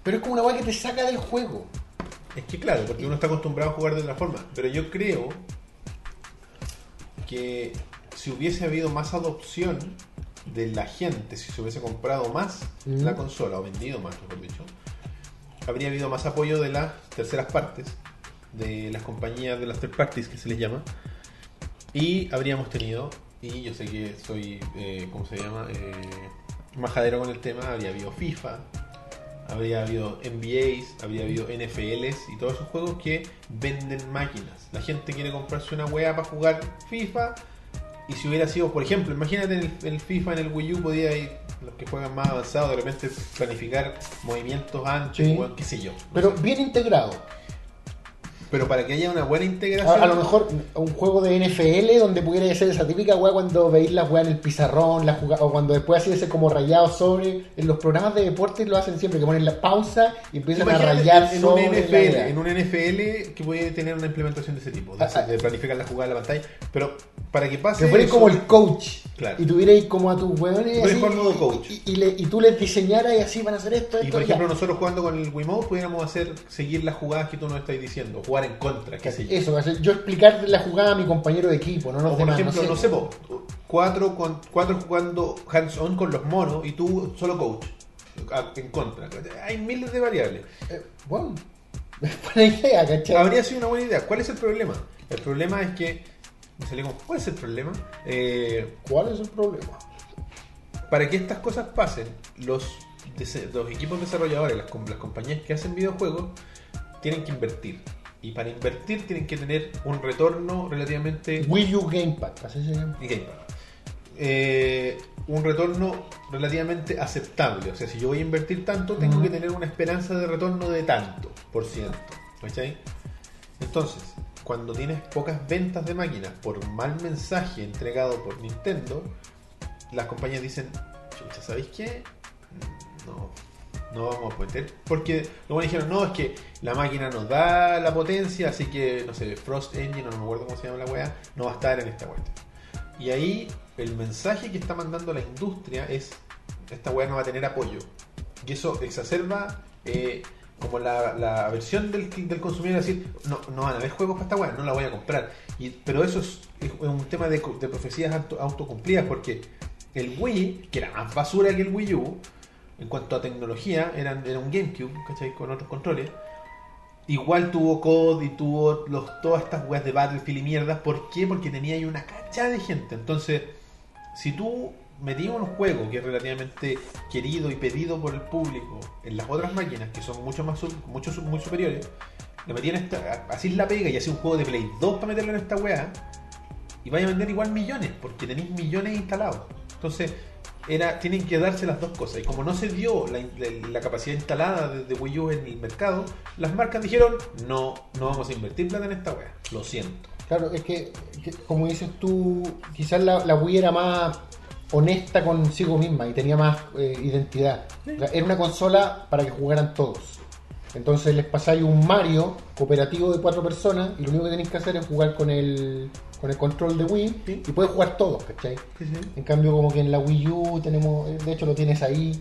Speaker 2: Pero es como una wea que te saca del juego.
Speaker 1: Es que claro, porque uno está acostumbrado a jugar de otra forma. Pero yo creo que si hubiese habido más adopción de la gente, si se hubiese comprado más
Speaker 2: Mm.
Speaker 1: la consola, o vendido más, mejor dicho, habría habido más apoyo de las terceras partes, de las compañías de las third parties que se les llama, y habríamos tenido, y yo sé que soy, eh, ¿cómo se llama? Eh, majadero con el tema, habría habido FIFA, habría habido NBAs, habría habido NFLs y todos esos juegos que venden máquinas. La gente quiere comprarse una weá para jugar FIFA. Y si hubiera sido, por ejemplo, imagínate en el, el FIFA, en el Wii U, podía ir, los que juegan más avanzados, de repente planificar movimientos anchos,
Speaker 2: Sí.
Speaker 1: weón, qué sé yo. no
Speaker 2: Pero
Speaker 1: sé.
Speaker 2: bien integrado.
Speaker 1: Pero para que haya una buena
Speaker 2: A,
Speaker 1: integración.
Speaker 2: a lo mejor un juego de NFL donde pudiera ser esa típica weá cuando veis la weá en el pizarrón, la jugada- o cuando después así ese como rayado sobre. En los programas de deportes lo hacen siempre, que ponen la pausa y empiezan a
Speaker 1: Imagínate
Speaker 2: rayar
Speaker 1: en un
Speaker 2: sobre. la
Speaker 1: NFL,
Speaker 2: weá.
Speaker 1: en un NFL que puede tener una implementación de ese tipo, de,
Speaker 2: Ah, ah.
Speaker 1: de planificar la jugada de la pantalla, pero para que
Speaker 2: Que
Speaker 1: pase
Speaker 2: fuerais
Speaker 1: eso-
Speaker 2: como el coach.
Speaker 1: Claro.
Speaker 2: Y tuvierais como a tus weones.
Speaker 1: Fuerais
Speaker 2: así,
Speaker 1: por modo coach.
Speaker 2: Y, y le- y tú les diseñaras y así van a hacer esto, esto
Speaker 1: y por
Speaker 2: ya.
Speaker 1: ejemplo nosotros jugando con el Wiimote pudiéramos hacer seguir las jugadas que tú nos estás diciendo, jugar en contra, qué sé yo.
Speaker 2: Eso, hacer- yo explicar la jugada a mi compañero de equipo, no
Speaker 1: O
Speaker 2: los
Speaker 1: por
Speaker 2: demás,
Speaker 1: ejemplo,
Speaker 2: no
Speaker 1: no sé, po, cuatro, con, cuatro jugando hands-on con los monos y tú solo coach, a- en contra. Hay miles de variables.
Speaker 2: Eh, bueno, buena idea, ¿cachai?
Speaker 1: Habría sido una buena idea. ¿Cuál es el problema? El problema es que... me salió como, ¿Cuál es el problema? Eh,
Speaker 2: ¿Cuál es el problema?
Speaker 1: para que estas cosas pasen, los, dese- los equipos desarrolladores, las, com- las compañías que hacen videojuegos, tienen que invertir. Y para invertir tienen que tener un retorno relativamente...
Speaker 2: Wii U Gamepad, así se llama.
Speaker 1: Game Pass. Eh, un retorno relativamente aceptable. O sea, si yo voy a invertir tanto, tengo
Speaker 2: Ujú.
Speaker 1: que tener una esperanza de retorno de tanto por ciento. ¿Cachai? Entonces, cuando tienes pocas ventas de máquinas por un mal mensaje entregado por Nintendo, las compañías dicen, "Chucha, ¿sabéis qué? No, No vamos a poder. Porque luego dijeron, no, es que la máquina nos da la potencia, así que, no sé, Frost Engine, no me acuerdo cómo se llama la weá, no va a estar en esta cuestión. Y ahí el mensaje que está mandando la industria es, esta weá no va a tener apoyo. Y eso exacerba eh, como la, la versión del, del consumidor, decir, no, no van a haber juegos para esta weá, no la voy a comprar. Y, pero eso es, es un tema de, co- de profecías auto- autocumplidas, porque el Wii, que era más basura que el Wii U, en cuanto a tecnología, eran, era un GameCube, ¿cachai? Con otros controles. Igual tuvo COD y tuvo los, todas estas weas de Battlefield y mierdas. ¿Por qué? Porque tenía ahí una cacha de gente. Entonces, si tú metías un juego que es relativamente querido y pedido por el público en las otras máquinas, que son mucho más su- mucho, su- muy superiores, le metían esta, así la pega y así un juego de Play 2 para meterlo en esta wea, y vais a vender igual millones, porque tenéis millones instalados. Entonces, era, tienen que darse las dos cosas. Y como no se dio la, la- la capacidad instalada de, de Wii U en el mercado, las marcas dijeron, no, no vamos a invertir plata en esta wea. Lo siento.
Speaker 2: Claro, es que, que como dices tú, quizás la, la Wii era más honesta consigo misma y tenía más eh, identidad. O sea, era una consola para que jugaran todos. Entonces les pasáis un Mario cooperativo de cuatro personas y lo único que tenéis que hacer es jugar con el, con el control de Wii
Speaker 1: Sí.
Speaker 2: y puedes jugar todos, ¿cachai? En cambio, como que en la Wii U tenemos, de hecho lo tienes ahí,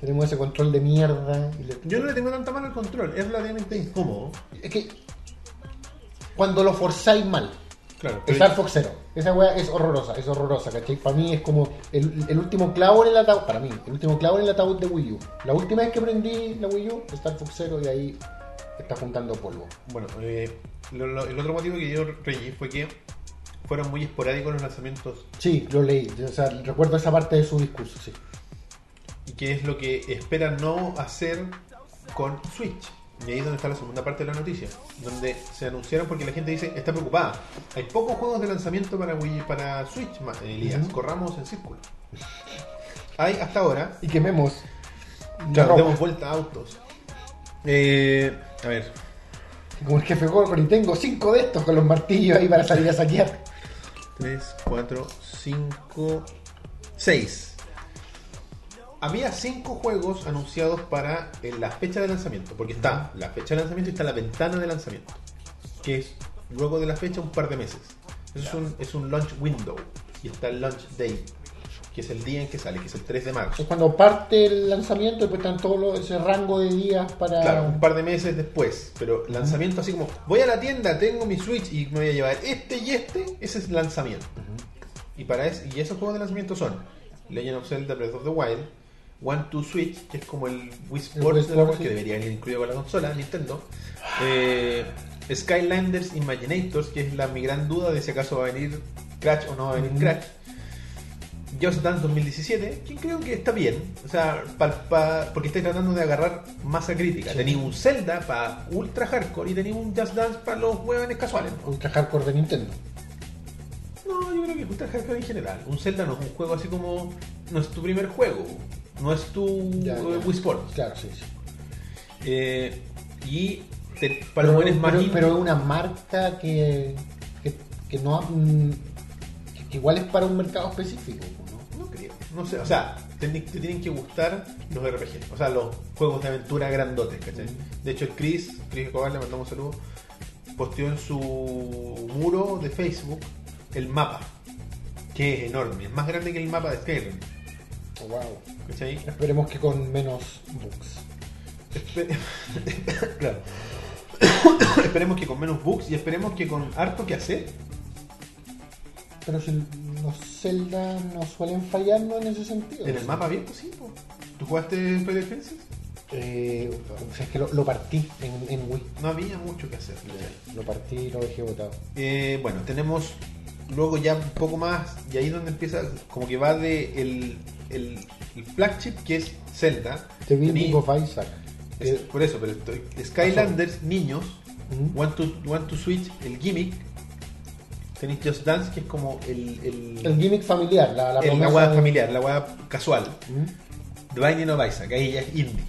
Speaker 2: tenemos ese control de mierda. y le-
Speaker 1: Yo no le tengo tanta mano al control, es relativamente incómodo.
Speaker 2: Es que cuando lo forzáis mal,
Speaker 1: Claro,
Speaker 2: El Star Fox Zero. Esa weá es horrorosa, es horrorosa, ¿cachai? Para mí es como el, el último clavo en el ataúd, para mí, el último clavo en el ataúd de Wii U. La última vez que prendí la Wii U, Star Fox Zero, y ahí está juntando polvo.
Speaker 1: Bueno, eh, lo- lo- el otro motivo que dio Reggie fue que fueron muy esporádicos los lanzamientos
Speaker 2: Sí, lo leí, o sea, recuerdo esa parte de su discurso, sí.
Speaker 1: y que es lo que esperan no hacer con Switch. Y ahí es donde está la segunda parte de la noticia, donde se anunciaron porque la gente dice está preocupada. Hay pocos juegos de lanzamiento para Wii, para Switch, ma- Elías.
Speaker 2: Ujú.
Speaker 1: Corramos en círculo. Hay hasta ahora
Speaker 2: Y quememos. la
Speaker 1: claro,
Speaker 2: ropa.
Speaker 1: demos vuelta a autos. Eh, a ver,
Speaker 2: Como el jefe Gorgon, y tengo cinco de estos con los martillos ahí para salir a saquear.
Speaker 1: 3, 4, 5, 6. Había 5 juegos anunciados para eh, la fecha de lanzamiento, porque está la fecha de lanzamiento y está la ventana de lanzamiento, que es luego de la fecha un par de meses. Eso es un, es un launch window y está el launch day, que es el día en que sale, que es el 3 de marzo.
Speaker 2: Es cuando parte el lanzamiento, después están todo lo- ese rango de días para...
Speaker 1: Claro, un par de meses después, pero lanzamiento así como, voy a la tienda, tengo mi Switch y me voy a llevar este y este, ese es lanzamiento. Y para es- y esos juegos de lanzamiento son Legend of Zelda Breath of the Wild, One to Switch, que es como el Wii Sports, de
Speaker 2: Wii
Speaker 1: la
Speaker 2: Sports,
Speaker 1: cual-
Speaker 2: sí.
Speaker 1: que debería ir incluido con la consola, Nintendo. Eh, Skylanders Imaginators, que es la mi gran duda de si acaso va a venir Crash o no va a venir
Speaker 2: Ujú.
Speaker 1: Crash. Just Dance 2017, que creo que está bien, o sea, pa- pa- porque estáis tratando de agarrar masa crítica.
Speaker 2: Sí.
Speaker 1: Tenéis un Zelda para ultra hardcore y tenéis un Just Dance para los huevones casuales. ¿no?
Speaker 2: Ultra Hardcore de Nintendo.
Speaker 1: No, yo creo que Ultra Hardcore en general. Un Zelda no es un juego así como. No es tu primer juego. No es tu
Speaker 2: Ya,
Speaker 1: eh,
Speaker 2: ya.
Speaker 1: Wii Sports.
Speaker 2: Claro, sí, sí.
Speaker 1: Eh, y te- para los buenos más
Speaker 2: pero-
Speaker 1: indie-
Speaker 2: pero es una marca que, que, que no ha- mm, que, que igual es para un mercado específico ¿no?
Speaker 1: No creo. No sé, o sea, te, te tienen que gustar los RPG. O sea, los juegos de aventura grandotes, ¿cachai? De hecho, el Chris, Chris Escobar, le mandamos un saludo, posteó en su muro de Facebook el mapa. Que es enorme. Es más grande que el mapa de Skyrim.
Speaker 2: Oh, wow
Speaker 1: ¿Cachai?
Speaker 2: esperemos que con menos bugs
Speaker 1: Espe- claro. esperemos que con menos bugs y esperemos que con harto que hacer.
Speaker 2: pero si los Zelda no suelen fallarnos en ese sentido
Speaker 1: En el mapa abierto, sí. po. ¿Tú jugaste Spider Princess?
Speaker 2: Eh, o sea, es que lo, lo partí en, en Wii
Speaker 1: No había mucho que hacer. ¿cachai?
Speaker 2: lo partí y lo dejé botado
Speaker 1: Eh, bueno, tenemos luego ya un poco más, y ahí es donde empieza, como que va de el, el, el flagship que es Zelda.
Speaker 2: The Binding
Speaker 1: Tení-
Speaker 2: of Isaac que-
Speaker 1: es- por eso, pero estoy- Skylanders, niños,
Speaker 2: Ujú.
Speaker 1: One to, One to Switch, el gimmick. Tenéis Just Dance, que es como el, el,
Speaker 2: el gimmick familiar la, la
Speaker 1: el- la
Speaker 2: promesa
Speaker 1: hueá
Speaker 2: de-
Speaker 1: familiar, la hueá casual.
Speaker 2: ¿Mm?
Speaker 1: The Binding of Isaac, ahí ya es indie.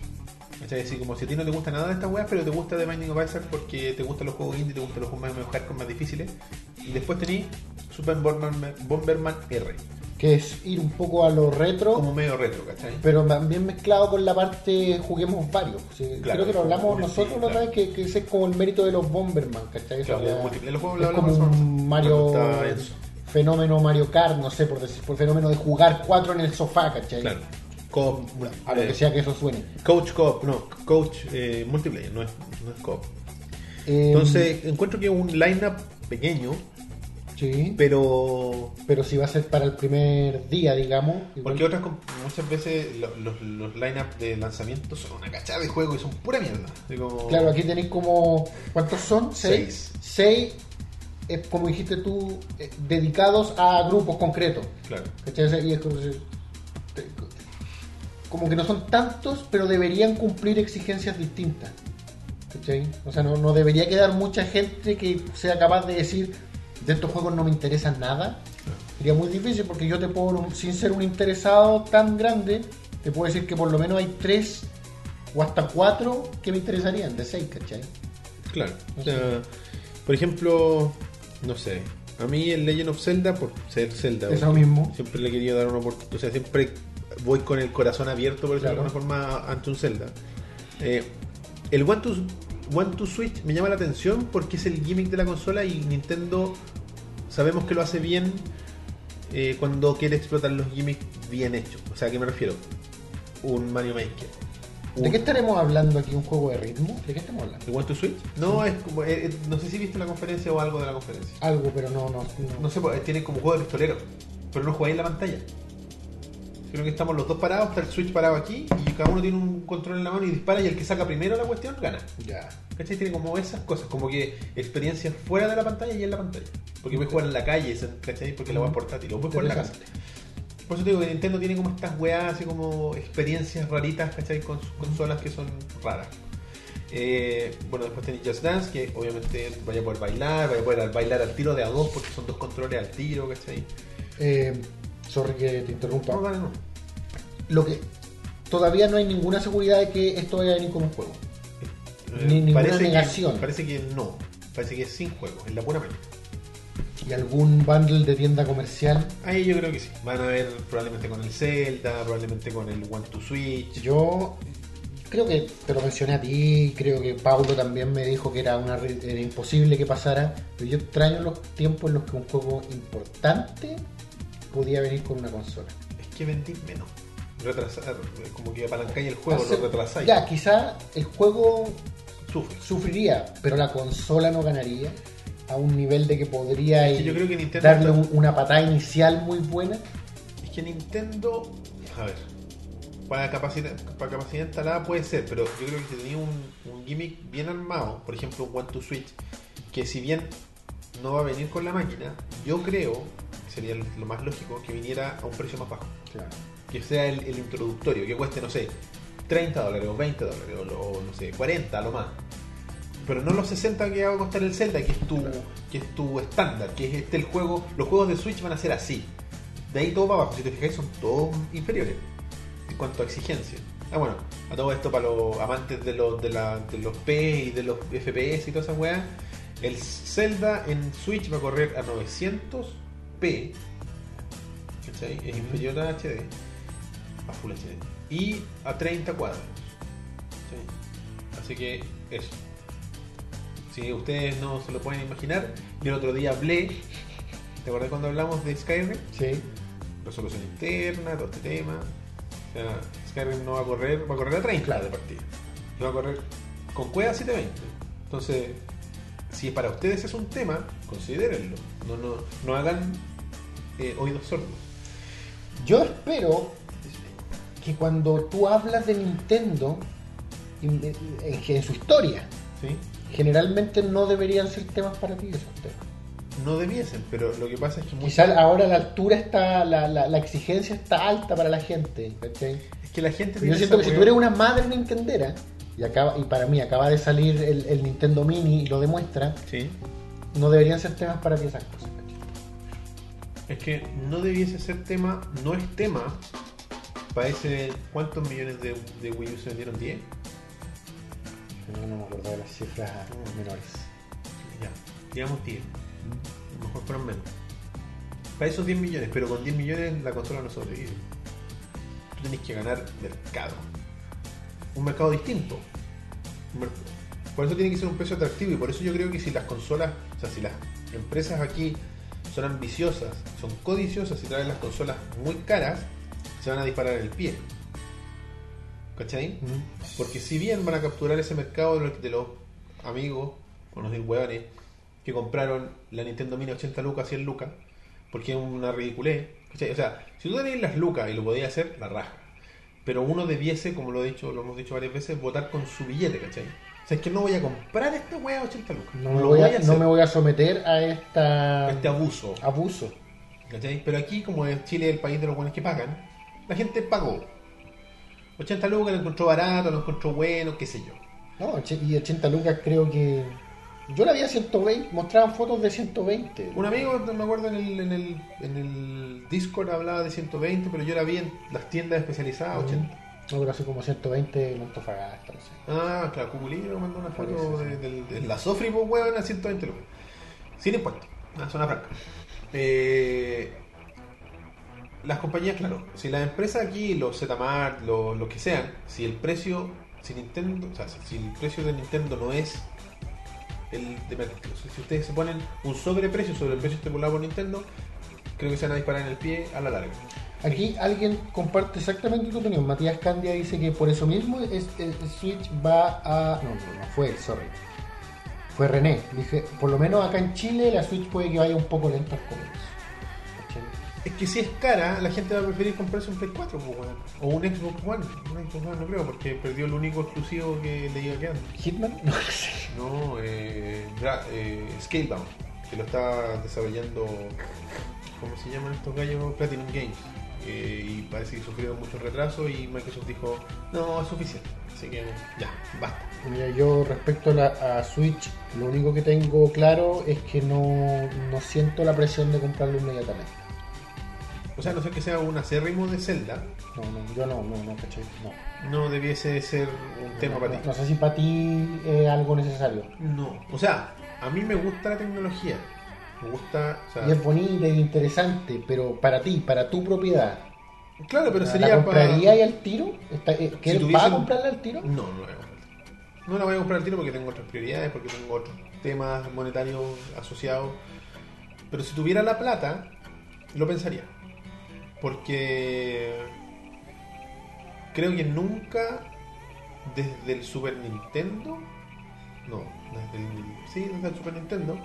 Speaker 1: Es decir, como si a ti no te gusta nada de estas weas, pero te gusta The Binding of Isaac porque te gustan los juegos indie, te gustan los juegos más, más hardcore, más difíciles. Y después tení Super Bomberman, Bomberman R,
Speaker 2: que es ir un poco a lo retro,
Speaker 1: Como medio retro, ¿cachai?
Speaker 2: pero también mezclado con la parte juguemos varios. Sí,
Speaker 1: Claro,
Speaker 2: creo que lo hablamos
Speaker 1: sí,
Speaker 2: nosotros la otra
Speaker 1: claro.
Speaker 2: vez, que, que ese es como el mérito de los Bomberman, ¿cachai? Esa
Speaker 1: Claro,
Speaker 2: wea-
Speaker 1: multiplayer, los juegos
Speaker 2: es
Speaker 1: lo
Speaker 2: como
Speaker 1: hablamos nosotros.
Speaker 2: un Mario
Speaker 1: Cuando está Enzo.
Speaker 2: fenómeno Mario Kart, no sé, por decir, por fenómeno de jugar cuatro en el sofá, ¿cachai?
Speaker 1: Claro. Eh. Co
Speaker 2: A lo que sea que eso suene.
Speaker 1: Coach Coop, no, Coach eh, Multiplayer, no es, no es Coop.
Speaker 2: Eh,
Speaker 1: Entonces, encuentro que es un lineup pequeño,
Speaker 2: sí,
Speaker 1: pero.
Speaker 2: pero si va a ser para el primer día, digamos. igual-
Speaker 1: Porque otras, comp- muchas veces lo- los, los lineup de lanzamiento son una cachada de juego y son pura mierda. Así como-
Speaker 2: Claro, aquí tenéis como. ¿Cuántos son?
Speaker 1: Seis.
Speaker 2: Seis. Seis, eh, como dijiste tú, eh, dedicados a grupos concretos.
Speaker 1: Claro.
Speaker 2: ¿Cachai? O sea, Y es como, si- te- como que no son tantos, pero deberían cumplir exigencias distintas. ¿Cachai? O sea, no, no debería quedar mucha gente que sea capaz de decir, de estos juegos no me interesa nada. Sería muy difícil porque yo te puedo, nom- sin ser un interesado tan grande, te puedo decir que por lo menos hay tres o hasta cuatro que me interesarían, de seis, ¿cachai?
Speaker 1: Claro. O sea, por ejemplo, no sé. A mí el Legend of Zelda, por ser Zelda,
Speaker 2: Eso
Speaker 1: porque
Speaker 2: mismo.
Speaker 1: siempre le he querido dar una oportunidad. O sea, siempre voy con el corazón abierto, por decirlo de alguna forma, ante un Zelda. Eh, el One to, One to Switch me llama la atención porque es el gimmick de la consola y Nintendo sabemos que lo hace bien eh, cuando quiere explotar los gimmicks bien hechos. O sea, ¿a qué me refiero? Un Mario Maker.
Speaker 2: ¿De
Speaker 1: un-
Speaker 2: qué estaremos hablando aquí? ¿Un juego de ritmo? ¿De qué estamos hablando?
Speaker 1: ¿El One to Switch? No, es como, eh, eh, no sé si viste la conferencia o algo de la conferencia.
Speaker 2: Algo, pero no, no,
Speaker 1: No sé, pues, tiene como juego de pistolero, pero no jugáis en la pantalla. Creo que estamos los dos parados, está el Switch parado aquí y cada uno tiene un control en la mano y dispara y el que saca primero la cuestión gana.
Speaker 2: Ya.
Speaker 1: ¿Cachai? Tiene como esas cosas, como que experiencias fuera de la pantalla y en la pantalla. Porque puedes jugar en la calle, ¿cachai? Porque la voy a portátil, o puedes jugar en la casa. Por eso te digo que Nintendo tiene como estas weas, así como experiencias raritas, ¿cachai? Con sus consolas que son raras. Eh, bueno, después tenéis Just Dance, que obviamente vaya a poder bailar, vaya a poder bailar al tiro de a dos, porque son dos controles al tiro, ¿cachai?
Speaker 2: Eh, sorry que te interrumpa.
Speaker 1: No, no, no.
Speaker 2: Lo que todavía no hay ninguna seguridad de que esto vaya a venir como un juego.
Speaker 1: Eh,
Speaker 2: Ni ninguna
Speaker 1: que-
Speaker 2: negación.
Speaker 1: parece que no, parece que es sin juego, en la pura mente.
Speaker 2: Y algún bundle de tienda comercial.
Speaker 1: Ahí yo creo que sí. Van a ver probablemente con el Zelda, probablemente con el One to Switch.
Speaker 2: Yo creo que te lo mencioné a ti, creo que Paulo también me dijo que era, una, re- era imposible que pasara. Pero yo extraño los tiempos en los que un juego importante podía venir con una consola.
Speaker 1: Es que vendís menos. Retrasar, eh, como que apalancáis el juego,
Speaker 2: Hace-
Speaker 1: lo retrasáis.
Speaker 2: Ya, quizá el juego
Speaker 1: Sufres.
Speaker 2: sufriría, pero la consola no ganaría a un nivel de que podría
Speaker 1: Es que yo creo que Nintendo
Speaker 2: darle
Speaker 1: está-
Speaker 2: un- una patada inicial muy buena.
Speaker 1: Es que Nintendo, a ver, para capacidad, para capacidad instalada puede ser, pero yo creo que si tenía un, un gimmick bien armado, por ejemplo un One to Switch, que si bien no va a venir con la máquina, yo creo, sería lo lo más lógico, que viniera a un precio más bajo, que sea el, el introductorio, que cueste, no sé, 30 dólares o 20 dólares o, lo- o no sé, 40 a lo más. Pero no los 60 que va a costar el Zelda, que es tu, que es tu estándar, que es este el juego. Los juegos de Switch van a ser así. De ahí todo para abajo, si te fijáis son todos inferiores en cuanto a exigencia. Ah bueno, a todo esto para los amantes de los de, la- de los P y de los FPS y todas esas weas, el Zelda en Switch va a correr a 900p, ¿cachai? Es inferior a HD, a Full HD, y a 30 cuadros. ¿cachai? Así que eso. Si ustedes no se lo pueden imaginar, yo el otro día hablé, ¿te acuerdas cuando hablamos de Skyrim?
Speaker 2: Sí.
Speaker 1: resolución interna, todo este tema. O sea, Skyrim no va a correr, va a correr a 30 de partida. Y va a correr con cueva a 720. Entonces, si para ustedes es un tema, considérenlo. No, no, no hagan eh, oídos sordos.
Speaker 2: Yo espero que cuando tú hablas de Nintendo en, en- en su historia,
Speaker 1: ¿sí?
Speaker 2: generalmente no deberían ser temas para ti esos temas.
Speaker 1: No debiesen, pero lo que pasa es que mucha-
Speaker 2: Quizás ahora la altura está, la, la- la exigencia está alta para la gente. ¿cachai?
Speaker 1: es que la gente
Speaker 2: Yo
Speaker 1: tiene
Speaker 2: siento
Speaker 1: esa
Speaker 2: que si
Speaker 1: hueá-
Speaker 2: tú eres una madre nintendera, y, acaba, y para mí acaba de salir el, el Nintendo Mini y lo demuestra,
Speaker 1: Sí.
Speaker 2: no deberían ser temas para ti esas cosas. ¿cachai?
Speaker 1: Es que no debiese ser tema, no es tema para ese. ¿Cuántos millones de, de Wii U se vendieron? ¿10?
Speaker 2: No, no me acuerdo de las cifras menores.
Speaker 1: Ya, digamos 10. A lo mejor fueron menos. para esos 10 millones, pero con 10 millones la consola no sobrevive. Tú tenés que ganar mercado. Un mercado distinto. Un mer- Por eso tiene que ser un precio atractivo y por eso yo creo que si las consolas, o sea, si las empresas aquí son ambiciosas, son codiciosas y traen las consolas muy caras, se van a disparar el pie. ¿Cachai?
Speaker 2: Mm.
Speaker 1: Porque si bien van a capturar ese mercado de los, de los amigos, o los huevones, que compraron la Nintendo Mini 80 lucas, 100 lucas, porque es una ridiculez. ¿cachai? O sea, si tú tenías las lucas y lo podías hacer, la raja. Pero uno debiese, como lo he dicho, lo hemos dicho varias veces, votar con su billete, ¿cachai? O sea, es que no voy a comprar esta wea de 80 lucas.
Speaker 2: No, me voy a, no
Speaker 1: hacer.
Speaker 2: me voy a someter a esta
Speaker 1: Este abuso.
Speaker 2: abuso.
Speaker 1: ¿Cachai? Pero aquí, como en Chile es el país de los buenos que pagan, la gente pagó. 80 lucas, lo encontró barato, lo encontró bueno, qué sé yo.
Speaker 2: No, och- y 80 lucas creo que. Yo la vi a 120, mostraban fotos de 120.
Speaker 1: Un amigo, me acuerdo, en el, en el, en el Discord hablaba de 120, pero yo la vi en las tiendas especializadas, 80.
Speaker 2: Mm, No, pero así como 120 en Antofagasta, no sé.
Speaker 1: Ah, claro, Cuculino mandó una foto
Speaker 2: Parece,
Speaker 1: de, del- de la Sofri, pues, weón, a 120 lucas. Sin impuestos, una zona franca. Eh, las compañías, claro, si las empresas aquí, los Zmart, los, los que sean, si el precio, si Nintendo, o sea, si- si el precio de Nintendo no es el de mercado, si- si ustedes se ponen un sobreprecio sobre el precio estipulado por Nintendo, creo que se van a disparar en el pie a la larga.
Speaker 2: Aquí alguien comparte exactamente tu opinión. Matías Candia dice que por eso mismo es, el Switch va a. No, no, no fue, él, sorry. Fue René. Dije, por lo menos acá en Chile la Switch puede que vaya un poco lenta al comienzo. ¿Cachai?
Speaker 1: Es que si es cara, la gente va a preferir comprarse un Play 4 pues, weón. o un Xbox One. Un Xbox One no creo, porque perdió el único exclusivo que le iba quedando.
Speaker 2: ¿Hitman? No sé.
Speaker 1: No, eh, Gra- eh, Scalebound, que lo está desarrollando, ¿cómo se llaman estos gallos? Platinum Games. Eh, y parece que sufrieron muchos retrasos y Microsoft dijo, no, es suficiente. Así que ya, basta.
Speaker 2: Mira, yo respecto a, la, a Switch, lo único que tengo claro es que no, no siento la presión de comprarlo inmediatamente.
Speaker 1: O sea, a no sé que sea un acérrimo de Zelda,
Speaker 2: No, no, yo no, no, no, ¿cachai? No.
Speaker 1: no debiese ser un tema
Speaker 2: no,
Speaker 1: para ti.
Speaker 2: no sé si para ti es algo necesario.
Speaker 1: No, o sea, a mí me gusta la tecnología. Me gusta, o sea,
Speaker 2: Y es bonita y interesante, pero para ti, para tu propiedad,
Speaker 1: claro, pero
Speaker 2: ¿la-
Speaker 1: sería
Speaker 2: ¿la compraría
Speaker 1: para
Speaker 2: ahí al tiro? ¿Está, eh, que
Speaker 1: Si
Speaker 2: él
Speaker 1: tuviese
Speaker 2: va a
Speaker 1: un-
Speaker 2: comprarla al tiro?
Speaker 1: No, no la voy a comprar. No la voy a comprar al tiro porque tengo otras prioridades, porque tengo otros temas monetarios asociados. Pero si tuviera la plata, lo pensaría. Porque creo que nunca desde el Super Nintendo, no, desde el, sí, desde el Super Nintendo,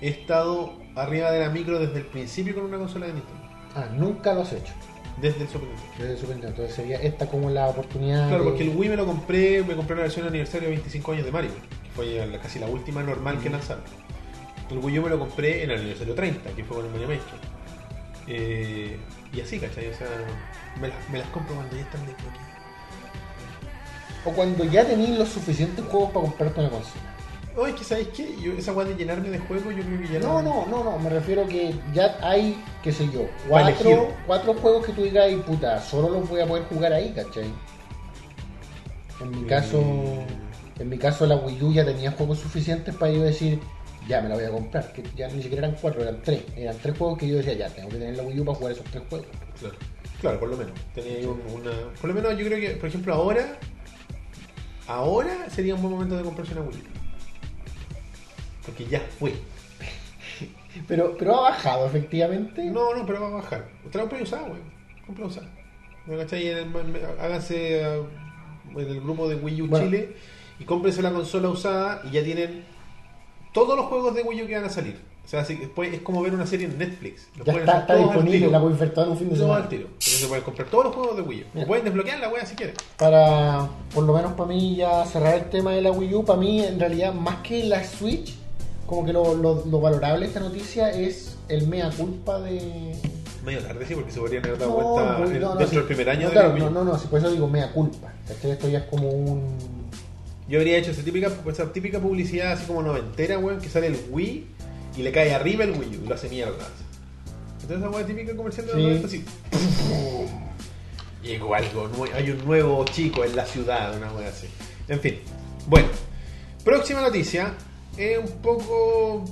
Speaker 1: he estado arriba de la micro desde el principio con una consola de Nintendo.
Speaker 2: Ah, nunca lo has hecho.
Speaker 1: Desde el Super Nintendo.
Speaker 2: Desde Super Nintendo. Entonces sería esta como la oportunidad.
Speaker 1: Claro,
Speaker 2: de-
Speaker 1: porque el Wii me lo compré, me compré la versión de aniversario de 25 años de Mario, que fue la- casi la última normal
Speaker 2: Mm.
Speaker 1: que lanzaron. El Wii yo me lo compré en el aniversario 30, que fue con el Mario Maker. Eh, y así, ¿cachai? O sea, me las, me las compro cuando ya están desbloqueadas.
Speaker 2: O cuando ya tenéis los suficientes juegos para comprarte una consola.
Speaker 1: No, es que ¿sabéis qué? Yo, esa guay de llenarme de juegos, yo creo que ya
Speaker 2: No, no, no, no. Me refiero que ya hay, qué sé yo,
Speaker 1: Para elegir.
Speaker 2: cuatro, cuatro juegos que tú digas, "Ay, puta, solo los voy a poder jugar ahí, ¿cachai? En mi
Speaker 1: Mm.
Speaker 2: caso, en mi caso la Wii U ya tenía juegos suficientes para yo decir, ya me la voy a comprar. Que ya ni siquiera eran cuatro, eran tres. Eran tres juegos que yo decía, ya tengo que tener la Wii U para jugar esos tres juegos.
Speaker 1: Claro, claro por lo menos. Tenía ahí un- una. Por lo menos yo creo que, por ejemplo, ahora. Ahora sería un buen momento de comprarse una Wii. Porque ya fue.
Speaker 2: Pero, pero ha bajado efectivamente.
Speaker 1: No, no, pero va a bajar. Usted la compra usada, weón. Compra usada. ¿Me cachai? En el- me- me- Háganse ah, en el grupo de Wii U
Speaker 2: Bueno.
Speaker 1: Chile y cómprense la consola usada y ya tienen todos los juegos de Wii U que van a salir. O sea, así que después es como ver una serie pues, en Netflix. Los
Speaker 2: ya
Speaker 1: pueden
Speaker 2: está,
Speaker 1: hacer
Speaker 2: está
Speaker 1: todos al
Speaker 2: disponible,
Speaker 1: tiro.
Speaker 2: la puedo ofertar en un fin de
Speaker 1: Todos
Speaker 2: semana.
Speaker 1: al tiro. Entonces pueden comprar todos los juegos de Wii U.
Speaker 2: Mira.
Speaker 1: O pueden desbloquear la weá si quieren.
Speaker 2: para, por lo menos para mí, ya cerrar el tema de la Wii U, para mí en realidad más que la Switch, como que lo, lo- lo valorable de esta noticia es el mea culpa de...
Speaker 1: Medio tarde, sí, porque se podrían haber dado
Speaker 2: No,
Speaker 1: cuenta
Speaker 2: pues,
Speaker 1: en-
Speaker 2: no, no,
Speaker 1: dentro
Speaker 2: sí.
Speaker 1: del primer año
Speaker 2: No,
Speaker 1: de
Speaker 2: claro,
Speaker 1: la Wii U.
Speaker 2: no, no, no, si por eso digo mea culpa. ¿cachai? Esto ya es como un...
Speaker 1: Yo habría hecho esa típica, esa típica publicidad así como noventera, weón, que sale el Wii y le cae arriba el Wii U y lo hace mierda. Entonces esa weón típica comercial de los
Speaker 2: Sí.
Speaker 1: 90 así. Llegó algo nuevo, hay un nuevo chico en la ciudad, una weón así. En fin, bueno, próxima noticia es un poco.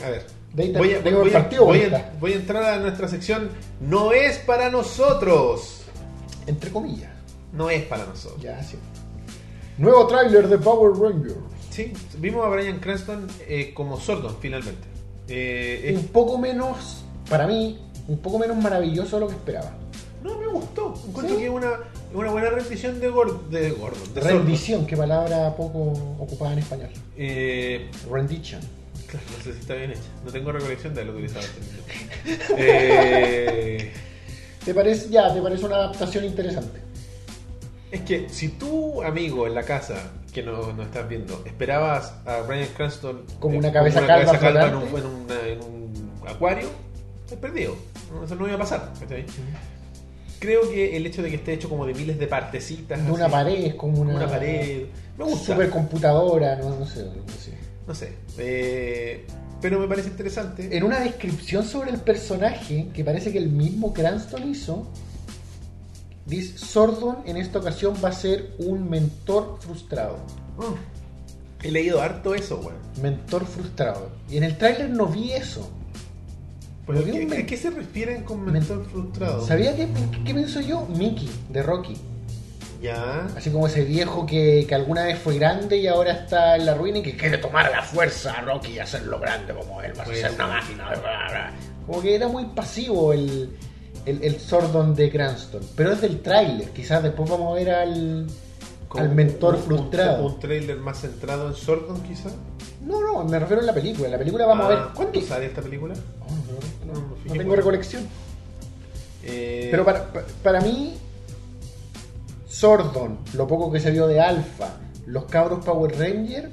Speaker 1: eh, A ver,
Speaker 2: De ahí te-
Speaker 1: Voy a,
Speaker 2: tengo el
Speaker 1: voy a-
Speaker 2: partido,
Speaker 1: voy a-
Speaker 2: vuelta,
Speaker 1: voy a entrar a nuestra sección. No es para nosotros.
Speaker 2: Entre comillas.
Speaker 1: No es para nosotros.
Speaker 2: Ya, sí. Nuevo tráiler de Power Rangers.
Speaker 1: Sí, vimos a Brian Cranston eh, como sordo finalmente. Eh,
Speaker 2: Un poco menos, para mí, un poco menos maravilloso de lo que esperaba.
Speaker 1: es- no me gustó. Encuentro
Speaker 2: Uh. ¿Sí?
Speaker 1: que es una, una buena rendición de, Gor- de Gordon. De Sordo.
Speaker 2: Rendición, qué palabra poco ocupada en español.
Speaker 1: Eh,
Speaker 2: Rendition.
Speaker 1: claro, no sé si está bien hecha. No tengo recolección de haberlo utilizado. eh,
Speaker 2: ¿Te parece, ya, te parece una adaptación interesante?
Speaker 1: Es que si tú, amigo, en la casa que no, no estás viendo, esperabas a Brian Cranston
Speaker 2: Como
Speaker 1: eh,
Speaker 2: una cabeza calva
Speaker 1: en, un,
Speaker 2: flotante.
Speaker 1: en una- en un acuario, estás perdido. No, Eso no iba a pasar. ¿cachai? Creo que el hecho de que esté hecho como de miles de partecitas,
Speaker 2: De una
Speaker 1: así,
Speaker 2: pared, es como
Speaker 1: como
Speaker 2: una,
Speaker 1: una pared, me gusta.
Speaker 2: supercomputadora, no, no sé. algo así.
Speaker 1: No sé, eh, pero me parece interesante.
Speaker 2: En una descripción sobre el personaje que parece que el mismo Cranston hizo, dice: Sordon en esta ocasión va a ser un mentor frustrado.
Speaker 1: Mm. He leído harto eso, weón.
Speaker 2: Mentor frustrado. Y en el tráiler no vi eso.
Speaker 1: Pero
Speaker 2: Porque
Speaker 1: ¿qué-
Speaker 2: un men-
Speaker 1: ¿A qué se refieren con mentor frustrado?
Speaker 2: ¿Sabía qué, qué pienso yo? Mickey, de Rocky.
Speaker 1: Ya.
Speaker 2: Así como ese viejo que, que alguna vez fue grande y ahora está en la ruina y que quiere tomar a la fuerza a Rocky y hacerlo grande como él, vas a
Speaker 1: Puede
Speaker 2: ser
Speaker 1: ser.
Speaker 2: una máquina. bla, bla, bla. Como que era muy pasivo el, el, el Sordon de Cranston. Pero es del tráiler, quizás después vamos a ver al,
Speaker 1: Como
Speaker 2: al mentor
Speaker 1: un- un-
Speaker 2: frustrado.
Speaker 1: Un, trailer más centrado en Sordon, quizá.
Speaker 2: No, no, me refiero a la película. En la película vamos a
Speaker 1: Ah,
Speaker 2: ver.
Speaker 1: ¿Cuánto
Speaker 2: qué-
Speaker 1: sale esta película?
Speaker 2: Oh, no, no,
Speaker 1: No,
Speaker 2: no,
Speaker 1: no
Speaker 2: no
Speaker 1: fijé
Speaker 2: tengo
Speaker 1: cuál.
Speaker 2: recolección.
Speaker 1: Eh,
Speaker 2: Pero para, pa- para mí, Sordon, lo poco que se vio de Alpha, los cabros Power Ranger,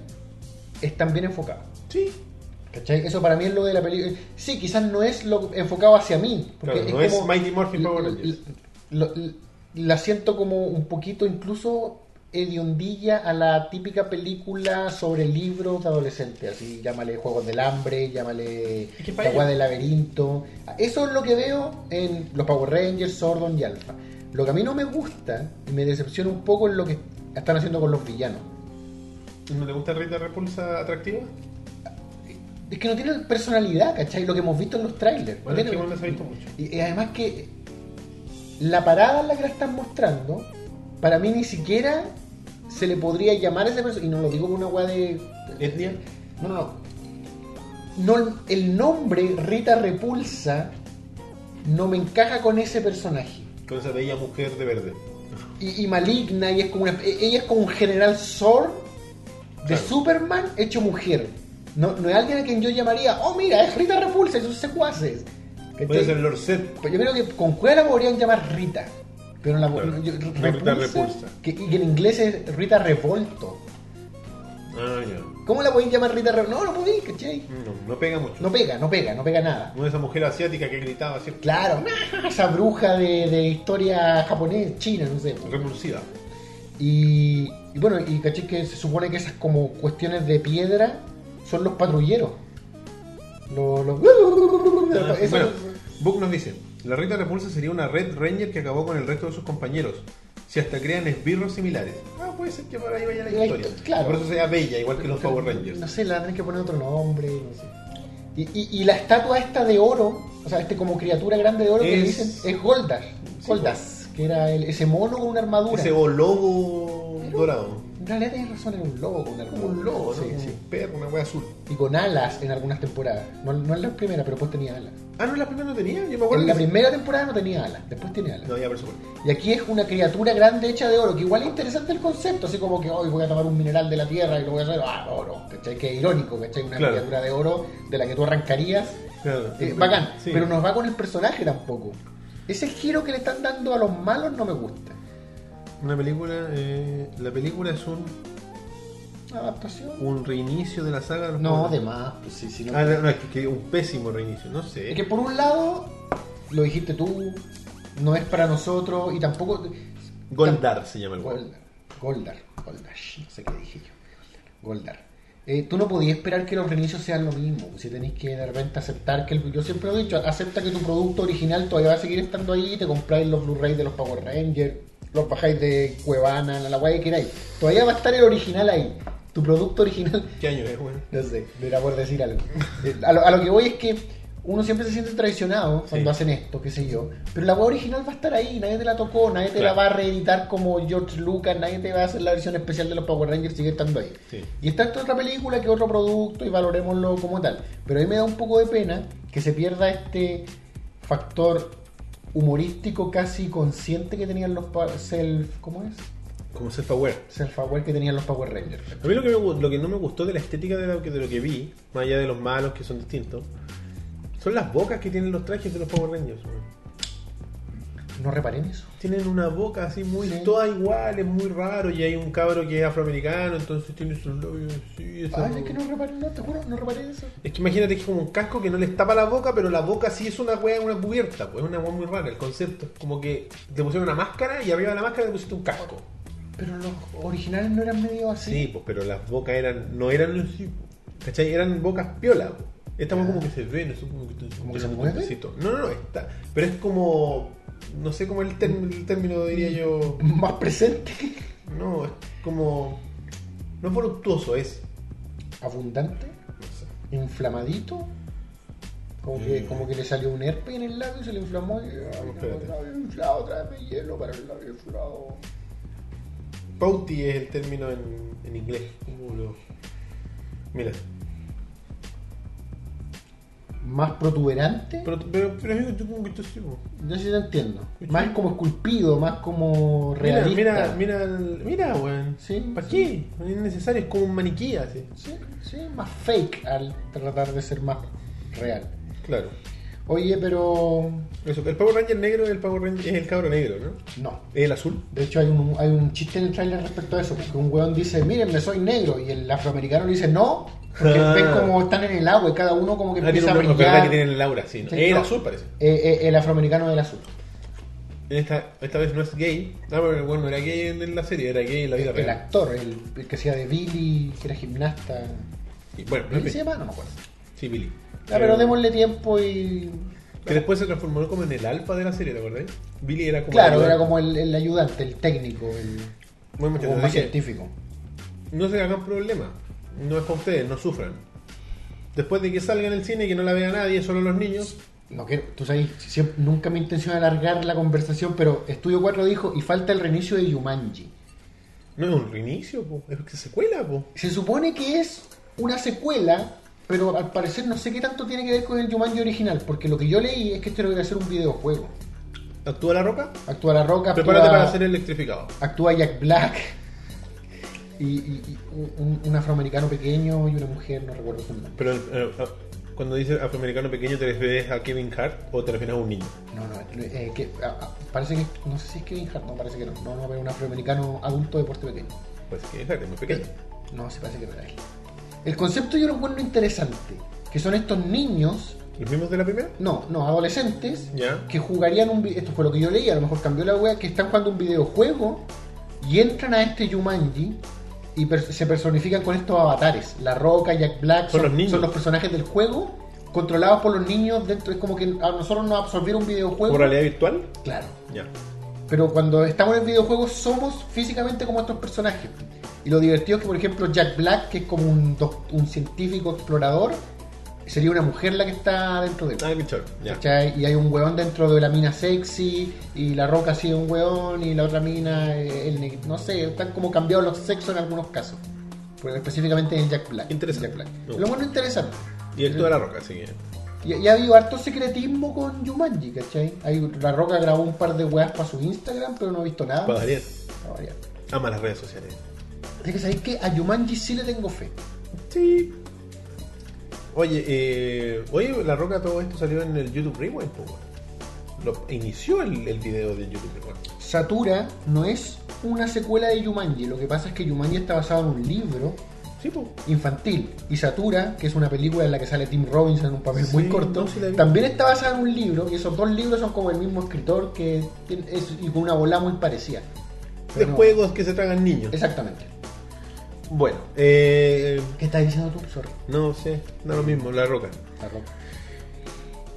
Speaker 2: están bien enfocados.
Speaker 1: Sí,
Speaker 2: ¿Cachai? Eso para mí es lo de la película. Sí, quizás no es lo enfocado hacia mí. Porque
Speaker 1: claro, no es
Speaker 2: como-
Speaker 1: Mighty Morphin Power
Speaker 2: l-
Speaker 1: Rangers.
Speaker 2: lo- l- la siento como un poquito incluso hediondilla a la típica película sobre libros de adolescentes, así llámale Juegos del Hambre, llámale
Speaker 1: Es que para
Speaker 2: Agua
Speaker 1: ellos-
Speaker 2: del Laberinto. Eso es lo que veo en los Power Rangers, Sordon y Alpha. Lo que a mí no me gusta y me decepciona un poco es lo que están haciendo con los villanos.
Speaker 1: ¿No te gusta Rita Repulsa atractiva?
Speaker 2: Es que no tienen personalidad, ¿cachai? Lo que hemos visto en los trailers. No
Speaker 1: Bueno, es que
Speaker 2: tienen-
Speaker 1: igual no se ha visto mucho.
Speaker 2: Y, y además que la parada en la que la están mostrando, para mí ni siquiera se le podría llamar a ese personaje, y no lo digo por una weá de...
Speaker 1: ¿Etnia?
Speaker 2: No, no, no. No, El nombre Rita Repulsa no me encaja con ese personaje.
Speaker 1: Con esa bella mujer de verde.
Speaker 2: Y, y maligna, y es como una- e- ella es como un general Zor de
Speaker 1: Claro.
Speaker 2: Superman hecho mujer. No, no es alguien a quien yo llamaría, oh mira, es Rita Repulsa y sus secuaces.
Speaker 1: Puede
Speaker 2: ¿Cachai?
Speaker 1: ser Lord Set.
Speaker 2: Pues yo creo que con cuál la podrían llamar Rita. Pero la
Speaker 1: Claro.
Speaker 2: yo-
Speaker 1: Rita
Speaker 2: repulsa,
Speaker 1: repulsa.
Speaker 2: Que, y que en inglés es Rita Revolto.
Speaker 1: Ah, ya.
Speaker 2: ¿Cómo la podéis llamar Rita Revolto? No, no podéis, ¿cachai?
Speaker 1: No, no pega mucho.
Speaker 2: No pega, no pega, no pega nada.
Speaker 1: Una de esas mujeres asiáticas que gritaba así,
Speaker 2: Claro, esa bruja de, de historia japonesa, china, no sé.
Speaker 1: repulsiva.
Speaker 2: Y, y bueno, y caché que se supone que esas como cuestiones de piedra son los patrulleros. Los. los-
Speaker 1: Ah,
Speaker 2: eso-
Speaker 1: bueno, Book nos dice, la Rita Repulsa sería una Red Ranger que acabó con el resto de sus compañeros. Si hasta crean esbirros similares. Ah, puede ser que por ahí vaya la
Speaker 2: La
Speaker 1: historia.
Speaker 2: histo- claro.
Speaker 1: Por eso sea bella, igual que los Power
Speaker 2: No
Speaker 1: Rangers.
Speaker 2: sé, la tenés que poner otro nombre, no sé. Y, y- y la estatua esta de oro, o sea, este como criatura grande de oro que le
Speaker 1: Es-
Speaker 2: dicen, es Goldas. Goldas, que era el- ese mono con una armadura.
Speaker 1: Ese o lobo
Speaker 2: Pero-
Speaker 1: dorado.
Speaker 2: En realidad tenés razón, era un lobo con una armadura.
Speaker 1: Un lobo,
Speaker 2: sí,
Speaker 1: ¿no?
Speaker 2: sí.
Speaker 1: Un perro, una wea azul.
Speaker 2: Y con alas en algunas temporadas. No, no en la primera, pero después tenía alas.
Speaker 1: Ah, no, la primera no tenía, yo me acuerdo.
Speaker 2: En la
Speaker 1: que sí.
Speaker 2: primera temporada no tenía alas, después tiene alas.
Speaker 1: No, ya, por supuesto.
Speaker 2: Y aquí es una criatura grande hecha de oro, que igual es interesante el concepto, así como que hoy voy a tomar un mineral de la tierra y lo voy a hacer, ah, oro, ¿cachai? Que irónico, ¿cachai? Una
Speaker 1: Claro.
Speaker 2: criatura de oro de la que tú arrancarías
Speaker 1: Claro.
Speaker 2: eh, bacán,
Speaker 1: Sí.
Speaker 2: pero no va con el personaje tampoco. Ese giro que le están dando a los malos no me gusta.
Speaker 1: Una película, eh, la película es un,
Speaker 2: Adaptación.
Speaker 1: un reinicio de la saga. de los
Speaker 2: No,
Speaker 1: Power
Speaker 2: de
Speaker 1: Rangers.
Speaker 2: más. pues sí, sí, no.
Speaker 1: Ah, no, no, es que, que un pésimo reinicio, no sé.
Speaker 2: Es que por un lado, lo dijiste tú, no es para nosotros y tampoco.
Speaker 1: Goldar se llama el juego.
Speaker 2: Goldar, Goldar, Goldar, no sé qué dije yo. Goldar. Eh, tú no podías esperar que los reinicios sean lo mismo. pues, Si tenéis que de repente aceptar que el. Yo siempre lo he dicho, acepta que tu producto original todavía va a seguir estando ahí. Te compráis los Blu-ray de los Power Rangers, los bajáis de Cuevana, la la guay que queráis. Todavía va a estar el original ahí. tu producto original.
Speaker 1: ¿Qué año es, weón?
Speaker 2: No sé, me era por decir algo. Eh, A lo, a lo que voy es que uno siempre se siente traicionado
Speaker 1: Sí.
Speaker 2: cuando hacen esto, qué sé yo. Pero la web original va a estar ahí, nadie te la tocó, nadie te
Speaker 1: Claro.
Speaker 2: la va a reeditar como George Lucas, nadie te va a hacer la versión especial de los Power Rangers, sigue estando ahí.
Speaker 1: Sí.
Speaker 2: Y está esta otra película que otro producto y valoremoslo como tal. Pero a mí me da un poco de pena que se pierda este factor humorístico casi consciente que tenían los pa- self ¿cómo es?
Speaker 1: Como self-aware.
Speaker 2: self aware que tenían los Power Rangers.
Speaker 1: A mí lo que, me gu- lo que no me gustó de la estética de lo, que, de lo que vi, más allá de los malos que son distintos, son las bocas que tienen los trajes de los Power Rangers. weón.
Speaker 2: No reparen eso.
Speaker 1: Tienen una boca así muy
Speaker 2: Sí.
Speaker 1: toda igual, es muy raro. Y hay un cabro que es afroamericano, entonces tiene sus labios así. esa
Speaker 2: Ay, Ah, es
Speaker 1: boca.
Speaker 2: que no reparé, no, te juro, no reparé eso.
Speaker 1: Es que imagínate que es como un casco que no les tapa la boca, pero la boca sí es una wea, una cubierta, pues es una wea muy rara el concepto. Como que te pusieron una máscara y arriba de la máscara te pusiste un casco.
Speaker 2: Pero los originales no eran medio así.
Speaker 1: Sí, pues, pero las bocas eran, no eran así, pues, ¿cachai? Eran bocas piola. pues. Esta wea como que se ve, no sé, como que,
Speaker 2: ¿Como que se
Speaker 1: tiene un
Speaker 2: mueve?
Speaker 1: toquecito. No, no, no, está. Pero es como, no sé cómo el, term- el término diría yo.
Speaker 2: Más presente.
Speaker 1: No, es como, no es voluptuoso, es.
Speaker 2: Abundante.
Speaker 1: No sé.
Speaker 2: Inflamadito. Como que,
Speaker 1: Mm.
Speaker 2: como que le salió un herpes en el labio y se le inflamó. Y, ay,
Speaker 1: Vamos,
Speaker 2: tengo
Speaker 1: Ah, espérate.
Speaker 2: el labio inflado, tráeme hielo para el labio inflado.
Speaker 1: Pouty es el término en, en inglés. ¿Cómo lo- Mira,
Speaker 2: Más protuberante.
Speaker 1: pero, pero, pero amigo, yo como que esto sí, pues. po.
Speaker 2: Yo sí te entiendo. Más como esculpido, más como
Speaker 1: Mira,
Speaker 2: realista.
Speaker 1: mira, mira, el- mira, weón.
Speaker 2: Sí,
Speaker 1: ¿Para
Speaker 2: sí.
Speaker 1: qué? No es necesario, es como un maniquí así.
Speaker 2: Sí, sí, más fake al tratar de ser más real.
Speaker 1: Claro.
Speaker 2: Oye, pero
Speaker 1: Eso, el Power Ranger negro es el Power Ranger, es el cabro negro, ¿no?
Speaker 2: no.
Speaker 1: Es el azul. Ah,
Speaker 2: De hecho, hay un, hay un chiste en el trailer respecto a eso, porque un weón dice, miren, me soy negro, y el afroamericano le dice, no, porque
Speaker 1: Ah.
Speaker 2: ven como están en el agua y cada uno como que
Speaker 1: Ah, tiene
Speaker 2: empieza
Speaker 1: un
Speaker 2: a
Speaker 1: nombre, verdad
Speaker 2: brillar.
Speaker 1: que tiene el aura, sí. ¿no?
Speaker 2: Sí,
Speaker 1: es el
Speaker 2: no.
Speaker 1: azul, parece.
Speaker 2: Eh, eh, el afroamericano del azul.
Speaker 1: En Esta, esta vez no es gay. Ah, pero bueno, no era gay en, en la serie, era gay en la vida
Speaker 2: El
Speaker 1: real.
Speaker 2: actor, el, el que hacía de Billy, que era gimnasta.
Speaker 1: Y bueno, en
Speaker 2: ¿Billy
Speaker 1: fin.
Speaker 2: se llama? No me acuerdo.
Speaker 1: Sí, Billy. Eh,
Speaker 2: Ya, Ah, pero démosle tiempo y...
Speaker 1: Que después se transformó como en el alfa de la serie, ¿te acordás? Billy era como.
Speaker 2: Claro,
Speaker 1: el-
Speaker 2: era como el, el ayudante, el técnico, el
Speaker 1: Bueno,
Speaker 2: como
Speaker 1: muchachos,
Speaker 2: más
Speaker 1: así que
Speaker 2: científico.
Speaker 1: no se hagan problemas. No es para ustedes, no sufran. Después de que salgan el cine y que no la vea nadie, solo los niños.
Speaker 2: No quiero, tú sabes, siempre- nunca mi intención es alargar la conversación, pero Estudio 4 dijo, y falta el reinicio de Yumanji.
Speaker 1: No es un reinicio, po. es que secuela, po.
Speaker 2: Se supone que es una secuela, pero al parecer no sé qué tanto tiene que ver con el Jumanji original, porque lo que yo leí es que esto era a ser un videojuego.
Speaker 1: Actúa la roca.
Speaker 2: Actúa La Roca, actúa,
Speaker 1: Prepárate para ser electrificado.
Speaker 2: actúa Jack Black, y, y- y un, un afroamericano pequeño y una mujer, no recuerdo su nombre.
Speaker 1: Pero eh, ah, cuando dices afroamericano pequeño, ¿te refieres a Kevin Hart o te refieres a un niño?
Speaker 2: No, no, eh, que, ah, ah, parece que, no sé si es Kevin Hart, no, parece que no, no, no, pero un afroamericano adulto de porte pequeño.
Speaker 1: Pues Kevin Hart es muy pequeño.
Speaker 2: No, se parece que no era él. El concepto yo lo encuentro interesante, que son estos niños
Speaker 1: ¿Los mismos de la primera?
Speaker 2: No, no, adolescentes
Speaker 1: Ya.
Speaker 2: que jugarían un vi- esto fue lo que yo leí, a lo mejor cambió la wea, que están jugando un videojuego y entran a este Jumanji y per- se personifican con estos avatares, La Roca, Jack Black,
Speaker 1: Son los niños.
Speaker 2: son personajes del juego controlados por los niños dentro, es como que a nosotros nos absorbieron un videojuego.
Speaker 1: ¿Como realidad virtual?
Speaker 2: Claro.
Speaker 1: Ya.
Speaker 2: Pero cuando estamos en el videojuego somos físicamente como estos personajes. Y lo divertido es que, por ejemplo, Jack Black, que es como un, doc- un científico explorador, sería una mujer la que está dentro de él.
Speaker 1: Ah, el bichón. Ya.
Speaker 2: ¿Cachai? Y hay un weón dentro de la mina sexy, y la roca sigue un weón, y la otra mina, eh, el neg- no sé, están como cambiados los sexos en algunos casos. Pero específicamente en Jack Black.
Speaker 1: Interesante.
Speaker 2: Jack Black.
Speaker 1: Me
Speaker 2: Lo bueno interesante.
Speaker 1: Y él toda la roca, así que.
Speaker 2: Y, y ha habido harto secretismo con Jumanji, ¿cachai? Hay- la roca grabó un par de weas para su Instagram, pero no he visto nada.
Speaker 1: Para variar.
Speaker 2: No, variar.
Speaker 1: Ama las redes sociales.
Speaker 2: Así que sabéis que a Jumanji sí le tengo fe.
Speaker 1: Sí. Oye, eh, oye, La Roca todo esto salió en el YouTube Rewind, po, weón. Lo- inició el, el video de YouTube Rewind.
Speaker 2: Satura no es una secuela de Jumanji, lo que pasa es que Jumanji está basado en un libro
Speaker 1: Sí, po.
Speaker 2: infantil. Y Satura, que es una película en la que sale Tim Robbins en un papel
Speaker 1: Sí,
Speaker 2: muy corto,
Speaker 1: no, sí la vi.
Speaker 2: también está basada en un libro, y esos dos libros son como el mismo escritor que tiene- es, y con una bola muy parecida.
Speaker 1: De
Speaker 2: Pero no,
Speaker 1: juegos que se tragan niños.
Speaker 2: Exactamente.
Speaker 1: Bueno, eh,
Speaker 2: ¿Qué estás diciendo tú? Sorry.
Speaker 1: no sé, no lo mismo, La Roca.
Speaker 2: la roca.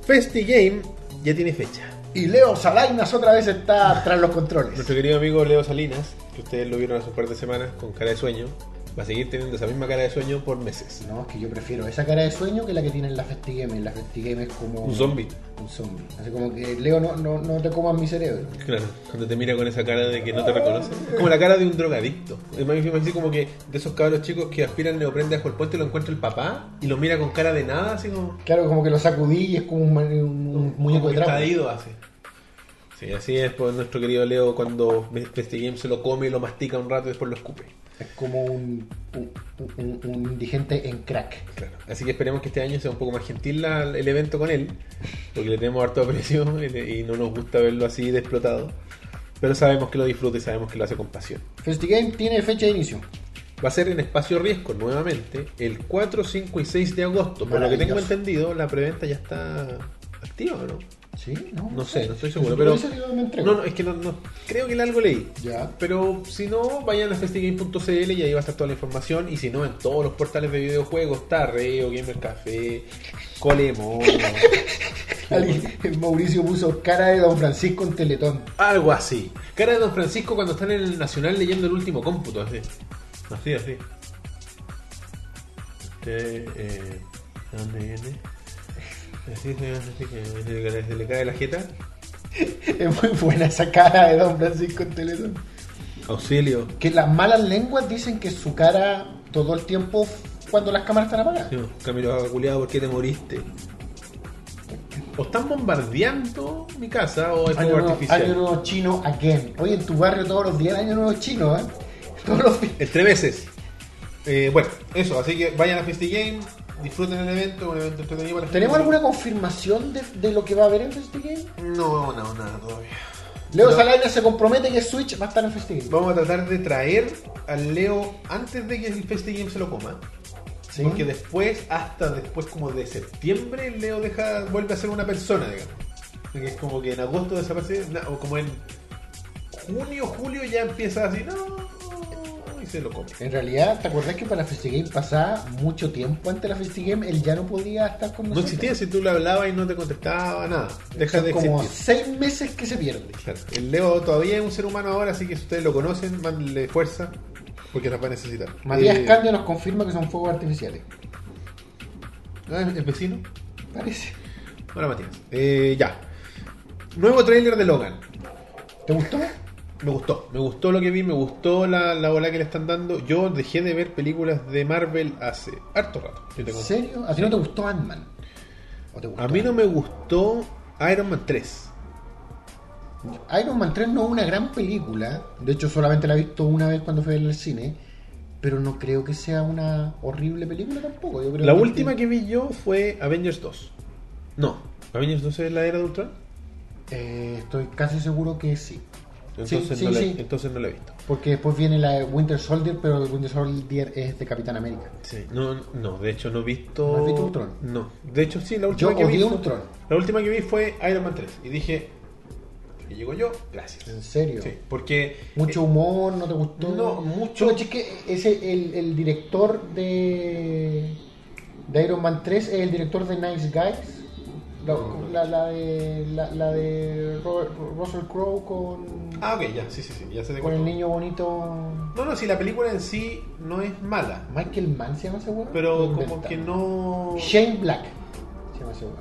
Speaker 1: Festi Game ya tiene fecha.
Speaker 2: Y Leo Salainas otra vez está tras los controles.
Speaker 1: Nuestro querido amigo Leo Salinas, que ustedes lo vieron hace un par de semanas con cara de sueño, va a seguir teniendo esa misma cara de sueño por meses.
Speaker 2: No, es que yo prefiero esa cara de sueño que la que tiene en la Festigame. La Festigame es como.
Speaker 1: Un zombie.
Speaker 2: Un zombie. Así como que, Leo, no, no, no te comas mi cerebro.
Speaker 1: Claro, cuando te mira con esa cara de que no te reconoce. Como la cara de un drogadicto. Es más así como que de esos cabros chicos que aspiran neopren debajo del puente lo encuentra el papá y lo mira con cara de nada, así como.
Speaker 2: Claro, como que lo sacudí y es como un, un- un muñeco de trapo.
Speaker 1: Estadido hace. Sí, así es pues, nuestro querido Leo cuando Game se lo come, lo mastica un rato y después lo escupe.
Speaker 2: Es como un, un, un- un indigente en crack.
Speaker 1: Claro. Así que esperemos que este año sea un poco más gentil la- el evento con él, porque le tenemos harto aprecio y le- y no nos gusta verlo así de explotado. Pero sabemos que lo disfruta y sabemos que lo hace con pasión.
Speaker 2: Festigame tiene fecha de inicio.
Speaker 1: Va a ser en espacio riesgo nuevamente el 4, 5 y 6 de agosto. Por lo que tengo
Speaker 2: Maravilloso.
Speaker 1: entendido, la preventa ya está activa, ¿o ¿no?
Speaker 2: ¿Sí? No, Pues
Speaker 1: No sé, no estoy
Speaker 2: Se
Speaker 1: seguro,
Speaker 2: supone
Speaker 1: pero-
Speaker 2: que salió, me entrego.
Speaker 1: No, no, es que no, no. creo que algo leí.
Speaker 2: Ya.
Speaker 1: Pero si no, vayan a festigame.cl y ahí va a estar toda la información. Y si no, en todos los portales de videojuegos, está Reo, Gamer Café, Colemo,
Speaker 2: Alguien- eh, Mauricio puso cara de Don Francisco en Teletón.
Speaker 1: algo así. Cara de Don Francisco cuando están en el Nacional leyendo el último cómputo, así. Así, así. Este, eh, ¿de dónde viene? Así, así, así, que se le cae- se le cae la jeta.
Speaker 2: Es muy buena esa cara de Don Francisco en Teletón.
Speaker 1: Auxilio.
Speaker 2: Que las malas lenguas dicen que su cara todo el tiempo cuando las cámaras están apagadas.
Speaker 1: Sí, Camilo culiado, ¿por qué te moriste? O están bombardeando mi casa o es
Speaker 2: Año
Speaker 1: fuego
Speaker 2: nuevo,
Speaker 1: artificial.
Speaker 2: Año Nuevo chino again. Oye, en tu barrio todos los días el año nuevo chino, ¿eh? Todos los días.
Speaker 1: Entre veces. Eh, bueno, eso, así que vayan a FestiGame, disfruten el evento, un evento entretenido para la
Speaker 2: ¿Tenemos
Speaker 1: gente.
Speaker 2: alguna confirmación de, de lo que va a haber en FestiGame?
Speaker 1: No, no, nada todavía.
Speaker 2: Leo
Speaker 1: No.
Speaker 2: Salaria se compromete que Switch va a estar en FestiGame.
Speaker 1: Vamos a tratar de traer al Leo antes de que el FestiGame se lo coma.
Speaker 2: ¿Sí?
Speaker 1: Porque después, hasta después como de septiembre, el Leo deja, vuelve a ser una persona, digamos. Porque es como que en agosto desaparece, na- o como en junio, julio ya empieza así, no, y se lo come.
Speaker 2: En realidad, ¿te acuerdas que para la FestiGame pasaba mucho tiempo antes de la FestiGame? Él ya no podía estar con
Speaker 1: No
Speaker 2: nosotros.
Speaker 1: existía si tú le hablabas y no te contestaba, nada. Deja
Speaker 2: Son
Speaker 1: de
Speaker 2: como
Speaker 1: existir.
Speaker 2: seis meses que se pierde.
Speaker 1: Claro. El Leo todavía es un ser humano ahora, así que si ustedes lo conocen, mándenle fuerza, porque las va a necesitar.
Speaker 2: Matías
Speaker 1: Eh,
Speaker 2: Candia nos confirma que son fuegos artificiales.
Speaker 1: ¿no es el vecino?
Speaker 2: Parece.
Speaker 1: Hola Matías. Eh, ya. Nuevo trailer de Logan.
Speaker 2: ¿Te gustó?
Speaker 1: Me gustó, me gustó lo que vi, me gustó la, la bola que le están dando. Yo dejé de ver películas de Marvel hace harto rato. Yo
Speaker 2: ¿En
Speaker 1: tengo-
Speaker 2: serio? ¿A ti no te gustó Ant-Man? ¿O te gustó
Speaker 1: A mí no me gustó Iron Man 3.
Speaker 2: Iron Man 3 no es una gran película. De hecho, solamente la he visto una vez cuando fui al cine. Pero no creo que sea una horrible película tampoco. Yo creo
Speaker 1: La
Speaker 2: que-
Speaker 1: última que vi yo fue Avengers 2. No, Avengers 2 es la era de Ultron.
Speaker 2: Eh, estoy casi seguro que sí.
Speaker 1: Entonces,
Speaker 2: sí,
Speaker 1: no, la,
Speaker 2: sí.
Speaker 1: entonces no la he visto.
Speaker 2: Porque después viene la de Winter Soldier, pero Winter Soldier es de Capitán América.
Speaker 1: No, no, de hecho no he visto.
Speaker 2: ¿No has visto Ultron?
Speaker 1: No, de hecho sí, la última
Speaker 2: Yo
Speaker 1: que vi.
Speaker 2: odié
Speaker 1: fue-
Speaker 2: Ultron.
Speaker 1: La última que vi fue Iron Man 3. Y dije, y llego yo, gracias.
Speaker 2: En serio.
Speaker 1: Sí, porque.
Speaker 2: Mucho humor, no te gustó.
Speaker 1: no, mucho-
Speaker 2: Oye, es que ese, el, el director de, de Iron Man 3 es el director de Nice Guys. La, la, la de, la, la de Robert- Russell Crowe con,
Speaker 1: Ah, ok, ya, sí, sí, sí, ya se te
Speaker 2: con el niño bonito.
Speaker 1: No, no, si la película en sí no es mala,
Speaker 2: Michael Mann se llama ese weón.
Speaker 1: pero
Speaker 2: Lo
Speaker 1: como
Speaker 2: inventa.
Speaker 1: que no.
Speaker 2: Shane Black se llama ese weón.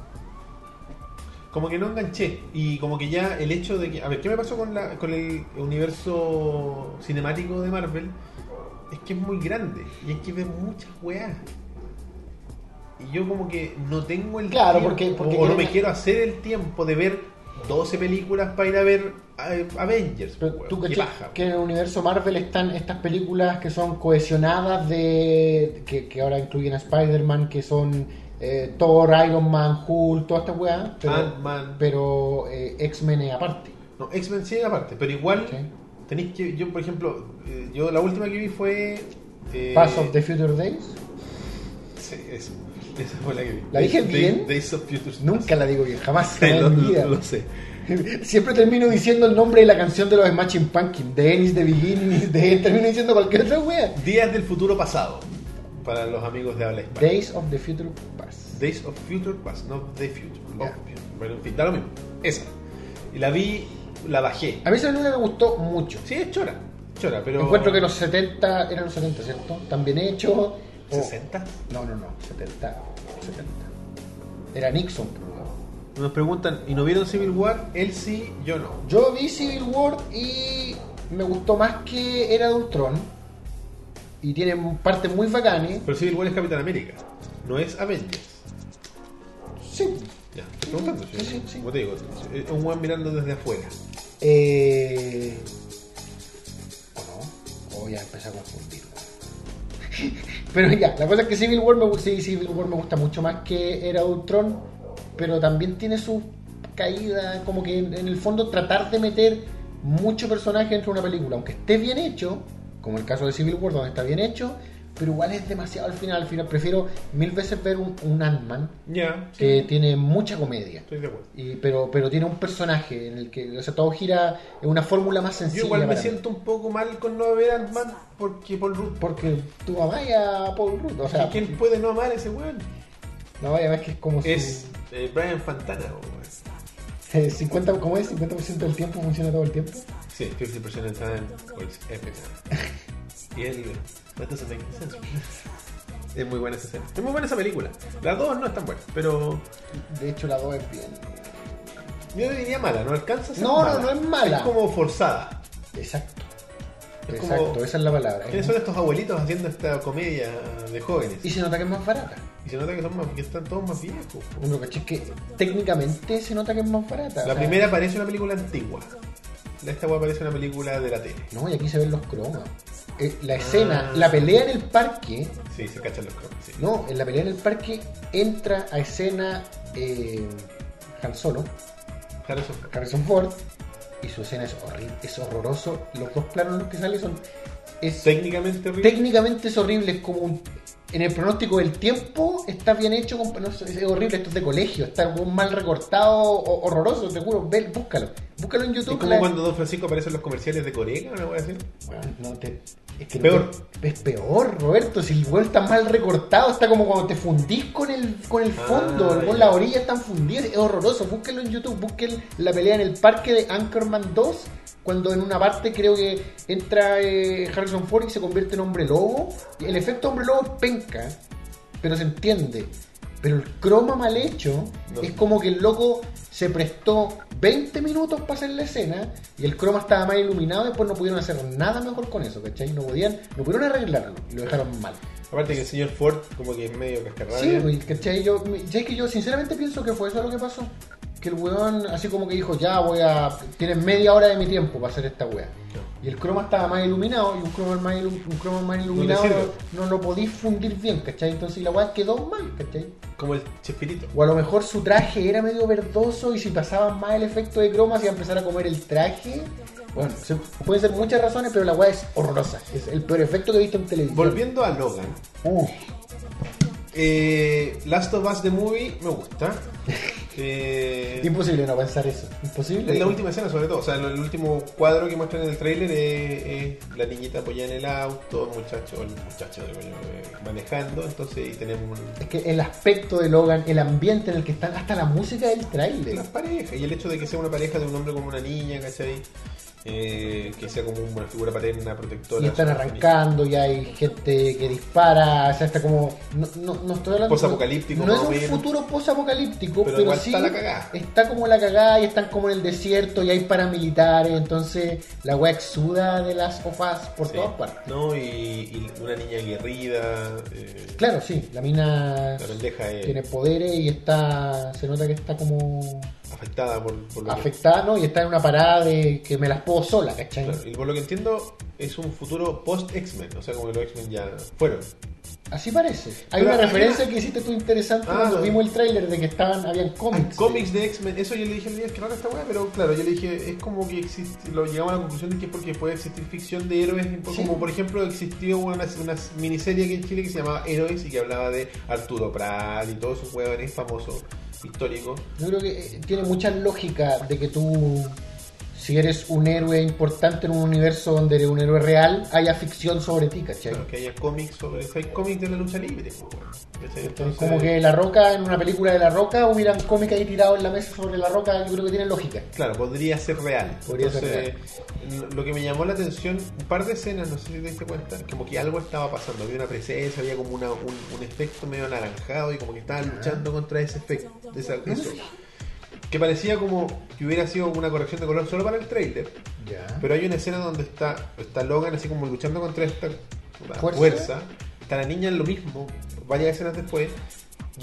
Speaker 1: Como que no enganché. Y como que ya el hecho de que. A ver, ¿qué me pasó con, la, con el universo cinemático de Marvel? Es que es muy grande y es que ve muchas weas. Y yo como que no tengo el
Speaker 2: Claro,
Speaker 1: tiempo,
Speaker 2: porque- porque
Speaker 1: o no
Speaker 2: quieren-
Speaker 1: me quiero hacer el tiempo de ver 12 películas para ir a ver eh, Avengers.
Speaker 2: Pero
Speaker 1: weón.
Speaker 2: tú
Speaker 1: Qué
Speaker 2: cachai
Speaker 1: paja,
Speaker 2: que en el universo Marvel están estas películas que son cohesionadas de que, que ahora incluyen a Spider-Man, que son eh, Thor, Iron Man, Hulk, todas estas weas, pero,
Speaker 1: Ant-Man.
Speaker 2: pero eh, X-Men es aparte.
Speaker 1: No, X-Men sí aparte, pero igual
Speaker 2: ¿cachai?
Speaker 1: tenéis que. Yo, por ejemplo, eh, yo la última que vi fue. eh,
Speaker 2: Pass of the Future Days,
Speaker 1: Sí, eso. Esa fue la que vi.
Speaker 2: ¿La dije
Speaker 1: Day-
Speaker 2: bien?
Speaker 1: Days of Futures
Speaker 2: nunca la digo bien, jamás,
Speaker 1: Sí,
Speaker 2: jamás
Speaker 1: lo,
Speaker 2: en mi vida.
Speaker 1: lo- lo sé.
Speaker 2: Siempre termino diciendo el nombre de la canción de los Smashing Pumpkins, de Ennis, de Beginning, de termino diciendo cualquier otra wea.
Speaker 1: Días del futuro pasado. Para los amigos de habla hispana.
Speaker 2: Days of the Future Past.
Speaker 1: Days of Future Past, no The Future.
Speaker 2: Ya.
Speaker 1: Of Future. Bueno, en fin, da lo mismo. Esa. Y la vi, la bajé.
Speaker 2: A mí esa película me gustó mucho.
Speaker 1: Sí, es chora. Chora, pero.
Speaker 2: Encuentro que los 70 eran los 70, ¿cierto? Tan bien hecho. o-
Speaker 1: ¿60?
Speaker 2: No, no, no, 70. 70. Era Nixon. por favor.
Speaker 1: Nos preguntan, ¿y no vieron Civil War? Él sí, yo no.
Speaker 2: Yo vi Civil War y me gustó más que era de Ultron. Y tiene partes muy ¿eh? bacanes.
Speaker 1: Pero Civil War es Capitán América, no es Avengers.
Speaker 2: Sí.
Speaker 1: Ya, estoy preguntando.
Speaker 2: Sí, sí, sí.
Speaker 1: Como te digo, es un weón mirando desde afuera.
Speaker 2: Eh... ¿O no? O ya empecé a confundir. pero ya, la cosa es que Civil War me, gu- sí, Civil War me gusta mucho más que era Ultron. Pero también tiene su caída. Como que en, en el fondo tratar de meter mucho personaje dentro de una película. Aunque esté bien hecho. Como el caso de Civil War, donde está bien hecho. Pero igual es demasiado al final. Al final prefiero mil veces ver un, un Ant-Man.
Speaker 1: Ya, sí,
Speaker 2: Que tiene mucha comedia.
Speaker 1: estoy de acuerdo.
Speaker 2: Y- pero, pero tiene un personaje en el que o sea, todo gira en una fórmula más sencilla.
Speaker 1: Yo igual me
Speaker 2: para mí.
Speaker 1: siento un poco mal con no ver Ant-Man porque Paul Rudd.
Speaker 2: Porque tú amas a Paul Rudd. O sea,
Speaker 1: ¿Y ¿Quién puede no amar a ese weón?
Speaker 2: no vaya a ver que es como su-
Speaker 1: Es eh, Brian Fantana, weón.
Speaker 2: eh, 50, ¿cómo es? 50% del tiempo funciona todo el tiempo.
Speaker 1: Sí, 50% of time or it's epic. y él, eh, that doesn't make sense. Es muy buena esa escena. Es muy buena esa película. Las dos no están buenas, pero
Speaker 2: De hecho, la 2 es bien.
Speaker 1: yo diría mala, no alcanza a ser
Speaker 2: No, no,
Speaker 1: mala.
Speaker 2: no es mala.
Speaker 1: Es como forzada.
Speaker 2: Exacto.
Speaker 1: Es como-
Speaker 2: Exacto, esa es la palabra.
Speaker 1: ¿Quiénes son estos abuelitos haciendo esta comedia de jóvenes?
Speaker 2: Y se nota que es más barata.
Speaker 1: Y se nota que, son más- que están todos más viejos. po.
Speaker 2: Uno caché que técnicamente se nota que es más barata. o
Speaker 1: La
Speaker 2: sea,
Speaker 1: primera parece una película antigua. La esta weá parece una película de la tele.
Speaker 2: No, y aquí se ven los cromas. Eh, la escena,
Speaker 1: Ah.
Speaker 2: la pelea en el parque
Speaker 1: Sí, se cachan los cromas. sí.
Speaker 2: No, en la pelea en el parque entra a escena eh, Han Solo,
Speaker 1: Harrison Ford.
Speaker 2: Harrison Ford, y su escena es horrible, es horroroso. Los dos planos en los que sale son. Es,
Speaker 1: Técnicamente horrible.
Speaker 2: técnicamente es horrible, es como un- En el pronóstico del tiempo está bien hecho, compa- no, es es horrible, esto es de colegio, está un mal recortado, ho- horroroso, te juro, ve, búscalo, búscalo en
Speaker 1: Es
Speaker 2: YouTube.
Speaker 1: como
Speaker 2: la-
Speaker 1: cuando Don Francisco aparece en los comerciales de Corea, ¿no voy a decir?
Speaker 2: Weón, no te- es que no
Speaker 1: Peor.
Speaker 2: te- es peor, Roberto. Si el weón está mal recortado, está como cuando te fundís con el, con el
Speaker 1: Ah,
Speaker 2: fondo,
Speaker 1: ya.
Speaker 2: con la orilla están fundidas. Es horroroso. Búsquenlo en YouTube, busquen la pelea en el parque de Anchorman 2. Cuando en una parte creo que entra eh, Harrison Ford y se convierte en hombre lobo. El efecto hombre lobo es penca, pero se entiende. Pero el croma mal hecho
Speaker 1: No.
Speaker 2: es como que el loco se prestó 20 minutos para hacer la escena y el croma estaba mal iluminado y después no pudieron hacer nada mejor con eso, ¿cachai? No podían, no pudieron arreglarlo y lo dejaron mal.
Speaker 1: Aparte que el señor Ford como que es medio cascarrabia.
Speaker 2: Sí, güey, ¿cachai? Yo, mi- ¿sabes que yo sinceramente pienso que fue eso lo que pasó? Que el weón así como que dijo, ya voy a... Tienes media hora de mi tiempo para hacer esta weá. Y el croma estaba más iluminado y un croma más, ilu- un croma más iluminado
Speaker 1: sirve.
Speaker 2: no, no lo podís fundir bien, ¿cachai? Entonces la weá quedó mal, ¿cachai?
Speaker 1: Como el Chespirito.
Speaker 2: O a lo mejor su traje era medio verdoso y si pasaban más el efecto de croma se iba a empezar a comer el traje. Bueno, se- pueden ser muchas razones, pero la weá es horrorosa. Es el peor efecto que he visto en televisión.
Speaker 1: Volviendo a Logan.
Speaker 2: Uf,
Speaker 1: Eh, Last of Us The Movie me gusta. Eh,
Speaker 2: imposible no pensar eso. Imposible.
Speaker 1: en la última escena sobre todo, o sea, en el último cuadro que muestran en el tráiler es, es la niñita apoyada en el auto, el muchacho, el muchacho digo yo, eh, manejando, entonces y tenemos un-
Speaker 2: Es que el aspecto de Logan, el ambiente en el que están, hasta la música del tráiler.
Speaker 1: las parejas y el hecho de que sea una pareja de un hombre con una niña, ¿cachai? Eh, que sea como una figura paterna, protectora.
Speaker 2: Y están arrancando y hay gente que dispara, o sea, está como... No, no, no estoy hablando...
Speaker 1: Posapocalíptico,
Speaker 2: No
Speaker 1: más
Speaker 2: es
Speaker 1: o
Speaker 2: un
Speaker 1: menos.
Speaker 2: futuro posapocalíptico,
Speaker 1: Pero
Speaker 2: pero,
Speaker 1: igual
Speaker 2: sí...
Speaker 1: está la cagá.
Speaker 2: Está como la cagada y están como en el desierto y hay paramilitares, entonces la wea exuda de las ofas por
Speaker 1: Sí.
Speaker 2: todas partes.
Speaker 1: No, y, y una niña aguerrida, eh,
Speaker 2: Claro, sí, la mina
Speaker 1: la pendeja es
Speaker 2: tiene poderes y está... Se nota que está como...
Speaker 1: afectada por, por lo que-
Speaker 2: afectada, ¿no? Y está en una parada de que me las puedo sola, ¿cachai?
Speaker 1: Claro, y por lo que entiendo, es un futuro post-X-Men, o sea, como que los X-Men ya fueron.
Speaker 2: Así parece. Hay
Speaker 1: Pero
Speaker 2: una
Speaker 1: hay
Speaker 2: referencia que hiciste tú interesante
Speaker 1: Ah,
Speaker 2: cuando
Speaker 1: no.
Speaker 2: vimos el tráiler de que estaban, habían cómics.
Speaker 1: Hay cómics de X-Men, eso yo le dije el día que rara esta weá, pero claro, yo le dije, es como que existe, lo llegamos a la conclusión de que es porque puede existir ficción de héroes,
Speaker 2: Sí.
Speaker 1: como por ejemplo existió una, una miniserie aquí en Chile que se llamaba Héroes y que hablaba de Arturo Prat y todos esos huevones famosos, históricos.
Speaker 2: Yo creo que eh, tiene mucha lógica de que tú si eres un héroe importante en un universo donde eres un héroe real, haya ficción sobre ti, ¿cachai?
Speaker 1: Claro, que haya cómics sobre. Hay cómics de la lucha libre, po, weón. ¿Cachai?
Speaker 2: Entonces,
Speaker 1: Entonces,
Speaker 2: como que La Roca, en una película de La Roca, hubieran cómics ahí tirados en la mesa sobre La Roca, yo creo que tiene lógica.
Speaker 1: Claro, podría ser real.
Speaker 2: Podría ser
Speaker 1: Entonces, n- Lo que me llamó la atención, un par de escenas, no sé si te diste cuenta, como que algo estaba pasando. Había una presencia, había como una, un, un efecto medio anaranjado y como que estaban luchando contra ese efecto. esa- eso. Que parecía como que hubiera sido una corrección de color solo para el trailer.
Speaker 2: Ya.
Speaker 1: Pero hay una escena donde está, está Logan así como luchando contra esta puta
Speaker 2: Fuerza.
Speaker 1: fuerza. Está la niña en lo mismo, varias escenas después.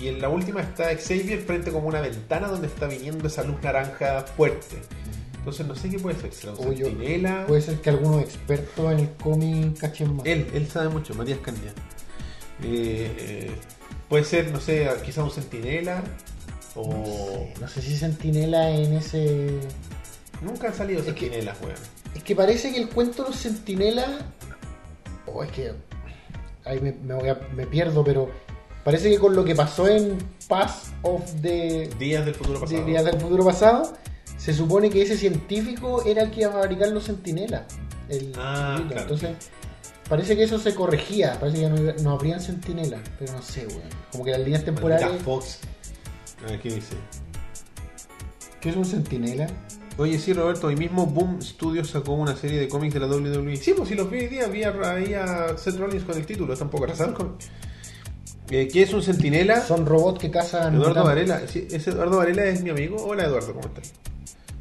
Speaker 1: Y en la última está Xavier frente como una ventana donde está viniendo esa luz naranja fuerte. Entonces no sé qué puede ser. ¿Será un
Speaker 2: O yo-
Speaker 1: centinela?
Speaker 2: Puede ser que algunos expertos en el cómic cachen más.
Speaker 1: Él, él sabe mucho, Matías Candia. Eh, eh, puede ser, no sé, quizá un centinela. O.
Speaker 2: No sé, no sé si Sentinela en ese.
Speaker 1: Nunca han salido
Speaker 2: que-
Speaker 1: centinelas, weón.
Speaker 2: Es que parece que el cuento de los Sentinela. Oh, es que. Ahí me, me voy a- me pierdo, pero. Parece que con lo que pasó en Pass of the.
Speaker 1: Días del futuro pasado.
Speaker 2: de Días del Futuro Pasado, se supone que ese científico era el que iba a fabricar los sentinelas. El-
Speaker 1: Ah,
Speaker 2: el-
Speaker 1: claro.
Speaker 2: Entonces, parece que eso se corregía, parece que ya no, no habrían sentinelas, pero no sé, weón. Como que las líneas temporales.
Speaker 1: Maldita Fox. A ver, ¿qué dice?
Speaker 2: ¿Qué es un sentinela?
Speaker 1: Oye, sí, Roberto, hoy mismo Boom Studios sacó una serie de cómics de la WWE. Sí, pues si los vi hoy día, vi a, ahí a Seth Rollins con el título, tampoco razón. Con... Eh, ¿Qué es un centinela?
Speaker 2: Son robots que cazan.
Speaker 1: Eduardo
Speaker 2: mutantes.
Speaker 1: Varela. Sí, es Eduardo Varela es mi amigo. Hola, Eduardo, ¿cómo estás?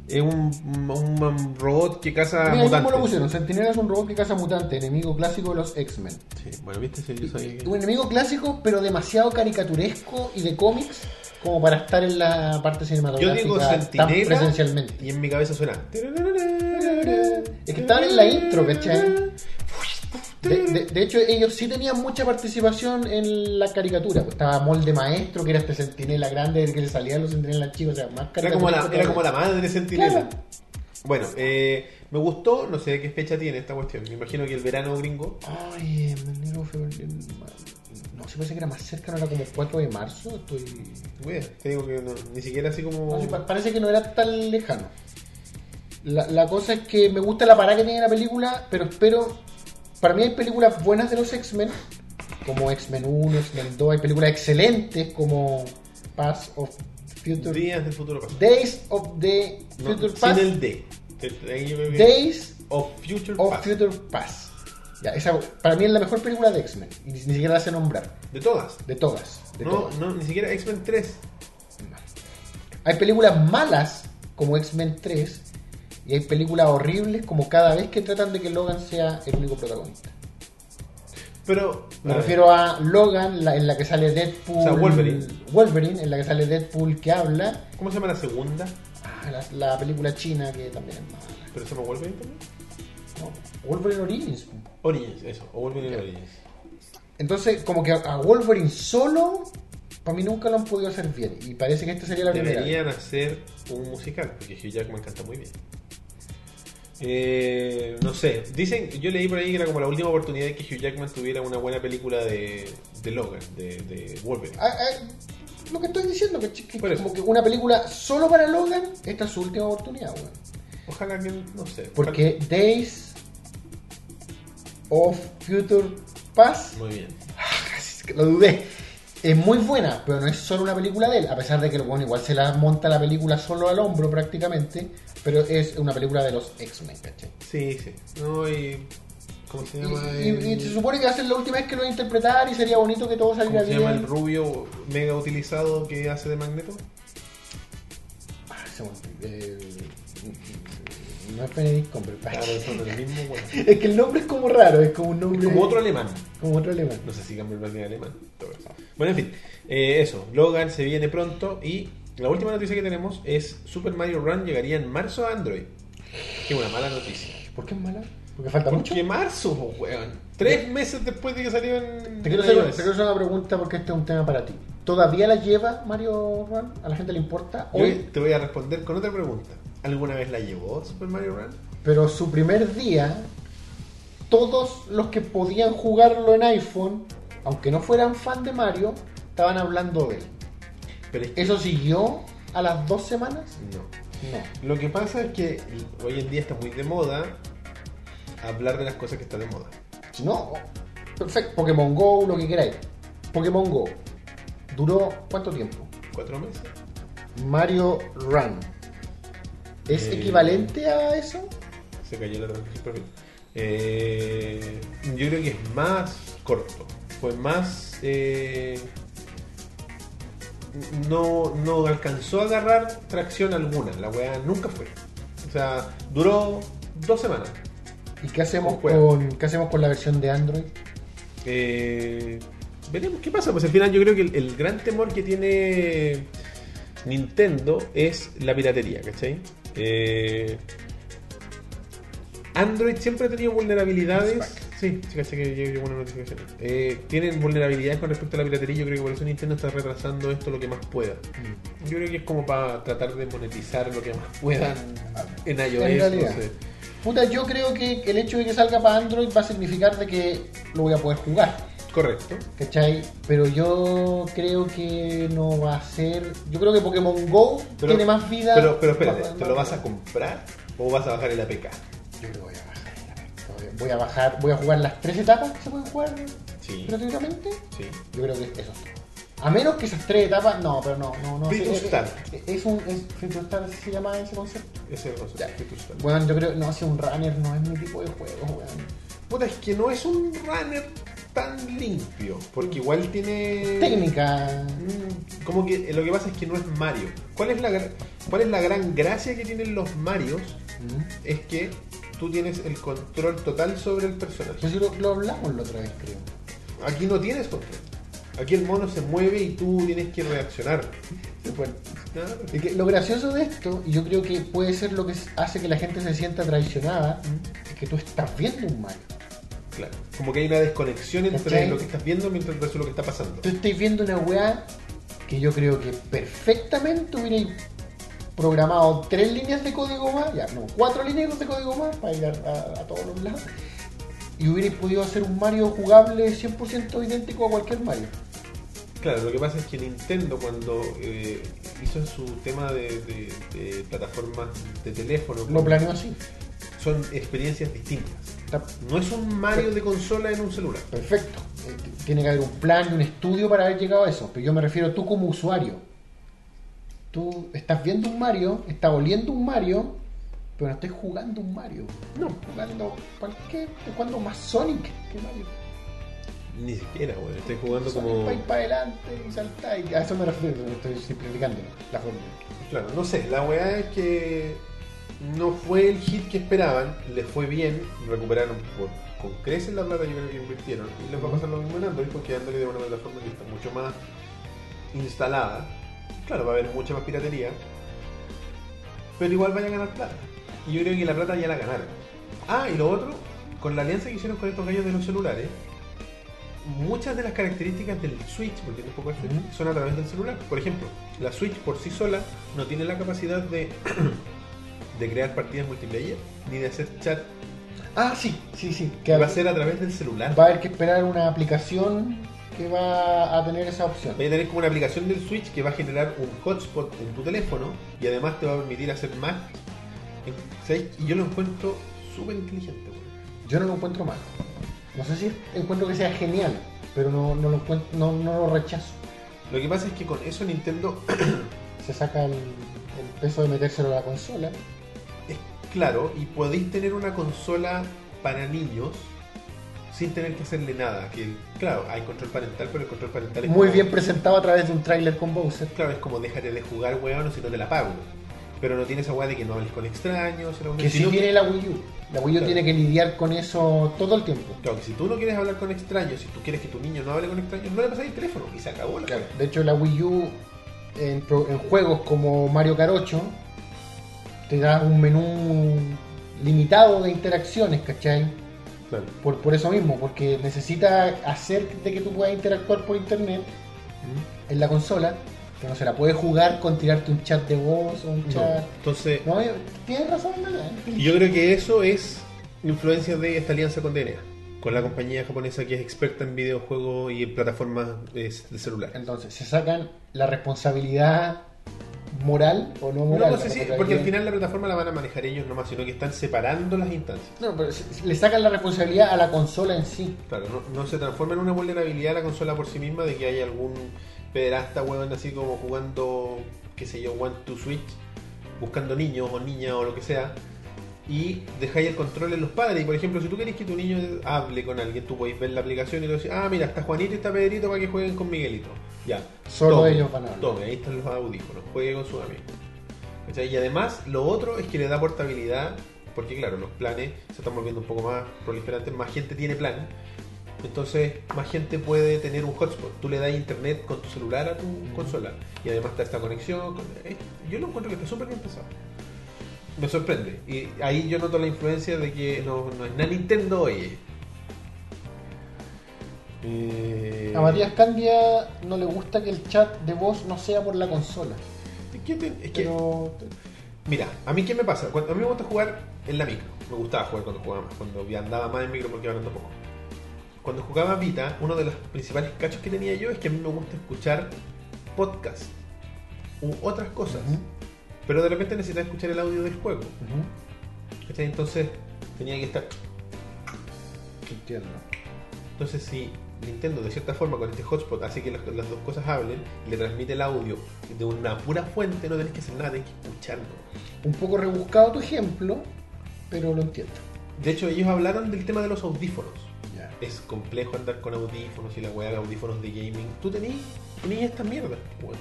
Speaker 1: Es un, un- un robot que caza
Speaker 2: Mira, ahí mismo lo
Speaker 1: mutantes.
Speaker 2: pusieron. Sentinela es un robot que caza mutantes, enemigo clásico de los X-Men.
Speaker 1: Sí, bueno, viste, sí, yo sabía que...
Speaker 2: Un enemigo clásico, pero demasiado caricaturesco y de cómics como para estar en la parte
Speaker 1: Yo
Speaker 2: cinematográfica
Speaker 1: digo
Speaker 2: tan
Speaker 1: centinela
Speaker 2: presencialmente.
Speaker 1: y en mi cabeza suena...
Speaker 2: Es que estaban en la intro, ¿cachai? De, de- de hecho, ellos sí tenían mucha participación en la caricatura. pues, estaba Molde Maestro, que era este centinela grande del que le salían los centinelas chicos. O sea, más
Speaker 1: Era como, la,
Speaker 2: caricaturesco
Speaker 1: era como
Speaker 2: todavía.
Speaker 1: la madre centinela.
Speaker 2: Claro.
Speaker 1: Bueno, eh, me gustó, no sé qué fecha tiene esta cuestión. Me imagino que el verano gringo.
Speaker 2: Ay, en enero, febrero. No se parece que era más cercano, era como el 4 de marzo. Estoy...
Speaker 1: Wea, te digo que no- ni siquiera así como.
Speaker 2: No, sí, pa- parece que no era tan lejano. La, la cosa es que me gusta la parada que tiene la película, pero espero. Para mí hay películas buenas de los X-Men, como X-Men 1, X-Men 2, hay películas excelentes como Pass of Future.
Speaker 1: días del futuro pasado.
Speaker 2: Days of the
Speaker 1: No,
Speaker 2: Future
Speaker 1: sin
Speaker 2: Past.
Speaker 1: el D. Te- ahí yo creo que-
Speaker 2: Days
Speaker 1: Of Future
Speaker 2: of
Speaker 1: Past.
Speaker 2: Future Past. Ya, esa, para mí es la mejor película de X-Men. Y ni, ni siquiera la sé nombrar.
Speaker 1: De todas.
Speaker 2: De todas. De
Speaker 1: no,
Speaker 2: todas.
Speaker 1: no, ni siquiera X-Men 3.
Speaker 2: Hay películas malas como X-Men 3 y hay películas horribles como cada vez que tratan de que Logan sea el único protagonista.
Speaker 1: Pero.
Speaker 2: Me
Speaker 1: a ver,
Speaker 2: refiero a Logan, la- en la que sale Deadpool.
Speaker 1: O sea, Wolverine.
Speaker 2: Wolverine, en la que sale Deadpool que habla.
Speaker 1: ¿Cómo se llama la segunda?
Speaker 2: Ah, la, la película china que también es mala.
Speaker 1: ¿Pero se llama Wolverine también?
Speaker 2: ¿no? Wolverine Origins.
Speaker 1: Origins, eso. O Wolverine Origins.
Speaker 2: Entonces, como que a, a Wolverine solo, para mí nunca lo han podido hacer bien. Y parece que esta sería la primera.
Speaker 1: Deberían hacer un musical, porque Hugh Jackman canta muy bien. Eh, no sé, dicen, yo leí por ahí que era como la última oportunidad de que Hugh Jackman tuviera una buena película de, de Logan, de, de Wolverine.
Speaker 2: Ah, ah, lo que estoy diciendo, que, ch- que
Speaker 1: Por eso.
Speaker 2: como que una película solo para Logan, esta es su última oportunidad, weón.
Speaker 1: Ojalá que, no sé.
Speaker 2: Porque Days of Future Past, ah,
Speaker 1: Muy bien.
Speaker 2: casi es que lo dudé, es muy buena, pero no es solo una película de él, a pesar de que bueno, igual se la monta la película solo al hombro prácticamente, pero es una película de los X-Men, ¿cachai?
Speaker 1: Sí, sí. No, y... ¿Cómo se
Speaker 2: Y,
Speaker 1: llama? el-
Speaker 2: y- y se supone que va a ser la última vez que lo va a interpretar y sería bonito que todo
Speaker 1: ¿Cómo
Speaker 2: saliera
Speaker 1: se
Speaker 2: bien.
Speaker 1: llama el rubio mega utilizado que hace de Magneto?
Speaker 2: Ah, se me olvidó, eh, no es Benedict Cumberbatch.
Speaker 1: Claro, son del mismo, bueno.
Speaker 2: Es que el nombre es como raro, es como un nombre.
Speaker 1: Como otro alemán.
Speaker 2: como otro alemán.
Speaker 1: No sé si cambió el de alemán. todo eso. Bueno, en fin. eh, eso. Logan se viene pronto. Y la última noticia que tenemos es Super Mario Run llegaría en marzo a Android. Qué una mala noticia.
Speaker 2: ¿Por qué es mala? Porque falta mucho.
Speaker 1: Porque marzo, po, weón. Tres meses después de que salió en.
Speaker 2: Te quiero,
Speaker 1: en
Speaker 2: hacer,
Speaker 1: iOS.
Speaker 2: te quiero hacer una pregunta porque este es un tema para ti. ¿Todavía la lleva Mario Run? ¿A la gente le importa? Hoy,
Speaker 1: Yo te voy a responder con otra pregunta. ¿Alguna vez la llevó Super Mario Run?
Speaker 2: pero su primer día, todos los que podían jugarlo en iPhone, aunque no fueran fan de Mario, estaban hablando de él.
Speaker 1: Pero es que.
Speaker 2: ¿Eso siguió a las dos semanas?
Speaker 1: No.
Speaker 2: No.
Speaker 1: Lo que pasa es que hoy en día está muy de moda hablar de las cosas que están de moda.
Speaker 2: Si no, perfecto. Pokémon Go, lo que queráis. Pokémon Go. ¿Duró cuánto tiempo?
Speaker 1: ¿Cuatro meses?
Speaker 2: Mario Run. ¿Es
Speaker 1: Eh,
Speaker 2: equivalente a eso?
Speaker 1: Se cayó la transmisión por fin. Eh, yo creo que es más corto. Fue más. eh, no, no alcanzó a agarrar tracción alguna. La weá nunca fue. O sea, duró dos semanas.
Speaker 2: ¿Y qué hacemos,
Speaker 1: Con juego.
Speaker 2: con, qué hacemos con la versión de Android?
Speaker 1: Eh, veremos qué pasa. Pues al final yo creo que el, el gran temor que tiene Nintendo es la piratería, ¿cachai? Eh, Android siempre ha tenido vulnerabilidades. Sí, sí, caché que llegó una notificación. Eh, tienen vulnerabilidades con respecto a la piratería. Yo creo que por eso Nintendo está retrasando esto lo que más pueda. Yo creo que es como para tratar de monetizar lo que más puedan en iOS.
Speaker 2: En
Speaker 1: no
Speaker 2: realidad.
Speaker 1: sé.
Speaker 2: Puta, yo creo que el hecho de que salga para Android va a significar de que lo voy a poder jugar,
Speaker 1: Correcto.
Speaker 2: ¿cachai? Pero yo creo que no va a ser... Yo creo que Pokémon GO
Speaker 1: Pero-
Speaker 2: tiene más vida...
Speaker 1: Pero, pero espérate,
Speaker 2: más-
Speaker 1: ¿te lo
Speaker 2: más-
Speaker 1: vas a comprar o vas a bajar el APK?
Speaker 2: Yo creo que voy a bajar. Voy a bajar, voy a jugar las tres etapas que se pueden jugar
Speaker 1: Sí.
Speaker 2: gratuitamente.
Speaker 1: Sí.
Speaker 2: Yo creo que eso es todo. A menos que esas tres etapas, no, pero no, no, no.
Speaker 1: Free to
Speaker 2: Es- es-
Speaker 1: start.
Speaker 2: Es un. Es, free to start así se llama ese concepto.
Speaker 1: Ese es el
Speaker 2: Ya.
Speaker 1: que tú estás.
Speaker 2: Bueno, yo creo. No, si un runner no es mi tipo de juego, weón.
Speaker 1: Puta, es que no es un runner tan limpio, porque igual tiene...
Speaker 2: Técnica.
Speaker 1: Mm, Como que lo que pasa es que no es Mario. ¿Cuál es la, gra- cuál es la gran gracia que tienen los Marios?
Speaker 2: Mm.
Speaker 1: Es que tú tienes el control total sobre el personaje.
Speaker 2: Yo sí lo, lo hablamos la otra vez, creo.
Speaker 1: Aquí no tienes control. Aquí el mono se mueve y tú tienes que reaccionar.
Speaker 2: Bueno,
Speaker 1: ¿Ah?
Speaker 2: es que lo gracioso de esto, y yo creo que puede ser lo que hace que la gente se sienta traicionada, es que tú estás viendo un Mario.
Speaker 1: Claro. Como que hay una desconexión entre
Speaker 2: ¿Cachai?
Speaker 1: lo que estás viendo mientras versus lo que está pasando.
Speaker 2: Tú estás viendo una weá que yo creo que perfectamente hubierais programado tres líneas de código más, ya no, cuatro líneas de código más para ir a, a- a todos los lados. Y hubierais podido hacer un Mario jugable 100% idéntico a cualquier Mario.
Speaker 1: Claro, lo que pasa es que Nintendo cuando eh, hizo su tema de, de- de plataformas de teléfono,
Speaker 2: Lo planeó así.
Speaker 1: son experiencias distintas.
Speaker 2: Está
Speaker 1: No es un Mario de consola en un celular.
Speaker 2: perfecto. Eh, t- Tiene que haber un plan y un estudio para haber llegado a eso. Pero yo me refiero tú como usuario. Tú estás viendo un Mario, estás oliendo un Mario, pero no estás jugando un Mario.
Speaker 1: No,
Speaker 2: jugando cualquier, jugando más Sonic que Mario.
Speaker 1: ni siquiera, güey. Estoy jugando
Speaker 2: Sonic
Speaker 1: como...
Speaker 2: pa' ir para adelante y saltar. A eso me refiero, estoy simplificando la fórmula.
Speaker 1: Claro, no sé, la weá es que no fue el hit que esperaban, les fue bien, recuperaron por, con creces la plata yo creo que invirtieron. Y les va a pasar lo mismo en Android porque Android de una plataforma que está mucho más instalada. Claro, va a haber mucha más piratería, pero igual van a ganar plata. Y yo creo que la plata ya la ganaron. Ah, y lo otro, con la alianza que hicieron con estos gallos de los celulares, muchas de las características del Switch, porque tampoco es Switch,
Speaker 2: Ujú.
Speaker 1: son a través del celular. Por ejemplo, la Switch por sí sola no tiene la capacidad de, de crear partidas multiplayer ni de hacer chat.
Speaker 2: Ah, sí, sí, sí. Que
Speaker 1: Va
Speaker 2: va
Speaker 1: a ser a través del celular.
Speaker 2: a haber que esperar una aplicación que va a tener esa opción.
Speaker 1: Vaya a tener como una aplicación del Switch que va a generar un hotspot en tu teléfono y además te va a permitir hacer más. ¿Sabes? Y yo lo encuentro súper inteligente. güey.
Speaker 2: Yo no lo encuentro mal. No sé si encuentro que sea genial, pero no, no, lo, encuentro, no, no lo rechazo.
Speaker 1: Lo que pasa es que con eso Nintendo
Speaker 2: Se saca el, el peso de metérselo a la consola.
Speaker 1: es claro y podéis tener una consola para niños sin tener que hacerle nada. Que claro, hay control parental, pero el control parental es
Speaker 2: Muy
Speaker 1: como-
Speaker 2: bien presentado a través de un tráiler con Bowser.
Speaker 1: Claro, es como déjate de jugar, weón, o si no te la pago. Pero no tiene esa weá de que no hables con extraños. era un-
Speaker 2: Que si
Speaker 1: sino
Speaker 2: tiene la Wii U. La Wii U
Speaker 1: Claro.
Speaker 2: tiene que lidiar con eso todo el tiempo.
Speaker 1: Claro, que si tú no quieres hablar con extraños, si tú quieres que tu niño no hable con extraños, no le pasáis el teléfono y se acabó la
Speaker 2: Claro, de hecho la Wii U en, pro- en juegos como Mario Kart 8 te da un menú limitado de interacciones, ¿cachai?
Speaker 1: Claro.
Speaker 2: Por, por eso mismo, porque necesita hacer de que tú puedas interactuar por internet en la consola, que no se la puede jugar con tirarte un chat de voz o un
Speaker 1: No,
Speaker 2: chat...
Speaker 1: Entonces,
Speaker 2: No, eh, tienes razón, en ¿verdad?
Speaker 1: y yo creo que eso es influencia de esta alianza con DNA, con la compañía japonesa que es experta en videojuegos y en plataformas eh, de celular.
Speaker 2: Entonces, se sacan la responsabilidad moral o no moral.
Speaker 1: No, no
Speaker 2: la
Speaker 1: sé si,
Speaker 2: responsabilidad.
Speaker 1: porque al final la plataforma la van a manejar ellos nomás, sino que están separando las instancias.
Speaker 2: No, pero se- le sacan la responsabilidad a la consola en sí.
Speaker 1: Claro, no, no se transforma en una vulnerabilidad la consola por sí misma de que hay algún pederasta, huevón, así como jugando, qué sé yo, One to Switch, buscando niños o niñas o lo que sea, y dejáis el control en los padres. Y por ejemplo, si tú querés que tu niño hable con alguien, tú podéis ver la aplicación y le decís, ah, mira, está Juanito y está Pedrito para que jueguen con Miguelito. Ya.
Speaker 2: Solo
Speaker 1: Tome,
Speaker 2: ellos van a hablar.
Speaker 1: Tome, ahí están los audífonos, juegue con sus amigos. ¿Cachai? Y además, lo otro es que le da portabilidad, porque claro, los planes se están volviendo un poco más proliferantes, más gente tiene plan. Entonces, más gente puede tener un hotspot. Tú le das internet con tu celular a tu consola. Y además está esta conexión. con- eh, Yo lo encuentro que está súper bien pensado. Me sorprende. Y ahí yo noto la influencia de que no, no es nada Nintendo, oye. Eh,
Speaker 2: A Ah, Matías Candia no le gusta que el chat de voz no sea por la consola.
Speaker 1: Eh, ¿qué te- es que-
Speaker 2: Pero
Speaker 1: Mira, a mí qué me pasa, Cuando- a mí me gusta jugar en la micro, me gustaba jugar cuando jugaba más, cuando andaba más en micro porque iba andando poco. Cuando jugaba Vita, uno de los principales cachos que tenía yo es que a mí me gusta escuchar podcasts u otras cosas,
Speaker 2: Ujú,
Speaker 1: pero de repente necesitaba escuchar el audio del juego,
Speaker 2: ujú.
Speaker 1: ¿cachai? Entonces tenía que estar...
Speaker 2: Entiendo.
Speaker 1: Entonces si Nintendo de cierta forma con este hotspot hace que las, las dos cosas hablen y le transmite el audio de una pura fuente, no tenés que hacer nada, tenés que escucharlo.
Speaker 2: Un poco rebuscado tu ejemplo, pero lo entiendo.
Speaker 1: De hecho, ellos hablaron del tema de los audífonos.
Speaker 2: Ya.
Speaker 1: es complejo andar con audífonos y la weá de audífonos de gaming. Tú tenés, tenés estas mierdas, weón.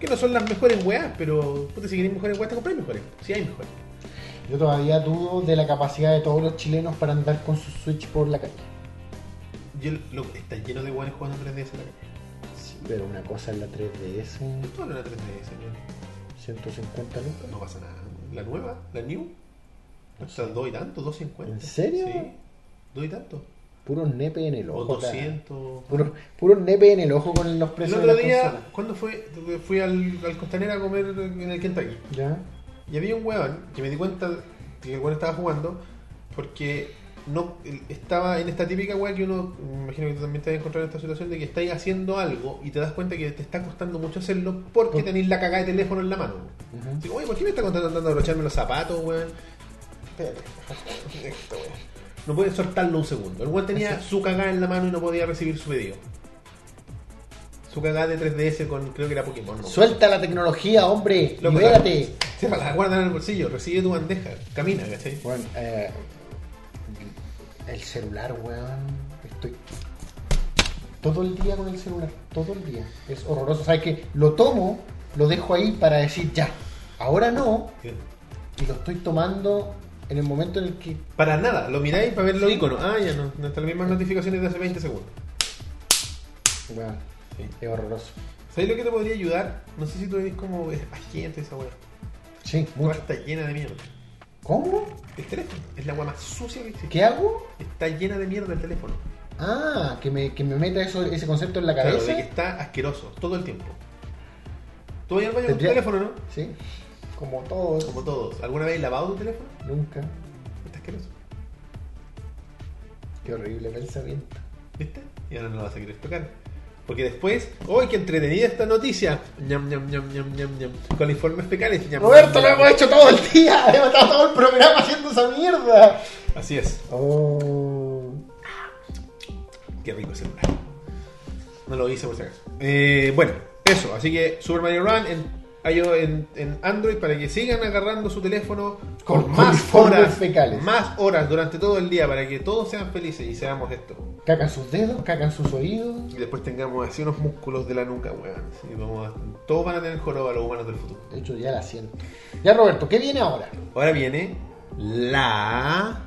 Speaker 1: Que no son las mejores weas, pero puta, si querés mejores weas, te compras mejores. Si hay mejores.
Speaker 2: Yo todavía dudo de la capacidad de todos los chilenos para andar con su Switch por la calle.
Speaker 1: Yo, lo, está lleno de weones jugando 3DS en la calle.
Speaker 2: Sí, pero una cosa es la 3DS,
Speaker 1: Todo en la 3DS, weón.
Speaker 2: 150 lucas.
Speaker 1: No pasa nada. La nueva, la new, cuesta dos y tanto, 250.
Speaker 2: ¿En serio?
Speaker 1: Sí. Dos y tanto.
Speaker 2: Puros nepe en el
Speaker 1: O
Speaker 2: ojo. cara.
Speaker 1: 200.
Speaker 2: Puros puros nepe en el ojo con los
Speaker 1: El
Speaker 2: precios
Speaker 1: otro
Speaker 2: de la
Speaker 1: día, ¿cuándo fue? Fui al, al Costanera a comer en el Kentucky.
Speaker 2: Ya.
Speaker 1: Y había un weón que me di cuenta que el weón estaba jugando porque no estaba en esta típica weá que uno, me imagino que tú también te has encontrado en esta situación, de que estáis haciendo algo y te das cuenta que te está costando mucho hacerlo porque
Speaker 2: Por-
Speaker 1: tenéis la cagada de teléfono en la mano.
Speaker 2: Ujú.
Speaker 1: Digo, oye, ¿por qué me está contratando de abrocharme los zapatos, weón? Espérate, esto, weón. No puede soltarlo un segundo. El weón tenía su cagada en la mano y no podía recibir su pedido. Su cagada de 3DS con, creo que era Pokémon. ¿no?
Speaker 2: Suelta la tecnología, hombre.
Speaker 1: Loco,
Speaker 2: Libérate.
Speaker 1: Se la guardan en el bolsillo, recibe tu bandeja, camina, ¿cachai?
Speaker 2: Bueno, eh, el celular, weón. Estoy todo el día con el celular, todo el día. Es horroroso. ¿Sabes que Lo tomo, lo dejo ahí para decir ya. Ahora no, y lo estoy tomando en el momento en el que.
Speaker 1: Para nada, lo miráis para ver los iconos. Ah, ya no, no están las mismas notificaciones de hace 20 segundos.
Speaker 2: Weón,
Speaker 1: Sí.
Speaker 2: es horroroso.
Speaker 1: ¿Sabéis lo que te podría ayudar? No sé si tú eres como es paciente esa weá.
Speaker 2: Sí,
Speaker 1: La
Speaker 2: mucho.
Speaker 1: está llena de mierda.
Speaker 2: ¿Cómo?
Speaker 1: El teléfono es la weá más sucia que existe.
Speaker 2: ¿Qué hago?
Speaker 1: Está llena de mierda el teléfono.
Speaker 2: Ah, que me, que me meta eso, ese concepto en la
Speaker 1: Claro,
Speaker 2: cabeza.
Speaker 1: de que está asqueroso todo el tiempo. Tú vas al baño con tu
Speaker 2: Tendría-
Speaker 1: teléfono, ¿no?
Speaker 2: Sí, como todos.
Speaker 1: Como todos. ¿Alguna vez has lavado tu teléfono?
Speaker 2: Nunca.
Speaker 1: Está asqueroso.
Speaker 2: Qué horrible pensamiento.
Speaker 1: ¿Viste? Y ahora no lo vas a querer tocar. Porque después, ¡ay, qué entretenida esta noticia! Ñam, ñam, ñam, ñam, ñam, ñam. Con informes fecales. ñam,
Speaker 2: Roberto,
Speaker 1: ñam,
Speaker 2: lo
Speaker 1: ñam.
Speaker 2: hemos hecho todo el día. Hemos estado todo el programa haciendo esa mierda.
Speaker 1: Así es.
Speaker 2: Oh.
Speaker 1: Qué rico celular. No lo hice por si acaso. Eh, bueno, eso. Así que Super Mario Run en, iO- en, en Android para que sigan agarrando su teléfono con,
Speaker 2: Con- con
Speaker 1: más
Speaker 2: informes
Speaker 1: horas.
Speaker 2: fecales.
Speaker 1: Más horas durante todo el día para que todos sean felices y seamos esto.
Speaker 2: Cacan sus dedos, cacan sus oídos.
Speaker 1: Y después tengamos así unos músculos de la nuca, weón. Así vamos a- Todos van a tener joroba los humanos del futuro.
Speaker 2: De hecho, ya la siento. Ya, Roberto, ¿qué viene ahora?
Speaker 1: Ahora viene la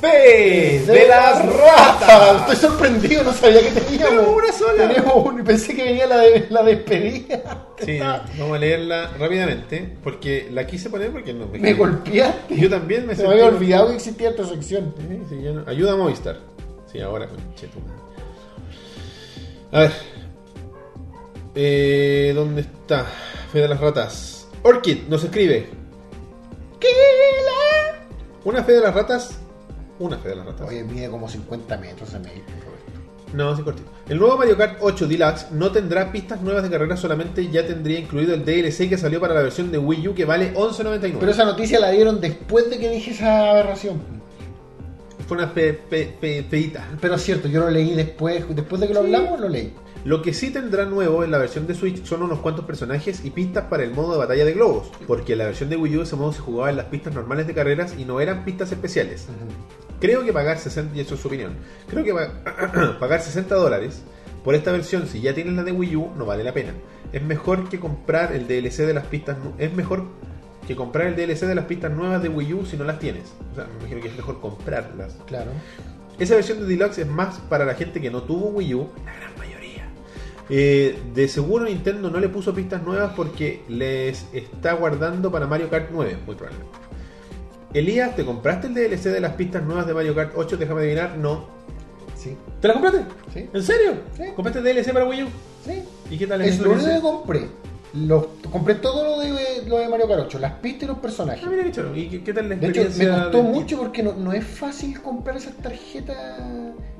Speaker 1: fe de las
Speaker 2: ratas! Estoy
Speaker 1: ratas.
Speaker 2: sorprendido, no sabía que teníamos.
Speaker 1: Tenemos una sola.
Speaker 2: Tenemos una y pensé que venía la, de, la despedida.
Speaker 1: Sí, vamos a leerla rápidamente porque la quise poner porque no
Speaker 2: Me golpeaste.
Speaker 1: Yo también me
Speaker 2: Se me había olvidado que existía esta sección.
Speaker 1: Sí, sí, ya no- Ayuda a Movistar. Sí, ahora conchetumare. A ver. Eh, ¿Dónde está? Fe de las ratas. Orchid nos escribe. Una fe de las ratas. Una fe de las ratas.
Speaker 2: Oye, mide como 50 metros. Se me dijo, Roberto.
Speaker 1: No, sí, cortito. El nuevo Mario Kart 8 Deluxe no tendrá pistas nuevas de carrera, solamente ya tendría incluido el DLC que salió para la versión de Wii U que vale 11.99.
Speaker 2: Pero esa noticia la dieron después de que dije esa aberración.
Speaker 1: Fue una pe- pe- pe- peita.
Speaker 2: Pero es cierto, yo lo leí después, después de que lo hablamos, lo leí.
Speaker 1: Lo que sí tendrá nuevo en la versión de Switch son unos cuantos personajes y pistas para el modo de batalla de globos, porque en la versión de Wii U ese modo se jugaba en las pistas normales de carreras y no eran pistas especiales. Creo que pagar 60, y eso es su opinión, creo que pa- pagar 60 dólares por esta versión, si ya tienes la de Wii U, no vale la pena. Es mejor que comprar el DLC de las pistas, nu- es mejor que comprar el DLC de las pistas nuevas de Wii U si no las tienes. O sea, me imagino que es mejor comprarlas.
Speaker 2: Claro.
Speaker 1: Esa versión de Deluxe es más para la gente que no tuvo Wii U, la gran mayoría. Eh, de seguro Nintendo no le puso pistas nuevas porque les está guardando para Mario Kart 9, muy probablemente. Elías, ¿te compraste el DLC de las pistas nuevas de Mario Kart 8? Déjame adivinar, no.
Speaker 2: Sí.
Speaker 1: ¿Te la compraste?
Speaker 2: Sí.
Speaker 1: ¿En serio?
Speaker 2: Sí.
Speaker 1: ¿Compraste el DLC para Wii U?
Speaker 2: Sí.
Speaker 1: ¿Y qué tal
Speaker 2: Es
Speaker 1: la
Speaker 2: lo único
Speaker 1: experiencia?
Speaker 2: que compré. Lo- compré todo lo de, lo de Mario Kart 8, las pistas y los personajes.
Speaker 1: Ah, mira qué choro. ¿Y qué, qué tal la
Speaker 2: De hecho,
Speaker 1: experiencia?
Speaker 2: me costó
Speaker 1: del-
Speaker 2: mucho porque no, no es fácil comprar esas tarjetas.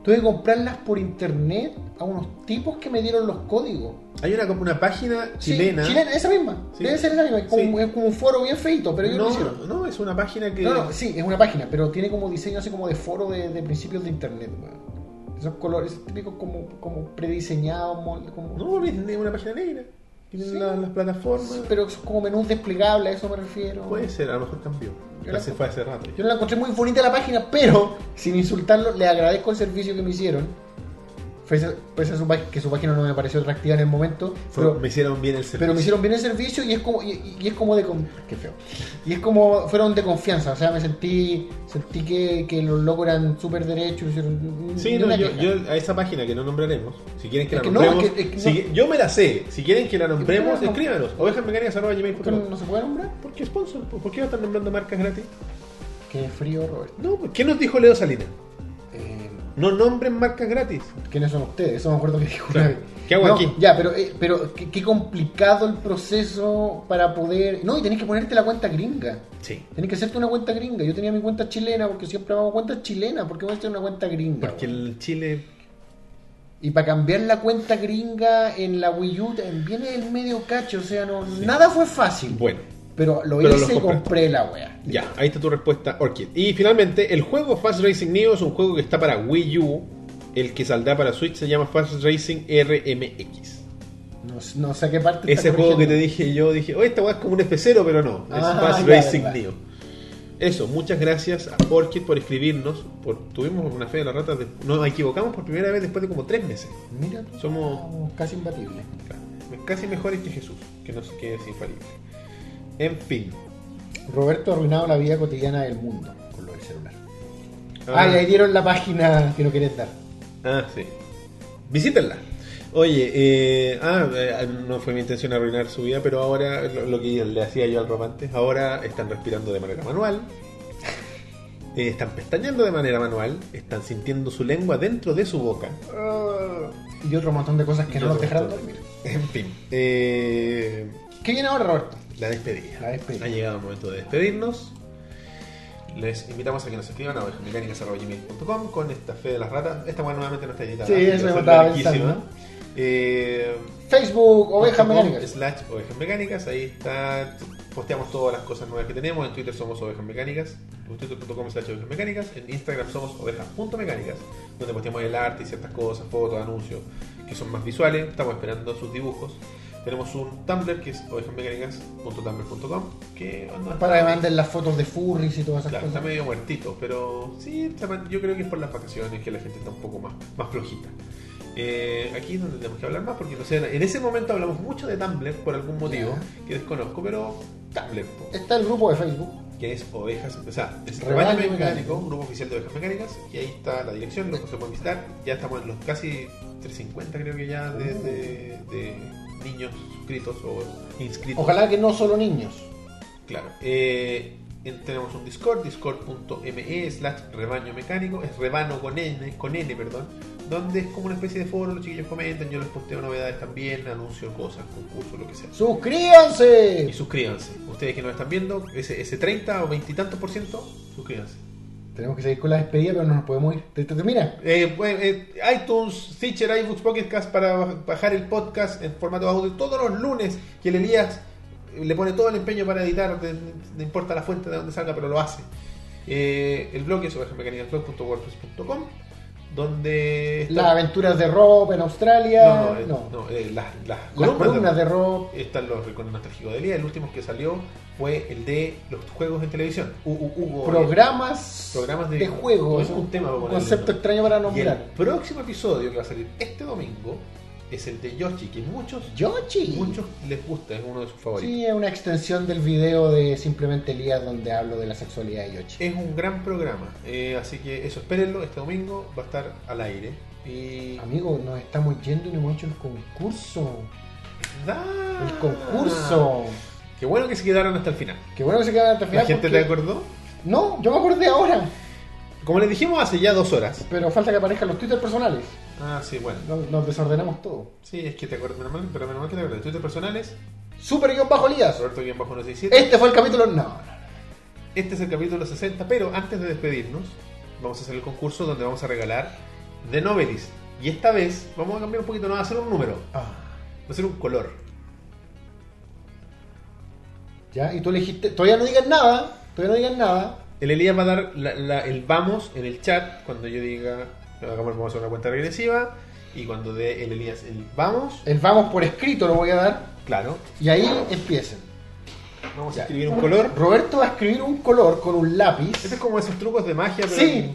Speaker 2: Tuve que comprarlas por internet a unos tipos que me dieron los códigos.
Speaker 1: Hay una, como una página
Speaker 2: Sí,
Speaker 1: chilena.
Speaker 2: chilena, esa misma.
Speaker 1: Sí.
Speaker 2: Debe ser esa misma. Es como,
Speaker 1: Sí.
Speaker 2: es como un foro bien feito, pero ellos no, lo
Speaker 1: no,
Speaker 2: hicieron.
Speaker 1: no, es una página que...
Speaker 2: No, no, sí, es una página, pero tiene como diseño así como de foro de, de principios de internet. weón. Esos colores típicos como, como prediseñados, mol- como...
Speaker 1: No, es una página negra. Tienen
Speaker 2: Sí.
Speaker 1: la- las plataformas.
Speaker 2: pero es como menús desplegables, a eso me refiero.
Speaker 1: Puede ser, a lo mejor cambió.
Speaker 2: Yo
Speaker 1: Ya
Speaker 2: la-
Speaker 1: se fue hace rato.
Speaker 2: Yo no la encontré muy bonita la página, pero sin insultarlo, le agradezco el servicio que me hicieron. Pese a- pese a su pá- que su página no me pareció atractiva en el momento,
Speaker 1: Fue-
Speaker 2: pero,
Speaker 1: me hicieron bien el servicio.
Speaker 2: pero me hicieron bien el servicio y es como y, y- y es como de con- qué feo. Y es como fueron de confianza, o sea, me sentí sentí que, que los locos eran súper derechos, hicieron ni-
Speaker 1: Sí,
Speaker 2: ni
Speaker 1: no,
Speaker 2: una
Speaker 1: yo,
Speaker 2: queja.
Speaker 1: yo a esa página que no nombraremos, si quieren que
Speaker 2: Es
Speaker 1: la
Speaker 2: que no,
Speaker 1: nombremos,
Speaker 2: es que- es que
Speaker 1: si
Speaker 2: no.
Speaker 1: qui- yo me la sé, si quieren que la nombremos,
Speaker 2: Es que no, no.
Speaker 1: escríbanos,
Speaker 2: ¿Esto no,
Speaker 1: ovejasmecánicas.gmail.com
Speaker 2: no se puede nombrar?
Speaker 1: ¿Por qué sponsor? ¿Por por qué va a estar nombrando marcas gratis?
Speaker 2: Qué frío, Roberto.
Speaker 1: No, ¿por ¿qué nos dijo Leo Salinas?
Speaker 2: Eh,
Speaker 1: No nombren marcas gratis.
Speaker 2: ¿Quiénes son ustedes? Eso me acuerdo que dijo una
Speaker 1: Claro.
Speaker 2: vez.
Speaker 1: ¿Qué hago
Speaker 2: No,
Speaker 1: aquí?
Speaker 2: Ya, pero, eh, pero qué, qué complicado el proceso para poder. No, y tenés que ponerte la cuenta gringa.
Speaker 1: Sí.
Speaker 2: Tenés que hacerte una cuenta gringa. Yo tenía mi cuenta chilena porque siempre hago cuentas chilenas. ¿Por qué voy a hacer una cuenta gringa?
Speaker 1: Porque
Speaker 2: weón?
Speaker 1: el Chile.
Speaker 2: Y para cambiar la cuenta gringa en la Wii U te- viene el medio cacho. O sea, no, nada fue fácil.
Speaker 1: Bueno,
Speaker 2: Pero lo
Speaker 1: Pero
Speaker 2: hice
Speaker 1: lo
Speaker 2: y
Speaker 1: compraste.
Speaker 2: compré la wea.
Speaker 1: ya, ahí está tu respuesta, Orchid. Y finalmente, el juego Fast Racing Neo es un juego que está para Wii U. El que saldrá para Switch se llama Fast Racing RMX.
Speaker 2: No, no sé a qué parte.
Speaker 1: Ese
Speaker 2: está
Speaker 1: juego que te
Speaker 2: corrigiendo.
Speaker 1: dije yo, dije, oye, esta weá es como un F0, pero no, es
Speaker 2: Ah,
Speaker 1: Fast
Speaker 2: ya,
Speaker 1: Racing
Speaker 2: verdad.
Speaker 1: Neo. Eso, muchas gracias a Orchid por escribirnos. Por, tuvimos una fe de la rata, de- nos equivocamos por primera vez después de como tres meses.
Speaker 2: Mira, tú,
Speaker 1: Somos-
Speaker 2: estamos casi imbatibles.
Speaker 1: Casi mejores que Jesús, que, nos, que es infalible. En fin.
Speaker 2: Roberto ha arruinado la vida cotidiana del mundo con lo del celular.
Speaker 1: Ah,
Speaker 2: Ah, y ahí dieron la página que no querés dar.
Speaker 1: ah, sí. Visítenla. Oye, eh, ah, eh, no fue mi intención arruinar su vida, pero ahora lo, lo que le hacía yo al romante, ahora están respirando de manera manual, eh, están pestañeando de manera manual, están sintiendo su lengua dentro de su boca.
Speaker 2: Y otro montón de cosas que
Speaker 1: Ah. Y
Speaker 2: no nos
Speaker 1: otro
Speaker 2: dejaron
Speaker 1: montón.
Speaker 2: dormir.
Speaker 1: En fin, eh,
Speaker 2: ¿Qué viene ahora, Roberto?
Speaker 1: la despedida.
Speaker 2: La despedida.
Speaker 1: Ha llegado el momento de despedirnos. Les invitamos a que nos escriban a ovejamecánicas.com con esta fe de las ratas. Esta bueno, nuevamente no está editada.
Speaker 2: Sí,
Speaker 1: así que
Speaker 2: eso
Speaker 1: va a
Speaker 2: me
Speaker 1: ser
Speaker 2: estaba
Speaker 1: larguísima.
Speaker 2: pensando.
Speaker 1: Eh,
Speaker 2: Facebook, Ovejas
Speaker 1: Com
Speaker 2: Mecánicas.
Speaker 1: Slash ovejas mecánicas. Ahí está. Posteamos todas las cosas nuevas que tenemos. En Twitter somos ovejas mecánicas. Twitter.com slash ovejas mecánicas. En Instagram somos ovejas.mecánicas. Donde posteamos el arte y ciertas cosas, fotos, anuncios que son más visuales. Estamos esperando sus dibujos. Tenemos un Tumblr que es ovejasmecánicas.tumblr.com. Que no está-
Speaker 2: Para que manden las fotos de furries y todas esas
Speaker 1: Claro, está
Speaker 2: cosas.
Speaker 1: medio muertito, pero sí, está man- yo creo que es por las vacaciones que la gente está un poco más, más flojita. Eh, aquí es donde tenemos que hablar más, porque no sé, en ese momento hablamos mucho de Tumblr por algún motivo que desconozco, pero Tumblr, po,
Speaker 2: Está el grupo de Facebook.
Speaker 1: que es Ovejas, o sea, es
Speaker 2: Rebaño
Speaker 1: Rebaño Mecánico,
Speaker 2: Mecánico,
Speaker 1: un grupo oficial de Ovejas Mecánicas, y ahí está la dirección, lo que se puede visitar. Ya estamos en los casi 350, creo que ya, de, de- de niños suscritos o inscritos.
Speaker 2: Ojalá que no solo niños.
Speaker 1: Claro. eh, en- tenemos un Discord, discord.me slash rebaño mecánico, es rebano con N, con N, perdón, donde es como una especie de foro, los chiquillos comentan, yo les posteo novedades también, anuncio cosas, concursos, lo que sea. Y
Speaker 2: ¡Suscríbanse!
Speaker 1: suscríbanse, ustedes que nos están viendo, ese, ese 30 o 20 y tantos por ciento, suscríbanse.
Speaker 2: Tenemos que seguir con la despedida, pero no nos podemos ir. Te- te- te- Mira,
Speaker 1: Eh, bueno, eh, iTunes, Stitcher, iBooks, Pocket Cast para baj- bajar el podcast en formato audio todos los lunes que el Elías eh, le pone todo el empeño para editar, de- no importa la fuente de donde salga, pero lo hace. Eh, el blog es ovejamecanicasblog.wordpress.com donde
Speaker 2: las
Speaker 1: está-
Speaker 2: aventuras de Rob en Australia.
Speaker 1: no, no, eh,
Speaker 2: no.
Speaker 1: no, eh, las, las
Speaker 2: Las
Speaker 1: columnas de-
Speaker 2: columnas de Rob.
Speaker 1: están los recuerdos trágicos de Elías. El último que salió fue el de los juegos en televisión. U- u- eh, hubo-
Speaker 2: Programas,
Speaker 1: Programas de-
Speaker 2: de, juego.
Speaker 1: es un tema para ponerle,
Speaker 2: concepto
Speaker 1: ¿no?
Speaker 2: extraño para
Speaker 1: Y el
Speaker 2: nombrar.
Speaker 1: próximo episodio que va a salir este domingo es el de Yoshi, que muchos,
Speaker 2: Yoshi.
Speaker 1: muchos les gusta, es uno de sus favoritos.
Speaker 2: Sí, es una extensión del video de Simplemente Elías donde hablo de la sexualidad de Yoshi.
Speaker 1: Es un gran programa, eh, así que eso, espérenlo, este domingo va a estar al aire. Y...
Speaker 2: Amigo, nos estamos yendo y no hemos hecho el concurso.
Speaker 1: ¡Da!
Speaker 2: El concurso.
Speaker 1: Qué bueno que se quedaron hasta el final.
Speaker 2: Qué bueno que se quedan hasta el
Speaker 1: Ah. ¿La
Speaker 2: final.
Speaker 1: gente
Speaker 2: porque-
Speaker 1: te acordó?
Speaker 2: No, yo me acordé ahora.
Speaker 1: Como les dijimos hace ya dos horas.
Speaker 2: Pero falta que aparezcan los Twitter personales.
Speaker 1: Ah, sí, bueno.
Speaker 2: No- Nos, desordenamos todo.
Speaker 1: Sí, es que te acuerdas, menos mal- pero menos mal que te acuerdas. Twitter personales,
Speaker 2: Super guión bajo Elías.
Speaker 1: Roberto-167.
Speaker 2: Este fue el capítulo. No, no, no.
Speaker 1: Este es el capítulo 60, pero antes de despedirnos, vamos a hacer el concurso donde vamos a regalar The Novelist. Y esta vez vamos a cambiar un poquito, no va a ser un número, va
Speaker 2: Ah,
Speaker 1: a ser un color.
Speaker 2: ya, y tú elegiste. Todavía no digas nada. Todavía no digas nada.
Speaker 1: El Elías va a dar la- la- el vamos en el chat cuando yo diga, hagamos vamos a hacer una cuenta regresiva. Y cuando dé el Elías el vamos,
Speaker 2: El vamos por escrito lo voy a dar.
Speaker 1: claro,
Speaker 2: Y ahí empiecen.
Speaker 1: vamos a
Speaker 2: Ya.
Speaker 1: escribir un color.
Speaker 2: Roberto va a escribir un color con un lápiz.
Speaker 1: Este es como esos trucos de magia, pero.
Speaker 2: Sí.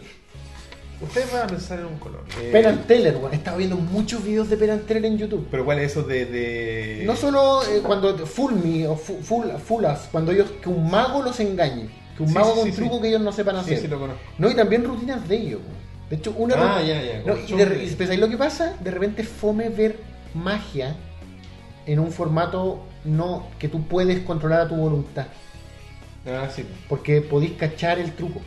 Speaker 1: Ustedes van a pensar en un color. Eh,
Speaker 2: Peran Teller, weón. He estado viendo muchos videos de Peran Teller en YouTube.
Speaker 1: pero ¿cuál es eso de. de-
Speaker 2: No solo eh, cuando Full Me o fu- full, full Us, cuando ellos, que un mago los engañe, que un
Speaker 1: Sí,
Speaker 2: mago
Speaker 1: sí,
Speaker 2: con
Speaker 1: sí,
Speaker 2: truco
Speaker 1: sí.
Speaker 2: que ellos no sepan
Speaker 1: Sí,
Speaker 2: hacer.
Speaker 1: sí, lo conozco.
Speaker 2: No, y también rutinas de ellos. weón. De hecho, una
Speaker 1: Ah,
Speaker 2: ru-
Speaker 1: ya, ya,
Speaker 2: No,
Speaker 1: como
Speaker 2: y, de, re-
Speaker 1: chongo.
Speaker 2: y pensáis lo que pasa, de repente fome ver magia en un formato no que tú puedes controlar a tu voluntad,
Speaker 1: Ah, sí.
Speaker 2: porque podís cachar el truco.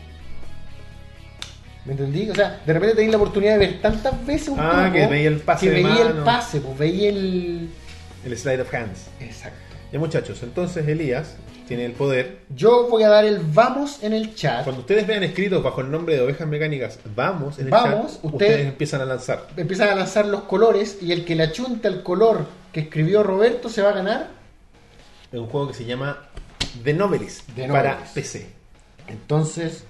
Speaker 2: ¿Me entendí? O sea, de repente tenéis la oportunidad de ver tantas veces un
Speaker 1: Ah,
Speaker 2: truco
Speaker 1: que veía el pase
Speaker 2: que
Speaker 1: de
Speaker 2: veía el
Speaker 1: mano.
Speaker 2: pase, pues veía el
Speaker 1: El slide of hands.
Speaker 2: exacto.
Speaker 1: Ya muchachos, entonces Elías tiene el poder.
Speaker 2: Yo voy a dar el vamos en el chat.
Speaker 1: Cuando ustedes vean escritos bajo el nombre de ovejas mecánicas, vamos en el
Speaker 2: Vamos,
Speaker 1: chat,
Speaker 2: usted-
Speaker 1: ustedes empiezan a lanzar.
Speaker 2: Empiezan a lanzar los colores y el que le achunta el color que escribió Roberto se va a ganar.
Speaker 1: Es un juego que se llama The Novelist,
Speaker 2: The
Speaker 1: para
Speaker 2: Novelist.
Speaker 1: PC.
Speaker 2: Entonces,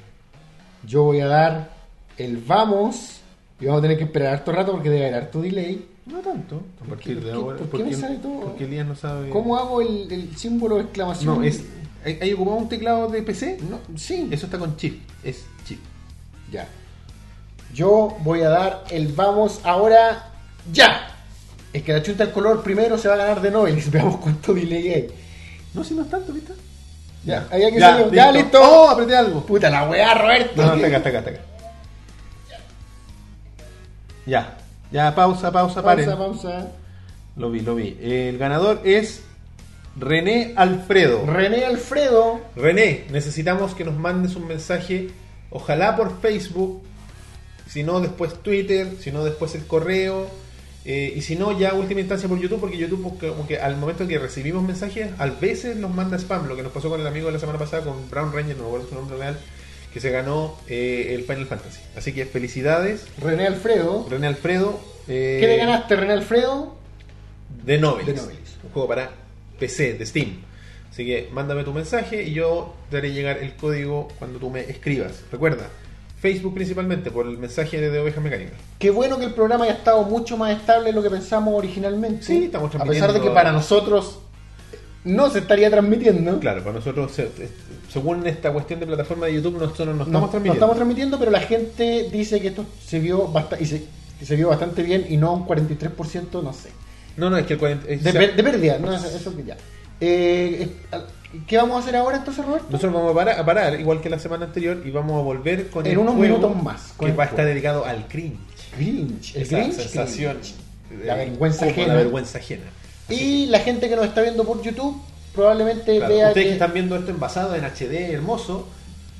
Speaker 2: yo voy a dar el vamos. Y vamos a tener que esperar harto rato porque debe haber harto delay.
Speaker 1: No tanto. ¿Por,
Speaker 2: qué- por qué- por qué me sale todo?
Speaker 1: porque Elías no sabe.
Speaker 2: ¿Cómo hago el, el símbolo de exclamación?
Speaker 1: No, es. ¿Hay, hay ocupado un teclado de PC?
Speaker 2: No, sí.
Speaker 1: Eso está con chip. Es chip.
Speaker 2: Ya. Yo voy a dar el vamos ahora. ¡Ya! El que le achunta el color primero se va a ganar de Novelis. Veamos cuánto delay hay.
Speaker 1: No, si no es tanto, ¿viste?
Speaker 2: Ya, ahí hay que salir. Ya, listo.
Speaker 1: ¡Oh! Apreté algo.
Speaker 2: Puta la weá,
Speaker 1: No,
Speaker 2: Roberto.
Speaker 1: no, hasta acá, hasta acá, hasta acá. Ya. Ya, pausa, pausa, paren.
Speaker 2: Pausa, pausa.
Speaker 1: Lo vi, lo vi. El ganador es René Alfredo.
Speaker 2: René Alfredo.
Speaker 1: René, necesitamos que nos mandes un mensaje, ojalá por Facebook, si no después Twitter, si no después el correo, eh, y si no ya última instancia por YouTube, porque YouTube porque- como que al momento que recibimos mensajes, a veces nos manda spam, lo que nos pasó con el amigo de la semana pasada, con Brown Ranger, no me acuerdo su nombre real, que se ganó eh, el Final Fantasy. Así que felicidades,
Speaker 2: René Alfredo.
Speaker 1: René Alfredo. eh,
Speaker 2: ¿Qué le ganaste, René Alfredo?
Speaker 1: de Novelis.
Speaker 2: The Novelist.
Speaker 1: Un juego para PC, de Steam. Así que mándame tu mensaje y yo te haré llegar el código cuando tú me escribas. Recuerda, Facebook principalmente por el mensaje de Oveja Mecánica.
Speaker 2: Qué bueno que el programa haya estado mucho más estable de lo que pensamos originalmente.
Speaker 1: Sí, estamos
Speaker 2: A pesar de
Speaker 1: transmitiendo-
Speaker 2: que para nosotros no se estaría transmitiendo.
Speaker 1: Claro, para nosotros, se- se- según esta cuestión de plataforma de YouTube, nosotros no
Speaker 2: No,
Speaker 1: estamos
Speaker 2: no
Speaker 1: transmitiendo.
Speaker 2: estamos transmitiendo, pero la gente dice que esto se vio bastante y se, y se vio bastante bien y no un 43%, no sé.
Speaker 1: no, no, es que el 40... es-
Speaker 2: De,
Speaker 1: o sea,
Speaker 2: per- de pérdida, no, eso, eso ya. Eh, eh, ¿Qué vamos a hacer ahora entonces, Roberto?
Speaker 1: nosotros vamos a parar, a parar, igual que la semana anterior, y vamos a volver con
Speaker 2: En
Speaker 1: el
Speaker 2: unos
Speaker 1: juego
Speaker 2: minutos más, con
Speaker 1: que
Speaker 2: el
Speaker 1: va a estar
Speaker 2: juego.
Speaker 1: dedicado al cringe.
Speaker 2: Grinch, el
Speaker 1: Esa
Speaker 2: Grinch,
Speaker 1: sensación.
Speaker 2: Grinch.
Speaker 1: de-
Speaker 2: La vergüenza
Speaker 1: como
Speaker 2: ajena.
Speaker 1: La vergüenza ajena.
Speaker 2: Y la gente que nos está viendo por YouTube probablemente
Speaker 1: Claro,
Speaker 2: vea
Speaker 1: ustedes que
Speaker 2: que-
Speaker 1: están viendo esto envasado en HD hermoso,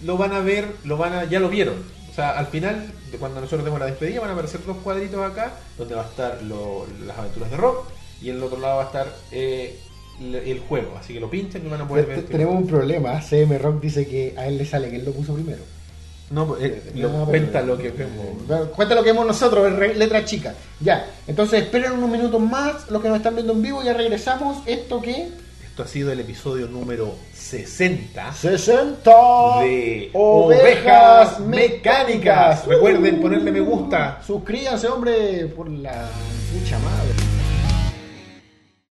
Speaker 1: lo van a ver, lo van a, ya lo vieron. O sea, al final, de cuando nosotros demos la despedida, van a aparecer dos cuadritos acá, donde va a estar lo- las aventuras de Rock, y en el otro lado va a estar eh, le- el juego. Así que lo pinchan y van a poder ver.
Speaker 2: Tenemos un problema. CM Rock dice que a él le sale que él lo puso primero.
Speaker 1: No, pues, eh, lo-
Speaker 2: No, pero- eh,
Speaker 1: cuenta lo que vemos.
Speaker 2: Bueno, Cuenta lo que vemos nosotros, en re- letra chica. Ya, entonces esperen unos minutos más los que nos están viendo en vivo, ya regresamos. Esto que...
Speaker 1: Esto ha sido el episodio número 60
Speaker 2: 60
Speaker 1: de Ovejas
Speaker 2: Uh.
Speaker 1: Mecánicas. Recuerden ponerle me gusta.
Speaker 2: Suscríbanse, hombre, por la pucha madre.